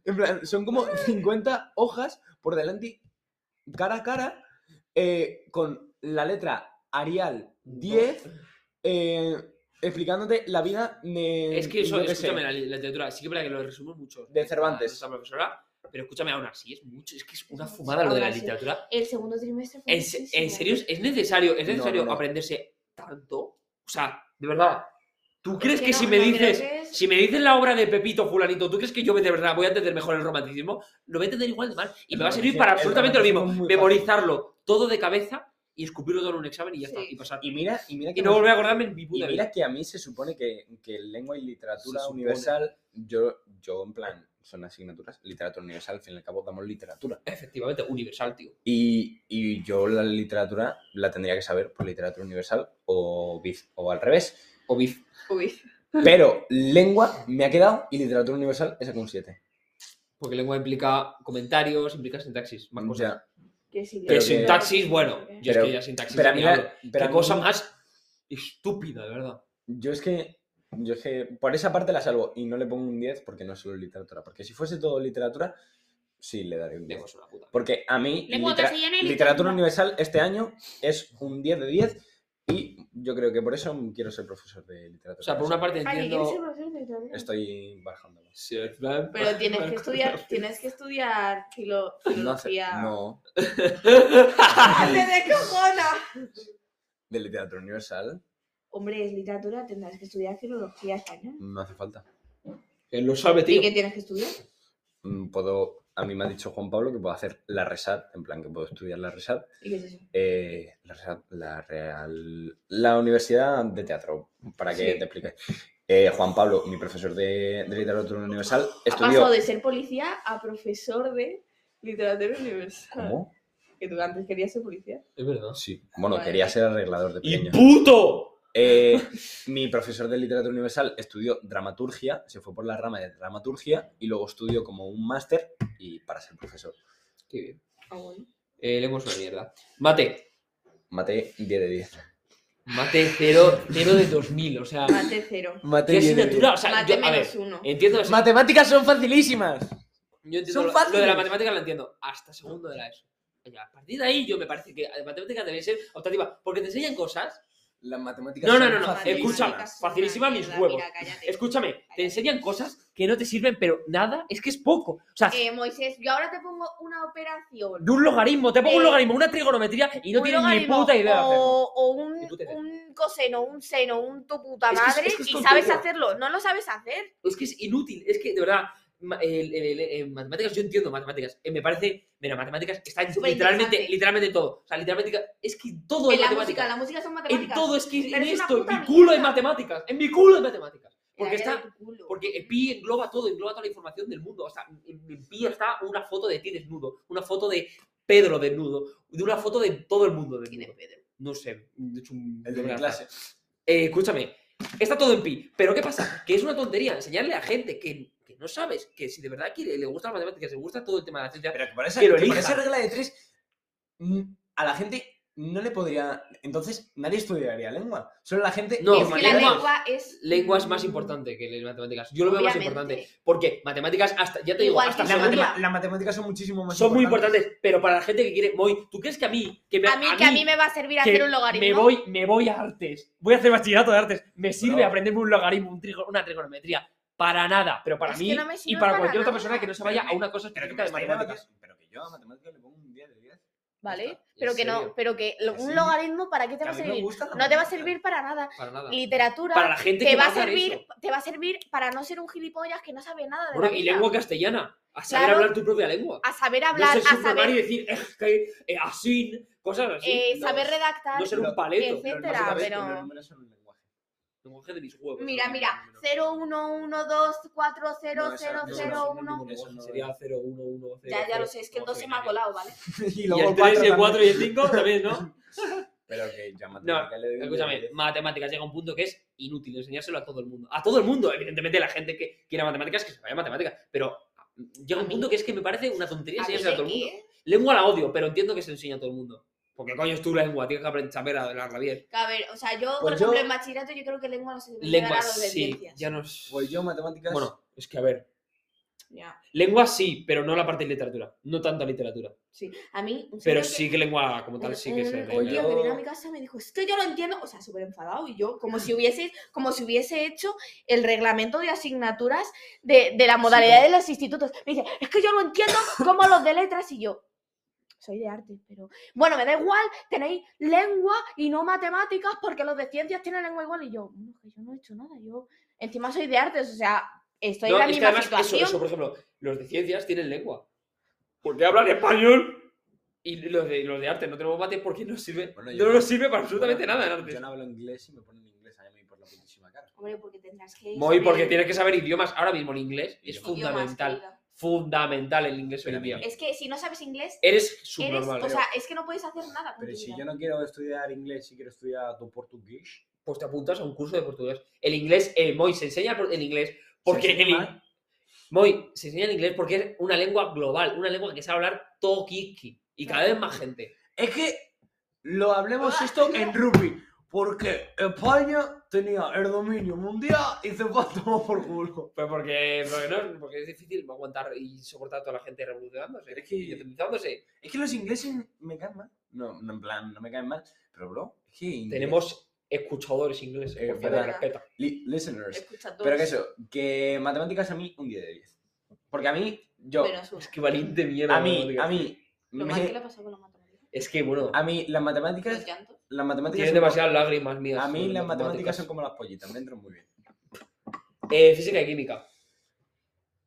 [SPEAKER 4] En plan, son como 50 hojas por delante, cara a cara, eh, con la letra Arial 10, eh, explicándote la vida de.
[SPEAKER 3] Es que eso,
[SPEAKER 4] yo qué sé.
[SPEAKER 3] escúchame, la, li- la literatura, sí que es verdad que lo resume mucho.
[SPEAKER 4] Eh, De
[SPEAKER 3] esta-
[SPEAKER 4] Cervantes.
[SPEAKER 3] esta profesora, pero escúchame, aún así es mucho, es que es una
[SPEAKER 1] mucho.
[SPEAKER 3] fumada lo de la
[SPEAKER 1] Aún así.
[SPEAKER 3] literatura.
[SPEAKER 1] El segundo trimestre fue.
[SPEAKER 3] En, se- en
[SPEAKER 1] muchísimo.
[SPEAKER 3] serio, es necesario, es
[SPEAKER 4] No,
[SPEAKER 3] necesario
[SPEAKER 4] no, no.
[SPEAKER 3] aprenderse tanto. O sea, de verdad. ¿Tú crees que,
[SPEAKER 1] que no-
[SPEAKER 3] si me
[SPEAKER 1] no creo
[SPEAKER 3] dices,
[SPEAKER 1] que es-
[SPEAKER 3] si me dices la obra de Pepito Fulanito, ¿tú crees que yo de verdad voy a entender mejor el romanticismo? Lo voy a entender igual de mal y
[SPEAKER 4] El
[SPEAKER 3] me va a servir
[SPEAKER 4] romanticismo-
[SPEAKER 3] para
[SPEAKER 4] el
[SPEAKER 3] absolutamente lo mismo,
[SPEAKER 4] romanticismo es muy
[SPEAKER 3] memorizarlo todo de cabeza y escupirlo todo en un examen y ya
[SPEAKER 1] Sí.
[SPEAKER 3] está y pasar.
[SPEAKER 4] Y mira, y mira que
[SPEAKER 3] Y no
[SPEAKER 4] nos-
[SPEAKER 3] volver a acordarme en mi
[SPEAKER 4] Y
[SPEAKER 3] puta vida.
[SPEAKER 4] mira que a mí se supone que, que lengua y literatura
[SPEAKER 3] Se supone.
[SPEAKER 4] universal, yo, yo en plan, son asignaturas, literatura universal, al fin y al cabo damos literatura.
[SPEAKER 3] Efectivamente, universal, tío.
[SPEAKER 4] Y, y yo la literatura la tendría que saber por literatura universal o, biz- o al revés.
[SPEAKER 3] O bif.
[SPEAKER 1] Uy.
[SPEAKER 4] Pero lengua me ha quedado y literatura universal esa con 7.
[SPEAKER 3] Porque lengua implica comentarios, implica sintaxis, más cosas.
[SPEAKER 1] Que sí,
[SPEAKER 3] que
[SPEAKER 4] Mm, Pero
[SPEAKER 1] que-
[SPEAKER 3] sintaxis, bueno, yo
[SPEAKER 4] Pero-
[SPEAKER 3] es que ya sintaxis.
[SPEAKER 4] Pero a
[SPEAKER 3] ya
[SPEAKER 4] mí
[SPEAKER 3] ni
[SPEAKER 4] la-
[SPEAKER 3] hablo.
[SPEAKER 4] pero a
[SPEAKER 3] Qué
[SPEAKER 4] mí-
[SPEAKER 3] cosa más estúpida, de verdad.
[SPEAKER 4] Yo es que. Yo es que por esa parte la salvo y no le pongo un 10 porque no es solo literatura. Porque si fuese todo literatura, sí le daría un 10.
[SPEAKER 3] Lengua es una puta.
[SPEAKER 4] Porque a mí,
[SPEAKER 1] Lengua
[SPEAKER 4] litera-
[SPEAKER 1] castellana y
[SPEAKER 4] literatura
[SPEAKER 1] literatura.
[SPEAKER 4] universal este año es un 10 de 10 y yo creo que por eso quiero ser profesor de literatura.
[SPEAKER 3] O sea, por una parte
[SPEAKER 1] Ay, que quieres ser
[SPEAKER 3] entiendo.
[SPEAKER 1] profesor de literatura.
[SPEAKER 4] Estoy bajando.
[SPEAKER 3] Sí, en plan- (laughs)
[SPEAKER 1] Pero tienes que estudiar, tienes que estudiar filo-
[SPEAKER 4] No, hace-
[SPEAKER 1] filología. (laughs)
[SPEAKER 4] no,
[SPEAKER 1] Ah, ¡Te descojona!
[SPEAKER 4] de literatura universal
[SPEAKER 1] Hombre, es literatura, tendrás que estudiar filología española.
[SPEAKER 4] no hace falta.
[SPEAKER 3] Él lo sabe,
[SPEAKER 1] ¿Y
[SPEAKER 3] tío.
[SPEAKER 1] qué tienes que estudiar?
[SPEAKER 4] Mm, Puedo, a mí me ha dicho Juan Pablo que puedo hacer la RESAT, en plan que puedo estudiar la RESAT.
[SPEAKER 1] ¿Y qué es eso?
[SPEAKER 4] eh, la, RESAT, la Real, la Universidad de Teatro, para que
[SPEAKER 3] Sí.
[SPEAKER 4] te explique. Eh, Juan Pablo, mi profesor de, de literatura universal,
[SPEAKER 1] Ha
[SPEAKER 4] estudió...
[SPEAKER 1] pasado de ser policía a profesor de literatura universal.
[SPEAKER 4] ¿Cómo?
[SPEAKER 1] Que tú antes querías ser policía.
[SPEAKER 3] Es verdad.
[SPEAKER 4] Sí. Bueno,
[SPEAKER 1] Vale.
[SPEAKER 4] quería ser arreglador de
[SPEAKER 3] ¡Y
[SPEAKER 4] pequeño.
[SPEAKER 3] puto!
[SPEAKER 4] Eh, mi profesor de literatura universal estudió dramaturgia, se fue por la rama de dramaturgia y luego estudió como un máster y para ser profesor.
[SPEAKER 3] Qué bien.
[SPEAKER 1] Ah, bueno.
[SPEAKER 3] Eh, le hemos una mierda. Mate.
[SPEAKER 4] Mate 10 de 10.
[SPEAKER 3] Mate 0, 0 de 2000. O sea,
[SPEAKER 1] Mate cero.
[SPEAKER 4] Mate
[SPEAKER 3] ¿qué
[SPEAKER 4] 10 de
[SPEAKER 3] asignatura?
[SPEAKER 4] 10.
[SPEAKER 3] O sea,
[SPEAKER 1] Mate
[SPEAKER 3] yo, a ver, eh,
[SPEAKER 1] menos uno.
[SPEAKER 3] entiendo eso.
[SPEAKER 4] Matemáticas son facilísimas.
[SPEAKER 3] Yo entiendo
[SPEAKER 4] Son
[SPEAKER 3] lo, lo de la
[SPEAKER 4] fáciles.
[SPEAKER 3] matemática lo entiendo. Hasta segundo de la ESO. Oye, a partir de ahí yo me parece que la matemática debe ser optativa. Porque te enseñan cosas.
[SPEAKER 4] Las matemáticas
[SPEAKER 3] No, no,
[SPEAKER 4] son
[SPEAKER 3] no, no,
[SPEAKER 4] facilísimas.
[SPEAKER 3] escúchame. facilísima mis huevos. Escúchame, te enseñan cosas que no te sirven, pero nada, es que es poco. O sea,
[SPEAKER 1] Eh, Moisés, yo ahora te pongo una operación.
[SPEAKER 3] de un logaritmo, te pongo un
[SPEAKER 1] eh,
[SPEAKER 3] logaritmo, una trigonometría y no
[SPEAKER 1] un
[SPEAKER 3] tienes ni
[SPEAKER 1] logaritmo
[SPEAKER 3] puta idea de hacerlo.
[SPEAKER 1] O, o un,
[SPEAKER 3] Ni puta idea.
[SPEAKER 1] un coseno, un seno, un tu puta
[SPEAKER 3] Es que es-
[SPEAKER 1] madre
[SPEAKER 3] es que es
[SPEAKER 1] y sabes
[SPEAKER 3] tontería.
[SPEAKER 1] hacerlo. No lo sabes hacer.
[SPEAKER 3] Es que es inútil, es que de verdad. ma- el- el- el- en matemáticas, yo entiendo matemáticas. eh, me parece, mira, matemáticas está en
[SPEAKER 1] Superinteresante.
[SPEAKER 3] literalmente, literalmente todo. O sea, literalmente, es que todo es
[SPEAKER 1] En la
[SPEAKER 3] matemática.
[SPEAKER 1] música, la música son
[SPEAKER 3] en
[SPEAKER 1] matemáticas.
[SPEAKER 3] todo, es que en
[SPEAKER 1] Pero es una
[SPEAKER 3] esto, en
[SPEAKER 1] puta
[SPEAKER 3] mi culo hay
[SPEAKER 1] mierda.
[SPEAKER 3] matemáticas. En mi culo hay matemáticas.
[SPEAKER 1] En la
[SPEAKER 3] Porque
[SPEAKER 1] vida
[SPEAKER 3] está,
[SPEAKER 1] de tu culo.
[SPEAKER 3] Porque Pi engloba todo, engloba toda la información del mundo. O sea, en en Pi está una foto de ti desnudo, una foto de Pedro desnudo, de una foto de todo el mundo
[SPEAKER 1] ¿Quién es
[SPEAKER 3] desnudo.
[SPEAKER 1] Pedro?
[SPEAKER 3] No sé. es un-
[SPEAKER 4] El de mi
[SPEAKER 3] una-
[SPEAKER 4] clase.
[SPEAKER 3] Eh, escúchame, está todo en Pi. Pero ¿qué pasa? Que es una tontería enseñarle a gente que, que no sabes, que si de verdad quiere, le gusta la matemática, le gusta todo el tema de la ciencia.
[SPEAKER 4] Pero que para esa,
[SPEAKER 3] Que lo
[SPEAKER 4] que
[SPEAKER 3] elija.
[SPEAKER 4] para esa regla de tres, mm, a la gente no le podría. Entonces, nadie estudiaría lengua. Solo la gente.
[SPEAKER 3] No,
[SPEAKER 1] es que la
[SPEAKER 3] lengua-
[SPEAKER 1] lengua es.
[SPEAKER 3] Lengua es más importante que las matemáticas. Yo lo veo más
[SPEAKER 1] Obviamente.
[SPEAKER 3] importante. Porque matemáticas, hasta, ya te digo,
[SPEAKER 1] Igual
[SPEAKER 3] hasta
[SPEAKER 1] que
[SPEAKER 4] Las
[SPEAKER 1] segunda.
[SPEAKER 3] segundo-
[SPEAKER 4] matema- las matemáticas son muchísimo más
[SPEAKER 3] son muy importantes. Pero para la gente que quiere, muy, ¿tú crees que a mí, que me,
[SPEAKER 1] A mí, que a mí me va a servir
[SPEAKER 3] que
[SPEAKER 1] hacer un logaritmo.
[SPEAKER 3] me voy, me voy a artes. Voy a hacer bachillerato de artes. Me sirve
[SPEAKER 4] Bro.
[SPEAKER 3] aprenderme un logaritmo, un trigo- una trigonometría. Para nada. Pero para
[SPEAKER 1] Es que
[SPEAKER 3] mí
[SPEAKER 1] no me
[SPEAKER 3] y
[SPEAKER 1] sirve
[SPEAKER 3] para,
[SPEAKER 1] para
[SPEAKER 3] cualquier otra
[SPEAKER 1] nada.
[SPEAKER 3] persona que no se vaya a una cosa
[SPEAKER 4] Pero que,
[SPEAKER 3] específica de matemáticas.
[SPEAKER 4] pero que yo a matemáticas le pongo un 10 de 10.
[SPEAKER 1] ¿Vale?
[SPEAKER 3] ¿En
[SPEAKER 1] Pero que
[SPEAKER 3] serio?
[SPEAKER 1] no, pero que lo-
[SPEAKER 4] Que
[SPEAKER 1] un
[SPEAKER 4] sí.
[SPEAKER 1] logaritmo, ¿para qué te
[SPEAKER 4] Que
[SPEAKER 1] va
[SPEAKER 4] a
[SPEAKER 1] a
[SPEAKER 4] mí me
[SPEAKER 1] servir?
[SPEAKER 4] gusta la
[SPEAKER 1] No te va a
[SPEAKER 4] matemática.
[SPEAKER 1] servir para nada.
[SPEAKER 3] Para nada.
[SPEAKER 1] Literatura
[SPEAKER 3] Para la gente
[SPEAKER 1] te
[SPEAKER 3] que
[SPEAKER 1] va a
[SPEAKER 3] hacer
[SPEAKER 1] servir,
[SPEAKER 3] eso.
[SPEAKER 1] te va a servir para no ser un gilipollas que no sabe nada de
[SPEAKER 3] Bueno,
[SPEAKER 1] la
[SPEAKER 3] y
[SPEAKER 1] vida.
[SPEAKER 3] lengua castellana. A saber
[SPEAKER 1] Claro.
[SPEAKER 3] hablar tu propia lengua.
[SPEAKER 1] A saber
[SPEAKER 3] no
[SPEAKER 1] hablar,
[SPEAKER 3] ser
[SPEAKER 1] a
[SPEAKER 3] supremar y
[SPEAKER 1] saber
[SPEAKER 3] decir, eh, que, eh, así, cosas así.
[SPEAKER 1] eh,
[SPEAKER 3] No,
[SPEAKER 1] saber redactar.
[SPEAKER 3] No ser un
[SPEAKER 4] Lo-
[SPEAKER 3] paleto.
[SPEAKER 1] etcétera,
[SPEAKER 3] Los números-
[SPEAKER 1] pero-
[SPEAKER 4] Los números son un lenguaje.
[SPEAKER 3] lenguaje de mis huevos.
[SPEAKER 1] Mira,
[SPEAKER 3] no,
[SPEAKER 1] mira,
[SPEAKER 3] no, no.
[SPEAKER 1] 0 1 1 2 4 0
[SPEAKER 4] No, esa-
[SPEAKER 1] 0
[SPEAKER 4] no,
[SPEAKER 3] esa
[SPEAKER 1] 0
[SPEAKER 4] no, no,
[SPEAKER 1] 1.
[SPEAKER 4] no,
[SPEAKER 3] Eso
[SPEAKER 4] Eso no-
[SPEAKER 3] sería 0, 1, 1, 0.
[SPEAKER 1] Ya, ya lo sé, es que el 2 se me ha colado, ¿vale?
[SPEAKER 4] (laughs) y
[SPEAKER 3] Y
[SPEAKER 4] luego
[SPEAKER 3] el 3, el
[SPEAKER 4] también.
[SPEAKER 3] 4 y el 5 también,
[SPEAKER 4] (laughs)
[SPEAKER 3] ¿no?
[SPEAKER 4] Pero que yo a matemáticas le doy un
[SPEAKER 3] Escúchame,
[SPEAKER 4] 10.
[SPEAKER 3] matemáticas llega a un punto que es inútil enseñárselo a todo el mundo. A todo el mundo, evidentemente, la gente que quiera matemáticas que se vaya a matemáticas, pero llega un punto que es que me parece una tontería
[SPEAKER 1] A
[SPEAKER 3] enseñárselo a
[SPEAKER 1] ver,
[SPEAKER 3] todo el mundo.
[SPEAKER 1] ¿qué?
[SPEAKER 3] Lengua la odio, pero entiendo que se enseña a todo el mundo. Porque coño es tu lengua, tienes que aprender a saber hablarla bien.
[SPEAKER 1] A ver, o sea, yo, por
[SPEAKER 4] Pues yo-
[SPEAKER 1] ejemplo, en bachillerato yo creo que lengua no se debe
[SPEAKER 3] Lengua
[SPEAKER 1] llevar a los de
[SPEAKER 3] sí,
[SPEAKER 1] ciencias.
[SPEAKER 3] ya no es...
[SPEAKER 4] Pues yo matemáticas.
[SPEAKER 3] Bueno, es que a ver,
[SPEAKER 1] Ya,
[SPEAKER 3] lengua sí, pero no la parte de literatura, no tanta literatura.
[SPEAKER 1] sí. Mm, A mí, un
[SPEAKER 3] Pero
[SPEAKER 1] señor que-
[SPEAKER 3] sí que lengua como tal sí que
[SPEAKER 1] un-
[SPEAKER 3] se...
[SPEAKER 1] un
[SPEAKER 4] oye,
[SPEAKER 1] tío
[SPEAKER 3] le-
[SPEAKER 1] que
[SPEAKER 4] Yo-
[SPEAKER 1] vino a mi casa me dijo, es que yo lo entiendo, o sea, súper enfadado, y yo, como si hubiese, como si hubiese hecho el reglamento de asignaturas de, de la modalidad de los institutos. Me dice, es que yo no entiendo cómo los de letras, y yo, soy de arte, pero... Bueno, me da igual, tenéis lengua y no matemáticas, porque los de ciencias tienen lengua igual, y yo, no, que yo no he hecho nada, yo encima soy de artes, o sea, estoy
[SPEAKER 3] No,
[SPEAKER 1] en la
[SPEAKER 3] es que
[SPEAKER 1] misma
[SPEAKER 3] además eso,
[SPEAKER 1] situación.
[SPEAKER 3] eso, por ejemplo, los de ciencias tienen lengua. ¿Por qué hablan español? Y los de, los de arte no tenemos mate porque no sirve.
[SPEAKER 4] Bueno, yo
[SPEAKER 3] no
[SPEAKER 4] no-
[SPEAKER 3] nos sirve para absolutamente
[SPEAKER 4] Bueno,
[SPEAKER 3] nada en
[SPEAKER 4] Yo
[SPEAKER 3] arte.
[SPEAKER 4] no hablo inglés y me ponen inglés a mí por la putísima cara.
[SPEAKER 1] Hombre, porque tendrás que...
[SPEAKER 3] Muy
[SPEAKER 1] saber
[SPEAKER 3] porque tienes que saber idiomas. Ahora mismo el inglés es
[SPEAKER 4] Idiomas.
[SPEAKER 1] idiomas,
[SPEAKER 3] fundamental.
[SPEAKER 1] querida.
[SPEAKER 3] Fundamental el inglés hoy
[SPEAKER 4] Pero
[SPEAKER 3] en día.
[SPEAKER 4] mira,
[SPEAKER 1] Es que si no sabes inglés,
[SPEAKER 3] Eres
[SPEAKER 1] Eres-
[SPEAKER 3] subnormal.
[SPEAKER 1] o sea, es que no puedes hacer nada con
[SPEAKER 4] Pero
[SPEAKER 1] tu
[SPEAKER 4] si
[SPEAKER 1] vida.
[SPEAKER 4] yo no quiero estudiar inglés y quiero estudiar tu portugués.
[SPEAKER 3] pues te apuntas a un curso de portugués. El inglés, eh, Moy, se enseña el por- el inglés porque
[SPEAKER 4] enseña
[SPEAKER 3] el in-
[SPEAKER 4] mal.
[SPEAKER 3] (laughs) Moy, se enseña el inglés porque es una lengua global, una lengua que sabe hablar todo kiki y cada vez más gente.
[SPEAKER 4] Es que lo hablemos
[SPEAKER 1] Ah,
[SPEAKER 4] esto en rugby. Porque España tenía el dominio mundial y se fue a tomar por culo.
[SPEAKER 3] Pues porque, porque, no, porque es difícil aguantar y soportar a toda la gente revolucionándose
[SPEAKER 4] Es que-
[SPEAKER 3] y independizándose.
[SPEAKER 4] Es que los ingleses me caen mal. No, no, en plan, no me caen mal. Pero, bro, es que... inglés-
[SPEAKER 3] Tenemos escuchadores ingleses,
[SPEAKER 4] Eh,
[SPEAKER 3] por favor,
[SPEAKER 1] verdad.
[SPEAKER 3] respeta.
[SPEAKER 4] Li- listeners.
[SPEAKER 1] Escucha todo.
[SPEAKER 4] Pero que eso, que matemáticas a mí un 10 de 10. Porque a mí, yo...
[SPEAKER 1] Pero es una.
[SPEAKER 3] Es que valiente mierda.
[SPEAKER 4] a mí,
[SPEAKER 3] matemáticas.
[SPEAKER 4] a mí...
[SPEAKER 1] Lo
[SPEAKER 4] me-
[SPEAKER 1] mal que le ha pasado con la matemática.
[SPEAKER 3] Es que, bueno,
[SPEAKER 4] a mí las matemáticas...
[SPEAKER 1] Los llantos.
[SPEAKER 4] Las matemáticas
[SPEAKER 3] tienes
[SPEAKER 4] son como-
[SPEAKER 3] demasiadas lágrimas mías.
[SPEAKER 4] A mí
[SPEAKER 3] sobre
[SPEAKER 4] las matemáticas son como las pollitas, me entran muy bien.
[SPEAKER 3] Eh, física y química.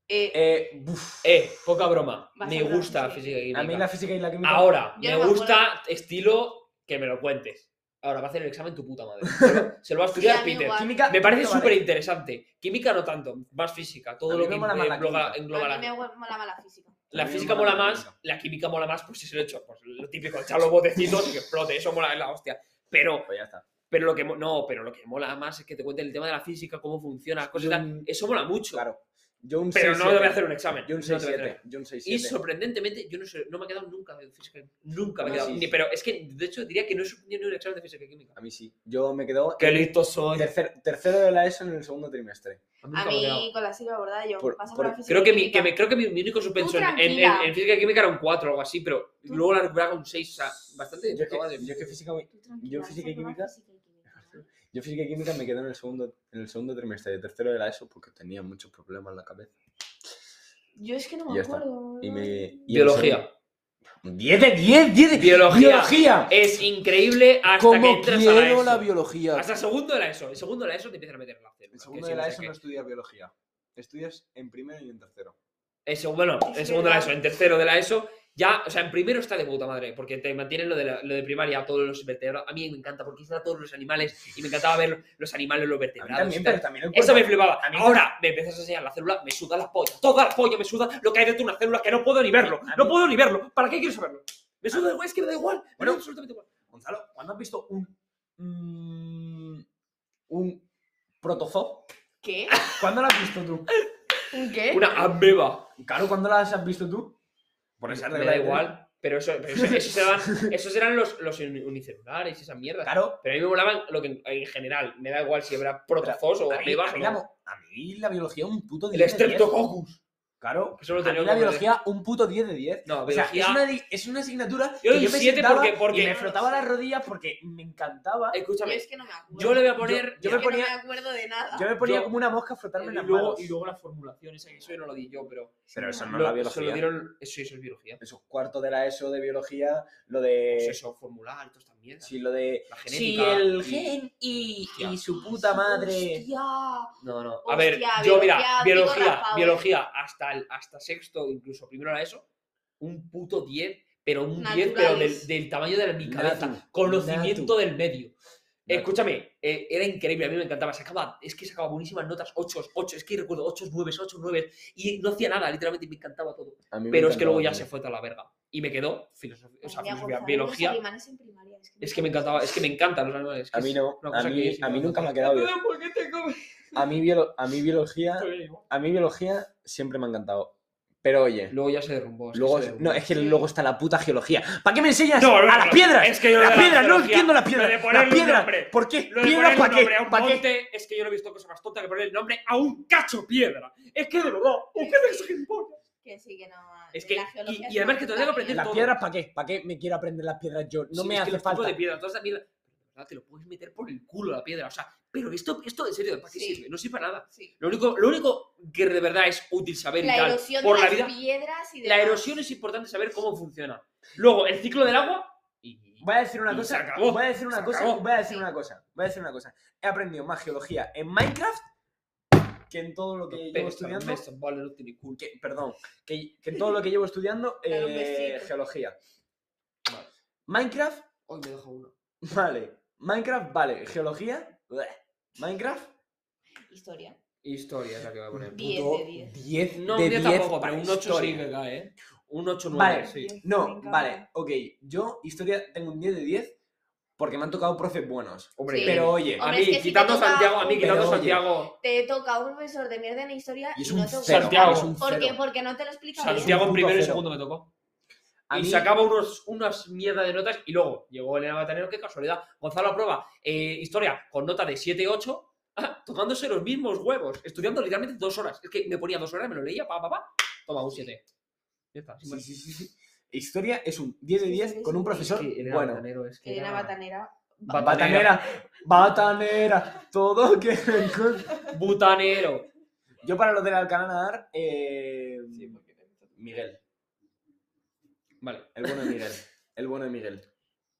[SPEAKER 1] Eh,
[SPEAKER 4] Eh, buf,
[SPEAKER 3] Eh, poca broma.
[SPEAKER 1] Vas a
[SPEAKER 3] me
[SPEAKER 1] hablar,
[SPEAKER 3] gusta
[SPEAKER 1] sí.
[SPEAKER 3] física y química.
[SPEAKER 4] a mí la física y la química...
[SPEAKER 3] Ahora,
[SPEAKER 1] Yo
[SPEAKER 3] me
[SPEAKER 1] no me
[SPEAKER 3] gusta estilo que me lo cuentes. Ahora, va a hacer el examen tu puta
[SPEAKER 4] (laughs)
[SPEAKER 3] madre. Se lo- Se lo va a
[SPEAKER 1] Sí,
[SPEAKER 3] estudiar
[SPEAKER 1] a mí
[SPEAKER 3] Peter.
[SPEAKER 1] igual.
[SPEAKER 4] Química...
[SPEAKER 3] Me parece
[SPEAKER 4] vale.
[SPEAKER 3] súper interesante. Química no tanto, más física.
[SPEAKER 4] A
[SPEAKER 3] Todo lo
[SPEAKER 4] mí me
[SPEAKER 3] que
[SPEAKER 4] mola más la
[SPEAKER 3] engloba,
[SPEAKER 4] química.
[SPEAKER 3] engloba
[SPEAKER 1] a
[SPEAKER 3] la
[SPEAKER 1] mí me mola mala, física.
[SPEAKER 3] La
[SPEAKER 4] También
[SPEAKER 3] física
[SPEAKER 4] mola
[SPEAKER 3] mola
[SPEAKER 4] la
[SPEAKER 3] más,
[SPEAKER 4] química.
[SPEAKER 3] la química mola más, pues si se lo he hecho, pues lo típico, echar los botecitos y que explote, eso mola es la hostia. Pero,
[SPEAKER 4] Pues ya está.
[SPEAKER 3] pero lo que mo- no, pero lo que mola más es que te cuenten el tema de la física, cómo funciona, las cosas y tal.
[SPEAKER 4] Mm,
[SPEAKER 3] Eso mola mucho.
[SPEAKER 4] Claro. Yo un
[SPEAKER 3] Pero
[SPEAKER 4] 6-7.
[SPEAKER 3] no te voy a hacer un examen.
[SPEAKER 4] Yo un
[SPEAKER 3] no te voy a hacer
[SPEAKER 4] 6-7. Yo un
[SPEAKER 3] Y
[SPEAKER 4] 6-7.
[SPEAKER 3] sorprendentemente, yo no, sé, no me he quedado nunca en física. Nunca me he
[SPEAKER 4] No,
[SPEAKER 3] quedado.
[SPEAKER 4] sí,
[SPEAKER 3] Ni,
[SPEAKER 4] sí.
[SPEAKER 3] pero es que, de hecho, diría que no he suspendido ni un examen de física y química.
[SPEAKER 4] A mí sí. Yo me quedo
[SPEAKER 3] ¡Qué listo soy!
[SPEAKER 4] tercer- tercero de la ESO en el segundo trimestre.
[SPEAKER 1] A mí con la Silvia Bordada yo
[SPEAKER 4] Por-
[SPEAKER 1] paso
[SPEAKER 4] por-
[SPEAKER 1] la física
[SPEAKER 3] Creo que,
[SPEAKER 1] y
[SPEAKER 3] mi, que
[SPEAKER 1] química.
[SPEAKER 3] me, creo que mi, mi único suspenso en, en-
[SPEAKER 1] tranquila.
[SPEAKER 3] en física y química era un 4 o algo así, pero
[SPEAKER 1] Tú-
[SPEAKER 3] luego la recuperaba con un 6, o sea, bastante.
[SPEAKER 4] Yo es
[SPEAKER 3] acababa de-
[SPEAKER 4] que, yo es que física,
[SPEAKER 1] Tú tranquila,
[SPEAKER 4] física y
[SPEAKER 1] eso no va
[SPEAKER 4] química.
[SPEAKER 1] física y química.
[SPEAKER 4] yo física y química me quedo en el segundo, en el segundo trimestre de tercero de la ESO porque tenía muchos problemas en la cabeza.
[SPEAKER 1] Yo es que no
[SPEAKER 4] Y
[SPEAKER 1] me
[SPEAKER 4] ya está.
[SPEAKER 1] acuerdo.
[SPEAKER 4] Y me, y en
[SPEAKER 3] Biología.
[SPEAKER 4] segundo- 10 de 10, 10 de
[SPEAKER 3] Biología.
[SPEAKER 4] Biología.
[SPEAKER 3] Es increíble hasta que
[SPEAKER 4] Como
[SPEAKER 3] entras a la
[SPEAKER 4] quiero
[SPEAKER 3] ESO.
[SPEAKER 4] la biología.
[SPEAKER 3] Hasta segundo de la ESO. En segundo de la ESO te empiezan a meter en la célula.
[SPEAKER 4] En
[SPEAKER 3] que
[SPEAKER 4] segundo
[SPEAKER 3] sí,
[SPEAKER 4] de la
[SPEAKER 3] sé
[SPEAKER 4] ESO
[SPEAKER 3] qué.
[SPEAKER 4] no estudias biología. Estudias en primero y en tercero.
[SPEAKER 3] En seg- bueno, en
[SPEAKER 1] Es
[SPEAKER 3] segundo de la
[SPEAKER 1] verdad.
[SPEAKER 3] ESO, en tercero de la ESO, ya, o sea, en primero está de puta madre, porque te mantienen lo de, la- lo de primaria, todos los vertebrados. A mí me encanta, porque hice a todos los animales y me encantaba ver los animales, los vertebrados. y tal.
[SPEAKER 4] también el
[SPEAKER 3] Eso me flipaba.
[SPEAKER 4] a mí-
[SPEAKER 3] Ahora me empiezas a enseñar la célula, me suda la polla. Toda la polla me suda lo que hay dentro de una célula, que no puedo ni verlo.
[SPEAKER 4] A
[SPEAKER 3] No
[SPEAKER 4] mí-
[SPEAKER 3] puedo ni verlo. ¿Para qué quiero saberlo? Me suda igual, es que me da igual. Me
[SPEAKER 4] Bueno.
[SPEAKER 3] da absolutamente igual.
[SPEAKER 4] Gonzalo, ¿cuándo has visto un. mm, un protozoo?
[SPEAKER 3] (laughs)
[SPEAKER 1] ¿Qué?
[SPEAKER 4] ¿Cuándo lo has visto tú?
[SPEAKER 1] ¿Un qué?
[SPEAKER 3] Una ah, ameba.
[SPEAKER 4] Claro, ¿cuándo las has visto tú? Por esa
[SPEAKER 3] Me
[SPEAKER 4] regla.
[SPEAKER 3] da
[SPEAKER 4] de tres.
[SPEAKER 3] igual. Pero eso, pero eso- esos eran, esos eran los, los uni- unicelulares y esas mierdas.
[SPEAKER 4] Claro.
[SPEAKER 3] Pero a mí me molaban lo que en, en general, me da igual si habrá protozoos o
[SPEAKER 4] A mí,
[SPEAKER 3] amebas
[SPEAKER 4] a
[SPEAKER 3] o
[SPEAKER 4] mí la,
[SPEAKER 3] no.
[SPEAKER 4] mo- a mí la biología un puto 10
[SPEAKER 3] El
[SPEAKER 4] de 10.
[SPEAKER 3] Streptococcus.
[SPEAKER 4] Claro.
[SPEAKER 3] Que solo
[SPEAKER 4] A
[SPEAKER 3] tenía
[SPEAKER 4] mí la
[SPEAKER 3] como de-
[SPEAKER 4] biología un puto 10 de 10.
[SPEAKER 3] No,
[SPEAKER 4] O sea, es
[SPEAKER 3] biología-
[SPEAKER 4] una, di- es una asignatura
[SPEAKER 3] Yo
[SPEAKER 4] que
[SPEAKER 3] doy
[SPEAKER 4] yo me
[SPEAKER 3] siete
[SPEAKER 4] sentaba
[SPEAKER 3] porque- porque- Eh,
[SPEAKER 4] y me frotaba las rodillas porque me encantaba.
[SPEAKER 1] Yo
[SPEAKER 3] Escúchame,
[SPEAKER 1] es que no me acuerdo.
[SPEAKER 3] yo le voy a poner.
[SPEAKER 4] yo
[SPEAKER 1] Es
[SPEAKER 4] me
[SPEAKER 1] que no
[SPEAKER 4] ponía-
[SPEAKER 1] me acuerdo de nada.
[SPEAKER 3] (laughs)
[SPEAKER 4] Yo me ponía
[SPEAKER 3] Yo-
[SPEAKER 4] como una mosca a frotarme
[SPEAKER 3] y,
[SPEAKER 4] las
[SPEAKER 3] luego,
[SPEAKER 4] manos.
[SPEAKER 3] y luego la formulación esa que eso yo no lo di yo, pero.
[SPEAKER 4] Pero eso
[SPEAKER 3] lo- Se lo dieron. Eso, eso es biología.
[SPEAKER 4] Esos cuartos de la ESO de biología, lo
[SPEAKER 3] Pues
[SPEAKER 4] de...
[SPEAKER 3] eso, formular y todas estas mierdas.
[SPEAKER 4] Eh, Sí, lo de...
[SPEAKER 3] La
[SPEAKER 4] Sí,
[SPEAKER 3] genética.
[SPEAKER 4] el
[SPEAKER 3] y-
[SPEAKER 4] gen y,
[SPEAKER 3] Hostia.
[SPEAKER 4] y su puta madre.
[SPEAKER 1] Hostia.
[SPEAKER 3] No, no. A
[SPEAKER 1] Hostia,
[SPEAKER 3] ver, yo, mira,
[SPEAKER 1] biología,
[SPEAKER 3] biología,
[SPEAKER 1] digo la
[SPEAKER 3] biología, hasta, el, hasta sexto, incluso primero era eso, un puto 10, pero un 10, pero del,
[SPEAKER 1] Naturales.
[SPEAKER 3] del tamaño de mi cabeza.
[SPEAKER 4] Natu,
[SPEAKER 3] conocimiento
[SPEAKER 4] natu.
[SPEAKER 3] del medio.
[SPEAKER 4] Natu.
[SPEAKER 3] Escúchame, eh, era increíble, a mí me encantaba. Sacaba, es que sacaba buenísimas notas, 8, 8, es que recuerdo 8, 9, 8, 9, y no hacía nada, literalmente me encantaba todo.
[SPEAKER 4] A mí me
[SPEAKER 3] Pero es que luego ya
[SPEAKER 4] encantaba
[SPEAKER 3] se fue toda la verga. Y me quedó filosofía, o sea,
[SPEAKER 1] Tenía
[SPEAKER 3] filosofía,
[SPEAKER 1] Gonzalo
[SPEAKER 3] biología.
[SPEAKER 1] los alemanes en primaria, es que
[SPEAKER 3] Es que me encantaba, es que me encantan los animales. es que
[SPEAKER 4] A mí
[SPEAKER 3] es
[SPEAKER 4] no,
[SPEAKER 3] una
[SPEAKER 4] a
[SPEAKER 3] cosa que
[SPEAKER 4] mí-
[SPEAKER 3] sí
[SPEAKER 4] a mí nunca me ha quedado
[SPEAKER 3] Entonces, ¿por qué te
[SPEAKER 4] (laughs)
[SPEAKER 3] comes?
[SPEAKER 4] también. A mí, biolo- a mí biología... A mí biología siempre me ha encantado. Pero oye,
[SPEAKER 3] Luego ya se derrumbó. es que
[SPEAKER 4] luego...
[SPEAKER 3] se derrumbó.
[SPEAKER 4] No, es que luego está la puta geología. ¿Para qué me enseñas
[SPEAKER 3] No, no,
[SPEAKER 4] a
[SPEAKER 3] no,
[SPEAKER 4] las
[SPEAKER 3] no,
[SPEAKER 4] piedras?
[SPEAKER 3] Es que yo
[SPEAKER 4] las
[SPEAKER 3] lo de
[SPEAKER 4] piedras, no
[SPEAKER 3] geología,
[SPEAKER 4] entiendo las
[SPEAKER 3] Lo de
[SPEAKER 4] piedras.
[SPEAKER 3] ponerle
[SPEAKER 4] Las
[SPEAKER 3] un
[SPEAKER 4] piedras.
[SPEAKER 3] nombre,
[SPEAKER 4] ¿Por qué?
[SPEAKER 3] Lo de
[SPEAKER 4] ¿Piedras
[SPEAKER 3] ponerle un
[SPEAKER 4] para qué?
[SPEAKER 3] nombre a un
[SPEAKER 4] ¿Para qué?
[SPEAKER 3] monte, es que yo no he visto cosa más tonta que poner el nombre a un cacho piedra. Es que de verdad, ¿por qué te gilipollas?
[SPEAKER 1] Que sí, que no.
[SPEAKER 3] Es que-
[SPEAKER 1] la geología
[SPEAKER 3] y-
[SPEAKER 1] es
[SPEAKER 3] y además
[SPEAKER 1] una
[SPEAKER 3] que todavía
[SPEAKER 1] puta
[SPEAKER 3] que aprender
[SPEAKER 1] mierda.
[SPEAKER 4] ¿Las
[SPEAKER 3] todo.
[SPEAKER 4] piedras para qué? ¿Para qué me quiero aprender las piedras yo? No
[SPEAKER 3] Sí,
[SPEAKER 4] me
[SPEAKER 3] es que
[SPEAKER 4] hace
[SPEAKER 3] los tipos
[SPEAKER 4] falta.
[SPEAKER 3] de piedra, toda esa mierda. Pero Te lo puedes meter por el culo la piedra, o sea, pero esto, esto en serio, ¿para qué
[SPEAKER 1] Sí.
[SPEAKER 3] sirve? No sirve para nada.
[SPEAKER 1] Sí.
[SPEAKER 3] Lo único, lo único que de verdad es útil saber y
[SPEAKER 1] La
[SPEAKER 3] tal,
[SPEAKER 1] erosión
[SPEAKER 3] por
[SPEAKER 1] de
[SPEAKER 3] la
[SPEAKER 1] las
[SPEAKER 3] vida,
[SPEAKER 1] piedras y de
[SPEAKER 3] la erosión es importante saber cómo funciona. Luego, el ciclo del agua y...
[SPEAKER 4] Voy a decir una
[SPEAKER 3] Y
[SPEAKER 4] cosa.
[SPEAKER 3] se acabó,
[SPEAKER 4] voy a decir una
[SPEAKER 3] se
[SPEAKER 4] cosa.
[SPEAKER 3] acabó.
[SPEAKER 4] Voy a decir una cosa. Voy a decir una cosa. He aprendido más geología en Minecraft que en todo lo que llevo
[SPEAKER 3] Pero,
[SPEAKER 4] estudiando.
[SPEAKER 3] esto, vale, no tiene culo.
[SPEAKER 4] que- perdón. Que, que en todo lo que llevo
[SPEAKER 3] (laughs)
[SPEAKER 4] estudiando
[SPEAKER 1] Dale un
[SPEAKER 4] eh,
[SPEAKER 1] besito.
[SPEAKER 4] geología.
[SPEAKER 3] Vale.
[SPEAKER 4] Minecraft,
[SPEAKER 3] Hoy me dejo uno.
[SPEAKER 4] vale. Minecraft, vale. Geología, bleh. Minecraft,
[SPEAKER 1] Historia.
[SPEAKER 3] Historia es la que va a poner.
[SPEAKER 1] Diez
[SPEAKER 4] puto
[SPEAKER 1] de diez.
[SPEAKER 4] 10
[SPEAKER 3] No,
[SPEAKER 4] de
[SPEAKER 3] un
[SPEAKER 4] 10
[SPEAKER 3] diez tampoco,
[SPEAKER 4] para
[SPEAKER 3] pero un 8 sí
[SPEAKER 4] historia.
[SPEAKER 3] que cae, ¿eh? Un 8-9,
[SPEAKER 4] Vale.
[SPEAKER 3] sí.
[SPEAKER 1] Me
[SPEAKER 4] No,
[SPEAKER 1] encanta.
[SPEAKER 4] vale, ok. Yo, historia, tengo un 10 de 10 porque me han tocado profes buenos.
[SPEAKER 3] Hombre,
[SPEAKER 1] Sí.
[SPEAKER 4] Pero oye,
[SPEAKER 3] a
[SPEAKER 1] Hombre, Ah,
[SPEAKER 3] mí,
[SPEAKER 1] es que sí que
[SPEAKER 3] quitando
[SPEAKER 1] toca-
[SPEAKER 3] Santiago, a mí,
[SPEAKER 1] Pero
[SPEAKER 3] quitando
[SPEAKER 4] oye.
[SPEAKER 3] Santiago,
[SPEAKER 1] Te toca un profesor de mierda en historia
[SPEAKER 4] y es
[SPEAKER 1] y no
[SPEAKER 4] un
[SPEAKER 1] te gusta.
[SPEAKER 4] cero,
[SPEAKER 3] Santiago.
[SPEAKER 4] es un
[SPEAKER 1] ¿Por qué?
[SPEAKER 4] cero.
[SPEAKER 1] Porque no te lo explica
[SPEAKER 3] Santiago en
[SPEAKER 4] Punto
[SPEAKER 3] primero y
[SPEAKER 4] cero.
[SPEAKER 3] segundo me tocó.
[SPEAKER 4] A
[SPEAKER 3] y
[SPEAKER 4] mí-
[SPEAKER 3] sacaba unos, unas mierda de notas y luego llegó Elena Batanero, qué casualidad. Gonzalo aprueba eh, historia con nota de 7-8, tocándose los mismos huevos, estudiando literalmente dos horas. Es que me ponía dos horas, me lo leía, pa, pa, pa, toma un 7. Ya está. sin
[SPEAKER 4] Sí,
[SPEAKER 3] más.
[SPEAKER 4] sí, sí, sí. Historia es un 10 de
[SPEAKER 1] Sí, sí,
[SPEAKER 4] 10
[SPEAKER 1] sí,
[SPEAKER 4] con
[SPEAKER 1] sí.
[SPEAKER 4] un profesor
[SPEAKER 3] Es que Elena
[SPEAKER 4] bueno.
[SPEAKER 3] Batanero es que
[SPEAKER 1] bien. Elena
[SPEAKER 3] era-
[SPEAKER 1] Batanera.
[SPEAKER 4] Batanera, batanera, todo que...
[SPEAKER 3] Butanero.
[SPEAKER 4] Yo para los del Alcanar, eh... Miguel,
[SPEAKER 3] Vale.
[SPEAKER 4] el bueno de Miguel, el bueno de Miguel.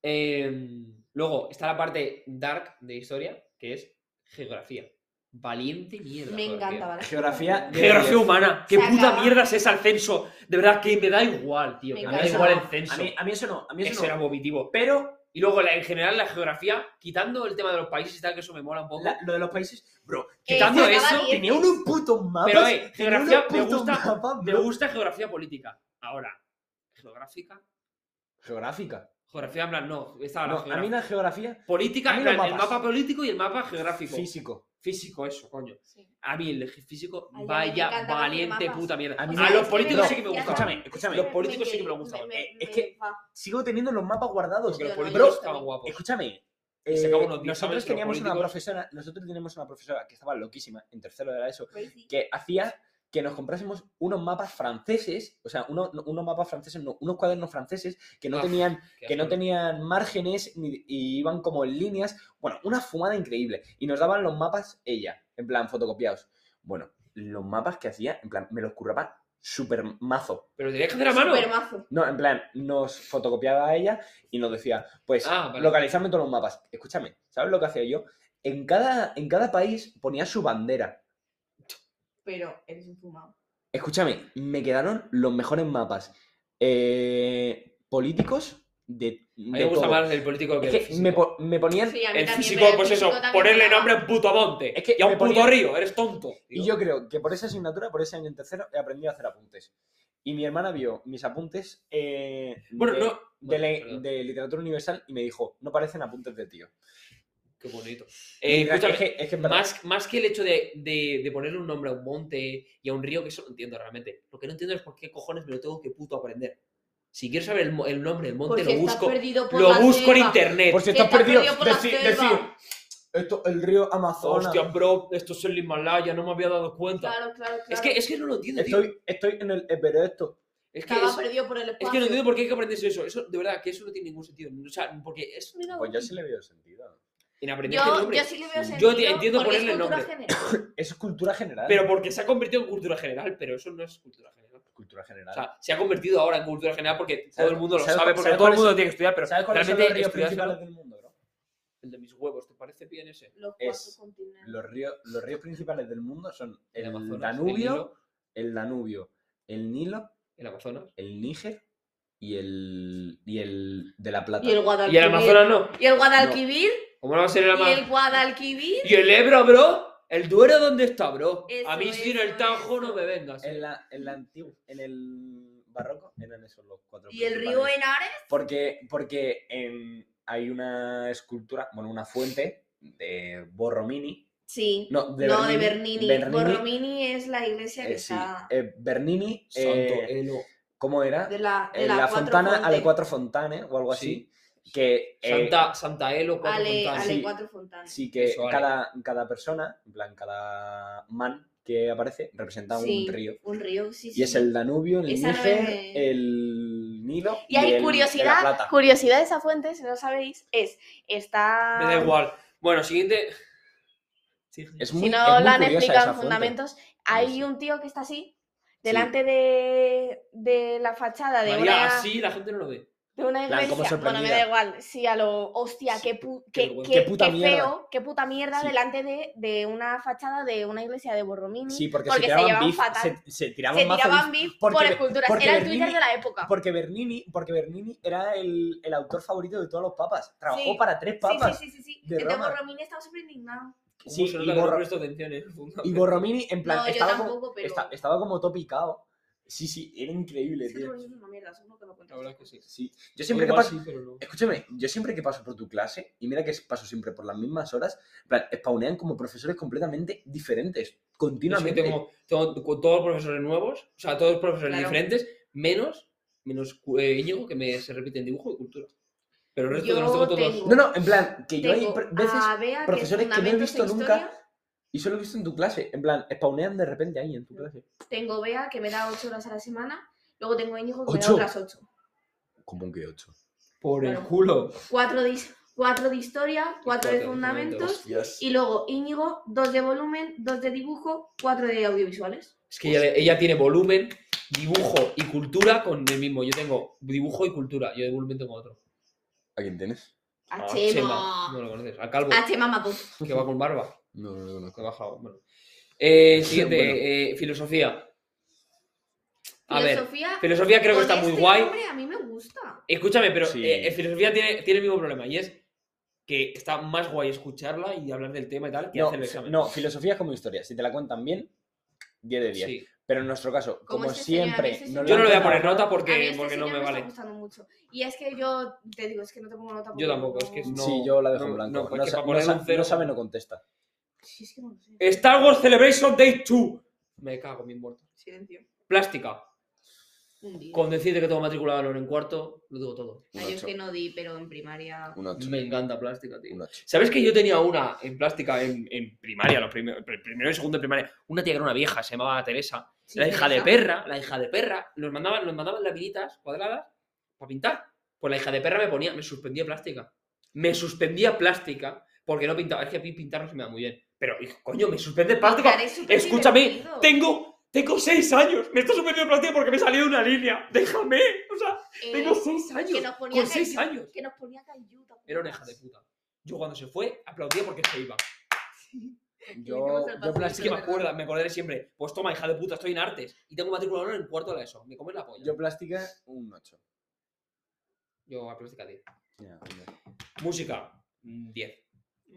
[SPEAKER 3] Eh, luego está la parte dark de historia, que es geografía. Valiente mierda.
[SPEAKER 1] Me
[SPEAKER 3] geografía.
[SPEAKER 1] encanta, ¿vale?
[SPEAKER 4] Geografía, diez de
[SPEAKER 3] Geografía
[SPEAKER 4] 10.
[SPEAKER 3] humana. ¿Qué
[SPEAKER 1] Se
[SPEAKER 3] puta
[SPEAKER 1] acaba.
[SPEAKER 3] mierda es esa el censo? De verdad que me da igual, tío.
[SPEAKER 1] Me
[SPEAKER 3] que me
[SPEAKER 1] encanta.
[SPEAKER 3] da igual
[SPEAKER 4] A
[SPEAKER 3] el
[SPEAKER 4] mí-
[SPEAKER 3] censo.
[SPEAKER 4] A mí, a mí eso no, a mí eso,
[SPEAKER 3] Eso
[SPEAKER 4] no.
[SPEAKER 3] era vomitivo.
[SPEAKER 4] Pero
[SPEAKER 3] Y luego, la- en general, la geografía, quitando el tema de los países y tal, que eso me mola un poco.
[SPEAKER 4] la- lo de los países, bro,
[SPEAKER 3] Quitando
[SPEAKER 1] sacaba
[SPEAKER 3] eso,
[SPEAKER 1] dieces.
[SPEAKER 4] tenía unos putos mapas.
[SPEAKER 3] Pero, eh,
[SPEAKER 4] tenía unos
[SPEAKER 3] geografía me
[SPEAKER 4] putos
[SPEAKER 3] gusta-
[SPEAKER 4] mapas,
[SPEAKER 3] Me
[SPEAKER 4] bro.
[SPEAKER 3] gusta geografía política. Ahora, geográfica.
[SPEAKER 4] Geográfica.
[SPEAKER 3] Geografía, en plan, no. Estaba la
[SPEAKER 4] No, a
[SPEAKER 3] geografía.
[SPEAKER 4] mí la geografía
[SPEAKER 3] Política,
[SPEAKER 4] a mí
[SPEAKER 3] en
[SPEAKER 4] los
[SPEAKER 3] plan, el
[SPEAKER 4] mapas.
[SPEAKER 3] mapa político y el mapa geográfico.
[SPEAKER 4] físico.
[SPEAKER 3] Físico, eso, coño.
[SPEAKER 1] Sí.
[SPEAKER 3] A mí el ge- físico,
[SPEAKER 1] Ay, a mí me
[SPEAKER 3] vaya
[SPEAKER 1] encantaban los
[SPEAKER 3] valiente
[SPEAKER 1] mapas.
[SPEAKER 3] puta mierda.
[SPEAKER 4] A
[SPEAKER 3] A,
[SPEAKER 4] mí
[SPEAKER 1] me-
[SPEAKER 3] los
[SPEAKER 1] es
[SPEAKER 3] políticos
[SPEAKER 4] que
[SPEAKER 3] sí que me
[SPEAKER 1] ya
[SPEAKER 3] gustaban.
[SPEAKER 1] está.
[SPEAKER 4] Escúchame, escúchame.
[SPEAKER 3] Los políticos sí que me gustaban.
[SPEAKER 1] me-
[SPEAKER 4] Eh,
[SPEAKER 1] me-
[SPEAKER 4] es que-
[SPEAKER 1] va.
[SPEAKER 4] Sigo teniendo los mapas guardados.
[SPEAKER 3] Porque los
[SPEAKER 1] Yo no, yo
[SPEAKER 3] políticos
[SPEAKER 1] no
[SPEAKER 3] estaban
[SPEAKER 1] sabía.
[SPEAKER 3] guapos.
[SPEAKER 4] Escúchame.
[SPEAKER 3] Y se
[SPEAKER 4] eh,
[SPEAKER 3] acabó los dictámenes,
[SPEAKER 4] nosotros
[SPEAKER 3] los
[SPEAKER 4] teníamos una
[SPEAKER 3] políticos.
[SPEAKER 4] profesora, nosotros teníamos una profesora que estaba loquísima en tercero de la ESO,
[SPEAKER 1] Crazy.
[SPEAKER 4] que hacía que nos comprásemos unos mapas franceses, o sea, uno- no, unos mapas franceses, no, unos cuadernos franceses que no
[SPEAKER 3] Ah,
[SPEAKER 4] tenían
[SPEAKER 3] Qué
[SPEAKER 4] que no
[SPEAKER 3] asco.
[SPEAKER 4] tenían márgenes ni- y iban como en líneas, bueno, una fumada increíble y nos daban los mapas ella, en plan fotocopiados. Bueno, los mapas que hacía, en plan me los curraba super mazo.
[SPEAKER 3] Pero tenías que hacer a mano.
[SPEAKER 1] Supermazo.
[SPEAKER 4] No, en plan nos fotocopiaba a ella y nos decía, pues
[SPEAKER 3] Ah, vale.
[SPEAKER 4] localizarme todos los mapas. Escúchame, ¿sabes lo que hacía yo? En cada en cada país ponía su bandera.
[SPEAKER 1] Pero eres un fumado.
[SPEAKER 4] Escúchame, me quedaron los mejores mapas eh, políticos de,
[SPEAKER 3] A mí
[SPEAKER 4] de
[SPEAKER 3] me gusta
[SPEAKER 4] todo.
[SPEAKER 3] más el político que
[SPEAKER 4] Es
[SPEAKER 3] el
[SPEAKER 4] que
[SPEAKER 3] físico.
[SPEAKER 4] me, po- me ponían...
[SPEAKER 1] Sí, a mí
[SPEAKER 3] El
[SPEAKER 1] también,
[SPEAKER 3] físico,
[SPEAKER 1] pero el
[SPEAKER 3] pues
[SPEAKER 1] físico
[SPEAKER 3] eso,
[SPEAKER 1] también
[SPEAKER 3] ponerle
[SPEAKER 1] me
[SPEAKER 3] nombre a un puto monte
[SPEAKER 4] Es que
[SPEAKER 3] y a
[SPEAKER 4] me
[SPEAKER 3] un puto
[SPEAKER 4] ponía-
[SPEAKER 3] río, eres tonto.
[SPEAKER 4] Y yo creo que por esa asignatura, por ese año en tercero, he aprendido a hacer apuntes. Y mi hermana vio mis apuntes eh,
[SPEAKER 3] Bueno,
[SPEAKER 4] de,
[SPEAKER 3] no.
[SPEAKER 4] de
[SPEAKER 3] Bueno,
[SPEAKER 4] le-
[SPEAKER 3] perdón.
[SPEAKER 4] de literatura universal y me dijo, no parecen apuntes de tío.
[SPEAKER 3] Qué bonito.
[SPEAKER 4] Y
[SPEAKER 3] Eh,
[SPEAKER 4] mira,
[SPEAKER 3] escúchame,
[SPEAKER 4] es que, es que en verdad-
[SPEAKER 3] más, más que el hecho de, de- de ponerle un nombre a un monte y a un río, que eso no entiendo realmente. Lo que no entiendo es por qué cojones me lo tengo que puto aprender. Si quiero saber el, mo- el nombre del monte,
[SPEAKER 1] Porque
[SPEAKER 3] lo
[SPEAKER 1] estás
[SPEAKER 3] busco.
[SPEAKER 1] perdido por la
[SPEAKER 3] Lo busco en
[SPEAKER 1] selva.
[SPEAKER 3] internet.
[SPEAKER 4] por si
[SPEAKER 1] que
[SPEAKER 4] estás
[SPEAKER 1] te has
[SPEAKER 4] perdido,
[SPEAKER 1] perdido por la
[SPEAKER 4] decir,
[SPEAKER 1] selva.
[SPEAKER 4] decir, esto, el río Amazonas.
[SPEAKER 3] Hostia, bro, esto es el Himalaya, no me había dado cuenta.
[SPEAKER 1] Claro, claro, claro.
[SPEAKER 3] Es, que, es que no lo entiendo, tío.
[SPEAKER 4] estoy, estoy en el Everest.
[SPEAKER 3] Es que,
[SPEAKER 1] Estaba
[SPEAKER 3] es,
[SPEAKER 1] perdido por el espacio.
[SPEAKER 3] es que no entiendo por qué hay que aprenderse eso. Eso, de verdad, que eso no tiene ningún sentido. O sea, porque es una...
[SPEAKER 4] Pues yo sí le veo sentido.
[SPEAKER 3] En aprender el
[SPEAKER 1] Yo,
[SPEAKER 3] nombre.
[SPEAKER 1] yo sí le veo
[SPEAKER 4] Sí.
[SPEAKER 1] sentido
[SPEAKER 3] Yo te- entiendo
[SPEAKER 1] porque es
[SPEAKER 3] ponerle
[SPEAKER 1] cultura
[SPEAKER 3] nombre.
[SPEAKER 1] general.
[SPEAKER 4] Es cultura general.
[SPEAKER 3] Pero porque se ha convertido en cultura general, pero eso no es cultura general.
[SPEAKER 4] Cultura general.
[SPEAKER 3] O sea, se ha convertido ahora en cultura general porque todo
[SPEAKER 4] ¿Sabes-
[SPEAKER 3] el mundo lo
[SPEAKER 4] sabes-
[SPEAKER 3] sabe, porque
[SPEAKER 4] sabes
[SPEAKER 3] todo el
[SPEAKER 4] cuáles
[SPEAKER 3] mundo
[SPEAKER 4] son-
[SPEAKER 3] lo tiene que estudiar, pero
[SPEAKER 4] ¿Sabes cuáles son
[SPEAKER 3] realmente
[SPEAKER 4] los ríos
[SPEAKER 3] estudiárselo-
[SPEAKER 4] principales del mundo, bro?
[SPEAKER 3] el de mis huevos, ¿te parece bien ese?
[SPEAKER 1] Los cuatro
[SPEAKER 4] Es-
[SPEAKER 1] continentes.
[SPEAKER 4] Los ríos, los ríos principales del mundo son el,
[SPEAKER 3] Amazonas, el
[SPEAKER 4] Danubio,
[SPEAKER 3] Nilo.
[SPEAKER 4] el, Danubio, el Nilo,
[SPEAKER 3] El Amazonas.
[SPEAKER 4] el Níger y el y el de la Plata.
[SPEAKER 1] Y el Guadalquivir.
[SPEAKER 3] Y el Amazonas no.
[SPEAKER 1] Y el Guadalquivir.
[SPEAKER 3] ¿Cómo no va a ser el
[SPEAKER 1] Y el
[SPEAKER 3] Amazonas?
[SPEAKER 1] Guadalquivir.
[SPEAKER 3] ¿Y el Ebro, bro? ¿El Duero dónde está, bro?
[SPEAKER 1] Eso,
[SPEAKER 3] A mí sin
[SPEAKER 1] eso,
[SPEAKER 3] el Tajo
[SPEAKER 1] eso.
[SPEAKER 3] no me vengas. eh.
[SPEAKER 4] En la en la antigua, en el barroco eran esos los cuatro.
[SPEAKER 1] Y el río
[SPEAKER 4] principales.
[SPEAKER 1] Henares.
[SPEAKER 4] Porque porque en- hay una escultura, bueno, una fuente de Borromini,
[SPEAKER 1] Sí.
[SPEAKER 4] no, de
[SPEAKER 1] no,
[SPEAKER 4] Bernini,
[SPEAKER 1] de Bernini.
[SPEAKER 4] Bernini,
[SPEAKER 1] Borromini es la iglesia que
[SPEAKER 4] eh, sí,
[SPEAKER 1] está.
[SPEAKER 4] eh, Bernini,
[SPEAKER 3] Santo
[SPEAKER 4] eh,
[SPEAKER 3] Elo.
[SPEAKER 4] ¿cómo era?
[SPEAKER 1] de la, de
[SPEAKER 4] en la,
[SPEAKER 1] cuatro
[SPEAKER 4] fontana
[SPEAKER 1] fuentes.
[SPEAKER 4] a las cuatro fontanes o algo así. Que, eh,
[SPEAKER 3] Santa, Santa Elo, cuatro
[SPEAKER 1] Ale,
[SPEAKER 3] fontanas.
[SPEAKER 1] ale
[SPEAKER 4] Sí.
[SPEAKER 1] cuatro fontanas.
[SPEAKER 4] sí, que
[SPEAKER 3] Eso, vale.
[SPEAKER 4] cada, cada persona, en plan, cada man que aparece representa
[SPEAKER 1] Sí,
[SPEAKER 4] un río.
[SPEAKER 1] Un río, sí, sí.
[SPEAKER 4] Y es el Danubio, el
[SPEAKER 1] Esa no
[SPEAKER 4] Níger,
[SPEAKER 1] es de-
[SPEAKER 4] el Nilo.
[SPEAKER 1] Y hay
[SPEAKER 4] el- el La
[SPEAKER 1] curiosidad,
[SPEAKER 4] Plata.
[SPEAKER 1] curiosidad de esa fuente, si no sabéis, es, está...
[SPEAKER 3] Me da igual. Bueno, siguiente. Sí,
[SPEAKER 4] Es
[SPEAKER 1] Si
[SPEAKER 4] muy, es
[SPEAKER 1] no
[SPEAKER 4] muy
[SPEAKER 1] la han
[SPEAKER 4] curiosa esa
[SPEAKER 1] explicado en
[SPEAKER 4] fuente.
[SPEAKER 1] fundamentos,
[SPEAKER 4] Sí.
[SPEAKER 1] hay un tío que está así, delante
[SPEAKER 4] Sí.
[SPEAKER 1] de, de la fachada de
[SPEAKER 3] María,
[SPEAKER 1] una,
[SPEAKER 3] así la gente no lo ve.
[SPEAKER 1] de una
[SPEAKER 4] plan, como
[SPEAKER 1] iglesia. Bueno, me da
[SPEAKER 4] sorprendida.
[SPEAKER 1] igual, sí, a lo hostia,
[SPEAKER 3] Sí,
[SPEAKER 1] qué, pu-
[SPEAKER 3] qué
[SPEAKER 1] qué,
[SPEAKER 3] vergüenza.
[SPEAKER 1] qué-
[SPEAKER 4] Qué puta
[SPEAKER 1] qué
[SPEAKER 4] mierda.
[SPEAKER 1] feo, qué puta mierda
[SPEAKER 4] Sí.
[SPEAKER 1] delante de, de una fachada de una iglesia de Borromini.
[SPEAKER 4] Sí, porque,
[SPEAKER 1] Porque
[SPEAKER 4] se
[SPEAKER 1] se
[SPEAKER 4] tiraban
[SPEAKER 1] llevaban
[SPEAKER 4] bif,
[SPEAKER 1] fatal.
[SPEAKER 4] se, se
[SPEAKER 1] Se
[SPEAKER 4] tiraban mazo
[SPEAKER 1] tiraban
[SPEAKER 4] bif.
[SPEAKER 1] bif
[SPEAKER 4] porque
[SPEAKER 1] por
[SPEAKER 4] Be-
[SPEAKER 1] esculturas.
[SPEAKER 4] porque
[SPEAKER 1] Era el
[SPEAKER 4] Bernini-
[SPEAKER 1] Twitter de la época.
[SPEAKER 4] Porque Bernini, porque Bernini era el, el autor favorito de todos los papas. Trabajó
[SPEAKER 1] Sí.
[SPEAKER 4] para tres
[SPEAKER 1] Sí,
[SPEAKER 4] papas.
[SPEAKER 1] sí, sí, sí, sí.
[SPEAKER 4] de
[SPEAKER 1] Entonces
[SPEAKER 4] Roma.
[SPEAKER 1] Borromini estaba súper indignado.
[SPEAKER 3] ¿Cómo
[SPEAKER 4] Sí,
[SPEAKER 3] se
[SPEAKER 4] y
[SPEAKER 3] nota que no
[SPEAKER 4] borra-
[SPEAKER 3] presto atención ¿eh? en el fondo?
[SPEAKER 4] Y Borromini, en plan,
[SPEAKER 1] No, yo
[SPEAKER 4] estaba, como,
[SPEAKER 1] tampoco, pero-
[SPEAKER 4] esta- estaba como todo picado. Sí, sí, era increíble,
[SPEAKER 1] Es que
[SPEAKER 4] tío.
[SPEAKER 1] Borromini es una mierda, seguro que lo
[SPEAKER 3] La
[SPEAKER 1] cuentas.
[SPEAKER 3] verdad es que sí.
[SPEAKER 4] Sí. Yo siempre que
[SPEAKER 3] Igual
[SPEAKER 4] paso.
[SPEAKER 3] sí, pero no.
[SPEAKER 4] Escúchame, yo siempre que paso por tu clase, y mira que paso siempre por las mismas horas, en plan, spawnean como profesores completamente diferentes,
[SPEAKER 3] Yo es que
[SPEAKER 4] continuamente.
[SPEAKER 3] tengo, tengo con todos profesores nuevos, o sea, todos profesores
[SPEAKER 1] Claro.
[SPEAKER 3] diferentes, menos, menos eh, Íñigo, que me, se repite en dibujo y cultura. Pero el resto te los
[SPEAKER 1] Yo
[SPEAKER 3] tengo todos.
[SPEAKER 1] tengo-
[SPEAKER 4] No, no, en plan, que yo hay
[SPEAKER 1] Tengo
[SPEAKER 4] pr- veces
[SPEAKER 1] a Bea, que es
[SPEAKER 4] profesores que no he
[SPEAKER 1] fundamentos de
[SPEAKER 4] visto nunca.
[SPEAKER 1] historia.
[SPEAKER 4] y solo he visto en tu clase, en plan, spawnean de repente ahí en tu clase.
[SPEAKER 1] Tengo Bea, que me da 8 horas a la semana. Luego tengo Íñigo, que me da
[SPEAKER 4] ¿Ocho?
[SPEAKER 1] otras 8.
[SPEAKER 4] Como que ocho.
[SPEAKER 3] Por el
[SPEAKER 1] Bueno.
[SPEAKER 3] culo.
[SPEAKER 1] 4 de, his- cuatro de historia, 4 de
[SPEAKER 3] cuatro de
[SPEAKER 1] fundamentos.
[SPEAKER 4] Hostias.
[SPEAKER 1] Y luego Íñigo, 2 de volumen, 2 de dibujo, 4 de audiovisuales.
[SPEAKER 3] Es que ella, ella tiene volumen, dibujo y cultura con el mismo. Yo tengo dibujo y cultura, yo de volumen tengo otro.
[SPEAKER 4] ¿A quién tienes?
[SPEAKER 1] A
[SPEAKER 3] Ah, Chema,
[SPEAKER 1] Chema.
[SPEAKER 3] No lo conoces. Al calvo,
[SPEAKER 1] A Chema Mapu.
[SPEAKER 3] que va con barba.
[SPEAKER 4] No, no lo
[SPEAKER 3] Que ha bajado. Bueno. Eh, siguiente,
[SPEAKER 4] Bueno.
[SPEAKER 3] eh, filosofía. A ver,
[SPEAKER 1] Filosofía.
[SPEAKER 3] filosofía creo que
[SPEAKER 1] con
[SPEAKER 3] está muy
[SPEAKER 1] este
[SPEAKER 3] guay.
[SPEAKER 1] nombre a mí me gusta.
[SPEAKER 3] Escúchame, pero
[SPEAKER 4] Sí.
[SPEAKER 3] eh, eh, filosofía tiene, tiene el mismo problema y es que está más guay escucharla y hablar del tema y tal que hacer el
[SPEAKER 4] No,
[SPEAKER 3] examen.
[SPEAKER 4] no, filosofía es como historia. Si te la cuentan bien, 10 de 10.
[SPEAKER 3] sí.
[SPEAKER 4] Pero en nuestro caso,
[SPEAKER 1] Como
[SPEAKER 4] como,
[SPEAKER 1] este señor,
[SPEAKER 4] siempre...
[SPEAKER 1] este
[SPEAKER 3] Yo
[SPEAKER 4] lo
[SPEAKER 3] no
[SPEAKER 4] han
[SPEAKER 3] le voy a
[SPEAKER 4] tratado-
[SPEAKER 3] poner nota
[SPEAKER 1] A mí
[SPEAKER 3] porque,
[SPEAKER 1] este
[SPEAKER 3] porque no
[SPEAKER 1] señor
[SPEAKER 3] me
[SPEAKER 1] está
[SPEAKER 3] vale.
[SPEAKER 1] gustando mucho. Y es que yo te digo, es que no te pongo nota.
[SPEAKER 3] Yo
[SPEAKER 1] porque
[SPEAKER 3] tampoco, es que
[SPEAKER 1] no-
[SPEAKER 3] no-
[SPEAKER 4] sí, yo la dejo en
[SPEAKER 3] no,
[SPEAKER 4] blanco.
[SPEAKER 3] no,
[SPEAKER 4] No,
[SPEAKER 3] porque
[SPEAKER 4] sa-
[SPEAKER 3] para
[SPEAKER 4] no
[SPEAKER 3] poner
[SPEAKER 4] sa-
[SPEAKER 3] un cero-
[SPEAKER 4] no sabe, no contesta.
[SPEAKER 1] Sí, es que no lo sé.
[SPEAKER 3] Star Wars Celebration Day 2. Me cago, mi muerto.
[SPEAKER 1] Silencio.
[SPEAKER 3] Plástica.
[SPEAKER 1] Un día.
[SPEAKER 5] Con decirte que tengo matriculado en en cuarto, lo digo todo.
[SPEAKER 1] Ah, yo es que no di, pero en primaria.
[SPEAKER 4] Un 8.
[SPEAKER 5] Me encanta plástica, tío.
[SPEAKER 4] Un 8.
[SPEAKER 3] ¿Sabes que yo tenía una en plástica en, en primaria, los primer- pr- primero y segundo de primaria? Una tía que era una vieja, se llamaba Teresa.
[SPEAKER 1] Sí,
[SPEAKER 3] la hija de
[SPEAKER 1] Teresa.
[SPEAKER 3] perra, la hija de perra, nos mandaban, nos mandaban laminitas cuadradas para pintar. Pues la hija de perra me ponía, me suspendía plástica. Me suspendía plástica porque no pintaba. Es que a mí pintar no se me da muy bien. Pero, hijo, coño, me suspende plástica.
[SPEAKER 1] Pintar es súper
[SPEAKER 3] Escúchame,
[SPEAKER 1] divertido.
[SPEAKER 3] tengo, tengo seis años. Me está suspendiendo plástica porque me he salido una línea. Déjame. O sea,
[SPEAKER 1] Eh,
[SPEAKER 3] tengo seis años.
[SPEAKER 1] que nos ponía
[SPEAKER 3] con seis
[SPEAKER 1] Caillou-
[SPEAKER 3] años.
[SPEAKER 1] Que nos ponía Caillou. ¿te acuerdas?
[SPEAKER 3] Era una hija de puta. Yo cuando se fue, aplaudía porque se iba. (laughs)
[SPEAKER 4] Yo,
[SPEAKER 1] hicimos el
[SPEAKER 4] yo
[SPEAKER 1] paseo.
[SPEAKER 3] Es que me
[SPEAKER 4] plástica,
[SPEAKER 3] acuerda, me acordaré siempre. Pues toma, hija de puta, estoy en artes. Y tengo matriculado en el cuarto de la ESO. Me comes la polla.
[SPEAKER 4] yo plástica, un 8.
[SPEAKER 3] Yo a plástica 10. Música, mm, 10.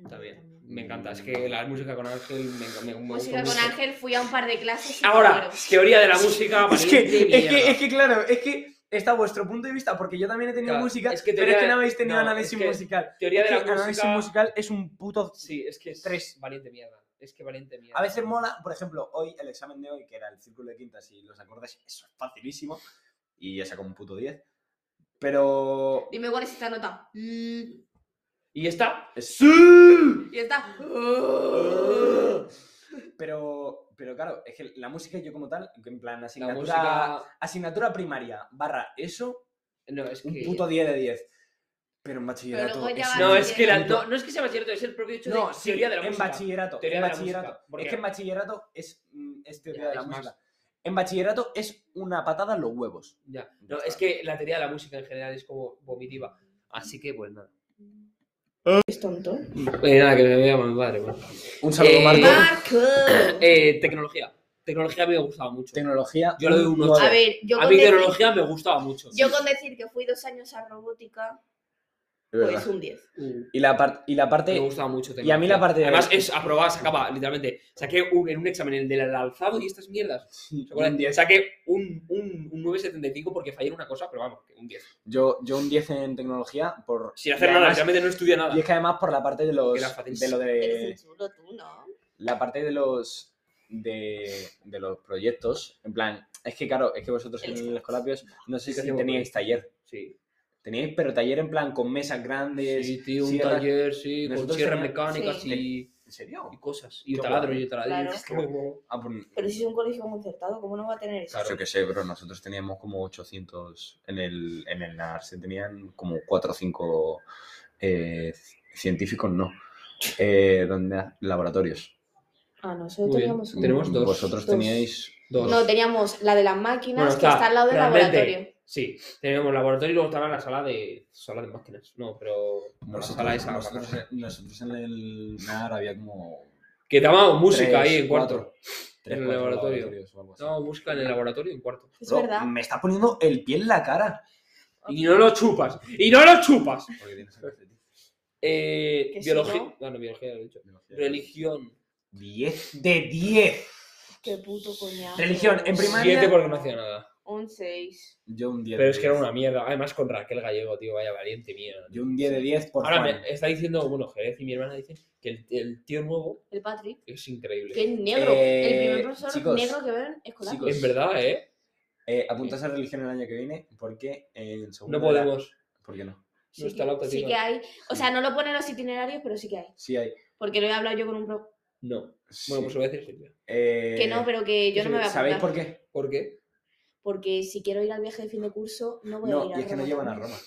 [SPEAKER 3] También. Me encanta. Es que la música con Ángel me, enca- me, me gusta
[SPEAKER 1] Música Pues con
[SPEAKER 3] mucho.
[SPEAKER 1] Ángel fui a un par de clases. y me
[SPEAKER 3] Ahora,
[SPEAKER 1] muero.
[SPEAKER 3] teoría de la música.
[SPEAKER 4] Ah, pues Es que,
[SPEAKER 3] valiente
[SPEAKER 4] es,
[SPEAKER 3] mierda.
[SPEAKER 4] que, es que, claro, es que está vuestro punto de vista, porque yo también he tenido
[SPEAKER 3] Claro,
[SPEAKER 4] música,
[SPEAKER 3] es que
[SPEAKER 4] pero
[SPEAKER 3] tenía-
[SPEAKER 4] es que no habéis tenido
[SPEAKER 3] no,
[SPEAKER 4] análisis
[SPEAKER 3] es que-
[SPEAKER 4] musical.
[SPEAKER 3] Teoría de
[SPEAKER 4] Es
[SPEAKER 3] la
[SPEAKER 4] que análisis
[SPEAKER 3] música.
[SPEAKER 4] musical es un puto...
[SPEAKER 3] Sí, es que es
[SPEAKER 4] Tres.
[SPEAKER 3] valiente mierda. Es que valiente mierda.
[SPEAKER 4] A veces mola, por ejemplo, hoy el examen de hoy, que era el círculo de quintas y los acordes, eso es facilísimo, y ya sacó un puto 10. Pero...
[SPEAKER 1] Dime cuál es esta nota. Mm, Y
[SPEAKER 3] Y esta.
[SPEAKER 4] ¡Sí!
[SPEAKER 1] está.
[SPEAKER 4] Pero, pero claro, es que la música yo como tal, en plan
[SPEAKER 3] La
[SPEAKER 4] asignatura,
[SPEAKER 3] música.
[SPEAKER 4] asignatura primaria barra eso,
[SPEAKER 3] No, es
[SPEAKER 4] un
[SPEAKER 3] que.
[SPEAKER 4] puto 10 de 10. Pero en
[SPEAKER 1] Pero
[SPEAKER 4] bachillerato...
[SPEAKER 1] luego ya vas
[SPEAKER 3] No,
[SPEAKER 4] un
[SPEAKER 3] es que la-
[SPEAKER 4] puto
[SPEAKER 3] no, no es que sea bachillerato, es el propio hecho de
[SPEAKER 4] No, sí,
[SPEAKER 3] teoría de la
[SPEAKER 4] en
[SPEAKER 3] música.
[SPEAKER 4] bachillerato.
[SPEAKER 3] Teoría
[SPEAKER 4] en
[SPEAKER 3] de la
[SPEAKER 4] bachillerato.
[SPEAKER 3] música, porque-
[SPEAKER 4] Es que en bachillerato es, mm, es teoría
[SPEAKER 3] Ya,
[SPEAKER 4] de la
[SPEAKER 3] es más.
[SPEAKER 4] música. En bachillerato es una patada en los huevos.
[SPEAKER 3] Ya. No, es que la teoría de la música en general es como vomitiva. Así que, pues nada.
[SPEAKER 2] ¿Es tonto?
[SPEAKER 3] Eh, nada, que me vea mi padre. bueno.
[SPEAKER 4] Un saludo,
[SPEAKER 3] Eh,
[SPEAKER 4] Marco.
[SPEAKER 1] Marco.
[SPEAKER 3] Eh, tecnología. Tecnología a mí me gustaba mucho.
[SPEAKER 4] Tecnología.
[SPEAKER 3] Yo le doy un
[SPEAKER 4] nueve.
[SPEAKER 1] A ver, yo
[SPEAKER 3] A
[SPEAKER 1] con,
[SPEAKER 3] mí
[SPEAKER 1] decir,
[SPEAKER 3] tecnología me gustaba mucho.
[SPEAKER 1] yo con decir que fui dos años a robótica,
[SPEAKER 4] Es verdad.
[SPEAKER 1] pues un 10.
[SPEAKER 3] Uh,
[SPEAKER 4] Y la, par- y la
[SPEAKER 3] me
[SPEAKER 4] (laughs) parte.
[SPEAKER 3] gustaba mucho
[SPEAKER 4] y a mí la parte de-
[SPEAKER 3] Además, es aprobada, sacaba, literalmente. Saqué un- en un examen el del alzado y estas mierdas. ¿Se acuerdan?
[SPEAKER 4] Un 10.
[SPEAKER 3] Saqué un, un, un 9.75 porque fallé en una cosa, pero vamos, que un 10.
[SPEAKER 4] Yo, yo un 10 en tecnología por.
[SPEAKER 3] Sin hacer
[SPEAKER 4] y
[SPEAKER 3] nada,
[SPEAKER 4] además-
[SPEAKER 3] realmente no estudié nada.
[SPEAKER 4] Y es que además por la parte de los.
[SPEAKER 3] Era fácil.
[SPEAKER 4] De lo de.
[SPEAKER 1] Eres un chulo tú, ¿no?
[SPEAKER 4] La parte de los. De, de los proyectos. En plan. Es que claro, es que vosotros en los colapios. No sé
[SPEAKER 3] Sí,
[SPEAKER 4] si teníais taller.
[SPEAKER 3] Sí.
[SPEAKER 4] Teníais, pero taller en plan con mesas grandes.
[SPEAKER 3] Sí, tío, un
[SPEAKER 4] sierras-
[SPEAKER 3] taller, sí, con
[SPEAKER 4] Nosotros
[SPEAKER 3] sierras
[SPEAKER 4] teníamos-
[SPEAKER 3] mecánicas
[SPEAKER 1] Sí.
[SPEAKER 3] y-
[SPEAKER 4] ¿En serio?
[SPEAKER 3] y, cosas. Y
[SPEAKER 4] Qué
[SPEAKER 3] taladro
[SPEAKER 4] guay.
[SPEAKER 3] y taladrillo.
[SPEAKER 4] Ah, pues,
[SPEAKER 1] Pero si es un colegio concertado, ¿cómo no va a tener eso?
[SPEAKER 4] Yo qué sé, pero nosotros teníamos como 800 en el, en el NARS, tenían como 4 o 5 eh, científicos, no, eh, donde ha- laboratorios.
[SPEAKER 1] Ah, nosotros
[SPEAKER 3] Muy bien.
[SPEAKER 1] teníamos un-
[SPEAKER 3] Tenemos dos.
[SPEAKER 4] Vosotros
[SPEAKER 1] Dos.
[SPEAKER 4] teníais
[SPEAKER 3] Dos.
[SPEAKER 1] No, teníamos la de las máquinas que está al lado del
[SPEAKER 3] realmente,
[SPEAKER 1] laboratorio.
[SPEAKER 3] Sí, teníamos laboratorio y luego estaba la sala de sala de máquinas. No, pero no, la
[SPEAKER 4] Nosotros-
[SPEAKER 3] sala esa.
[SPEAKER 4] Nosotros,
[SPEAKER 3] vamos.
[SPEAKER 4] nosotros en el NAR había como...
[SPEAKER 3] Que dábamos música ahí en cuarto.
[SPEAKER 4] 3,
[SPEAKER 3] En el laboratorio. Dábamos música en el laboratorio en cuarto.
[SPEAKER 1] Es verdad.
[SPEAKER 4] Me está poniendo el pie en la cara.
[SPEAKER 3] Y no lo chupas. Y no lo chupas.
[SPEAKER 4] Porque tienes el calcetín.
[SPEAKER 3] Eh,
[SPEAKER 1] Que sí,
[SPEAKER 3] biología.
[SPEAKER 1] ¿no?
[SPEAKER 3] no, no, biología ya lo he dicho. Religión.
[SPEAKER 4] 10 de 10.
[SPEAKER 1] Qué puto coñazo.
[SPEAKER 4] Religión, en primaria-
[SPEAKER 3] Siete porque no hacía nada.
[SPEAKER 1] Un 6.
[SPEAKER 4] Yo un 10.
[SPEAKER 3] Pero
[SPEAKER 4] de
[SPEAKER 3] es que era
[SPEAKER 4] 10.
[SPEAKER 3] una mierda. Además con Raquel Gallego, tío, vaya valiente mierda.
[SPEAKER 4] Yo un 10 de 10 por
[SPEAKER 3] Ahora
[SPEAKER 4] Juan.
[SPEAKER 3] me está diciendo, bueno, Jerez y mi hermana dicen que el, el tío nuevo
[SPEAKER 1] El Patrick.
[SPEAKER 3] es increíble.
[SPEAKER 1] Qué negro. el primer
[SPEAKER 4] Eh,
[SPEAKER 1] profesor
[SPEAKER 4] chicos,
[SPEAKER 1] negro que ven es Colapio.
[SPEAKER 4] chicos,
[SPEAKER 3] En verdad, ¿eh?
[SPEAKER 4] Eh, apuntas a religión el año que viene porque en segundo
[SPEAKER 3] No podemos.
[SPEAKER 4] ¿Por qué no?
[SPEAKER 1] Sí,
[SPEAKER 3] No está la
[SPEAKER 1] que, sí
[SPEAKER 3] optativa.
[SPEAKER 1] que hay. O sea, no lo ponen los itinerarios, pero sí que hay.
[SPEAKER 4] Sí hay.
[SPEAKER 1] Porque lo he hablado yo con un pro.
[SPEAKER 3] No.
[SPEAKER 4] Sí.
[SPEAKER 3] Bueno, pues lo voy a decir Silvia.
[SPEAKER 4] Eh,
[SPEAKER 1] Que no, pero que yo no me voy a
[SPEAKER 4] ¿Sabéis
[SPEAKER 1] apuntar.
[SPEAKER 4] por qué?
[SPEAKER 3] ¿Por qué?
[SPEAKER 1] Porque si quiero ir al viaje de fin de curso, no voy a
[SPEAKER 4] No,
[SPEAKER 1] ir a
[SPEAKER 4] y es que no
[SPEAKER 1] Roma
[SPEAKER 4] llevan a
[SPEAKER 1] también.
[SPEAKER 4] Roma.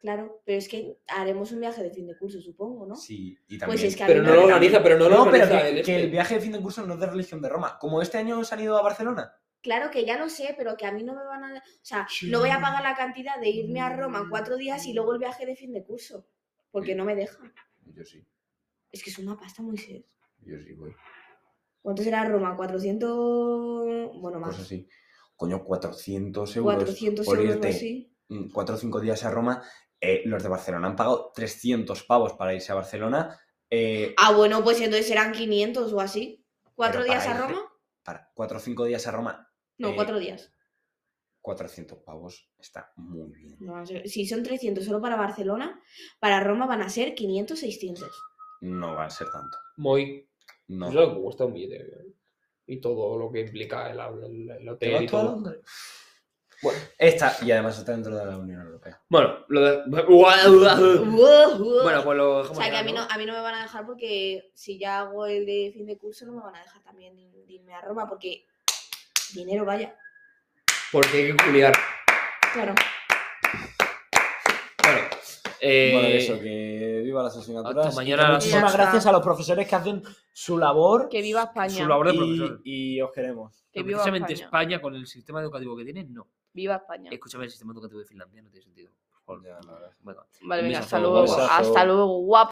[SPEAKER 1] Claro, pero es que haremos un viaje de fin de curso, supongo, ¿no?
[SPEAKER 4] Sí, y también.
[SPEAKER 1] pues es que a
[SPEAKER 3] Pero
[SPEAKER 1] mí
[SPEAKER 3] no
[SPEAKER 1] me-
[SPEAKER 3] lo organiza, pero no lo
[SPEAKER 4] No, pero
[SPEAKER 3] organiza
[SPEAKER 4] que,
[SPEAKER 3] el
[SPEAKER 4] que
[SPEAKER 3] este.
[SPEAKER 4] el viaje de fin de curso no es de religión de Roma. Como este año han ido a Barcelona.
[SPEAKER 1] Claro que ya lo sé, pero que a mí no me van a... O sea, no voy a pagar la cantidad de irme a Roma cuatro días y luego el viaje de fin de curso.
[SPEAKER 4] Mm.
[SPEAKER 1] Porque no me dejan.
[SPEAKER 4] Yo sí,
[SPEAKER 1] Es que es una pasta muy seria.
[SPEAKER 4] yo sí voy.
[SPEAKER 1] ¿Cuánto será Roma? 400... Bueno, más.
[SPEAKER 4] Pues así. Coño, 400 euros
[SPEAKER 1] 400
[SPEAKER 4] por
[SPEAKER 1] euros o
[SPEAKER 4] irte
[SPEAKER 1] así.
[SPEAKER 4] mm, cuatro o cinco días a Roma. Eh, los de Barcelona han pagado 300 pavos para irse a Barcelona. Eh,
[SPEAKER 1] Ah, bueno, pues entonces serán 500 o así. ¿Cuatro
[SPEAKER 4] Pero
[SPEAKER 1] días a
[SPEAKER 4] para irte.
[SPEAKER 1] Roma?
[SPEAKER 4] para cuatro o cinco días a Roma
[SPEAKER 1] No,
[SPEAKER 4] Eh,
[SPEAKER 1] cuatro días.
[SPEAKER 4] 400 pavos está muy bien.
[SPEAKER 1] No, en serio, si son 300 solo para Barcelona, para Roma van a ser 500, 600.
[SPEAKER 4] No va a ser tanto.
[SPEAKER 3] Muy.
[SPEAKER 4] No.
[SPEAKER 3] Es lo que cuesta un billete. ¿eh? Y todo lo que implica el, el, el
[SPEAKER 4] ¿Te
[SPEAKER 3] hotel
[SPEAKER 4] vas
[SPEAKER 3] y
[SPEAKER 4] tú a
[SPEAKER 3] todo.
[SPEAKER 4] Londres?
[SPEAKER 3] Bueno.
[SPEAKER 4] Esta, y además está dentro de la Unión Europea.
[SPEAKER 3] Bueno, lo de... (laughs) Bueno,
[SPEAKER 1] Bueno,
[SPEAKER 3] pues lo
[SPEAKER 1] o
[SPEAKER 3] dejamos
[SPEAKER 1] sea que
[SPEAKER 3] ya,
[SPEAKER 1] a mí, no, a mí no me van a dejar porque si ya hago el de fin de curso no me van a dejar también de irme a Roma porque dinero vaya.
[SPEAKER 3] Porque hay que culiar.
[SPEAKER 1] Claro.
[SPEAKER 3] Bueno, eh,
[SPEAKER 4] Bueno, pues eso, que viva las asignaturas.
[SPEAKER 3] hasta
[SPEAKER 4] y
[SPEAKER 3] mañana
[SPEAKER 4] que
[SPEAKER 3] a las
[SPEAKER 4] Muchísimas
[SPEAKER 2] ocho.
[SPEAKER 4] gracias a los profesores que hacen su labor.
[SPEAKER 2] Que viva España.
[SPEAKER 3] su labor de profesor.
[SPEAKER 4] Y, y os queremos.
[SPEAKER 2] Que
[SPEAKER 3] No,
[SPEAKER 2] viva
[SPEAKER 3] precisamente Eh,
[SPEAKER 2] España.
[SPEAKER 3] España con el sistema educativo que tiene, no.
[SPEAKER 2] Viva España.
[SPEAKER 3] Escúchame, el sistema educativo de Finlandia no tiene sentido. Por favor.
[SPEAKER 4] Ya, la verdad.
[SPEAKER 3] Venga.
[SPEAKER 2] Vale,
[SPEAKER 3] Un
[SPEAKER 2] venga,
[SPEAKER 3] besazo,
[SPEAKER 2] hasta
[SPEAKER 3] un
[SPEAKER 2] luego.
[SPEAKER 4] besazo.
[SPEAKER 2] Hasta luego, guapo.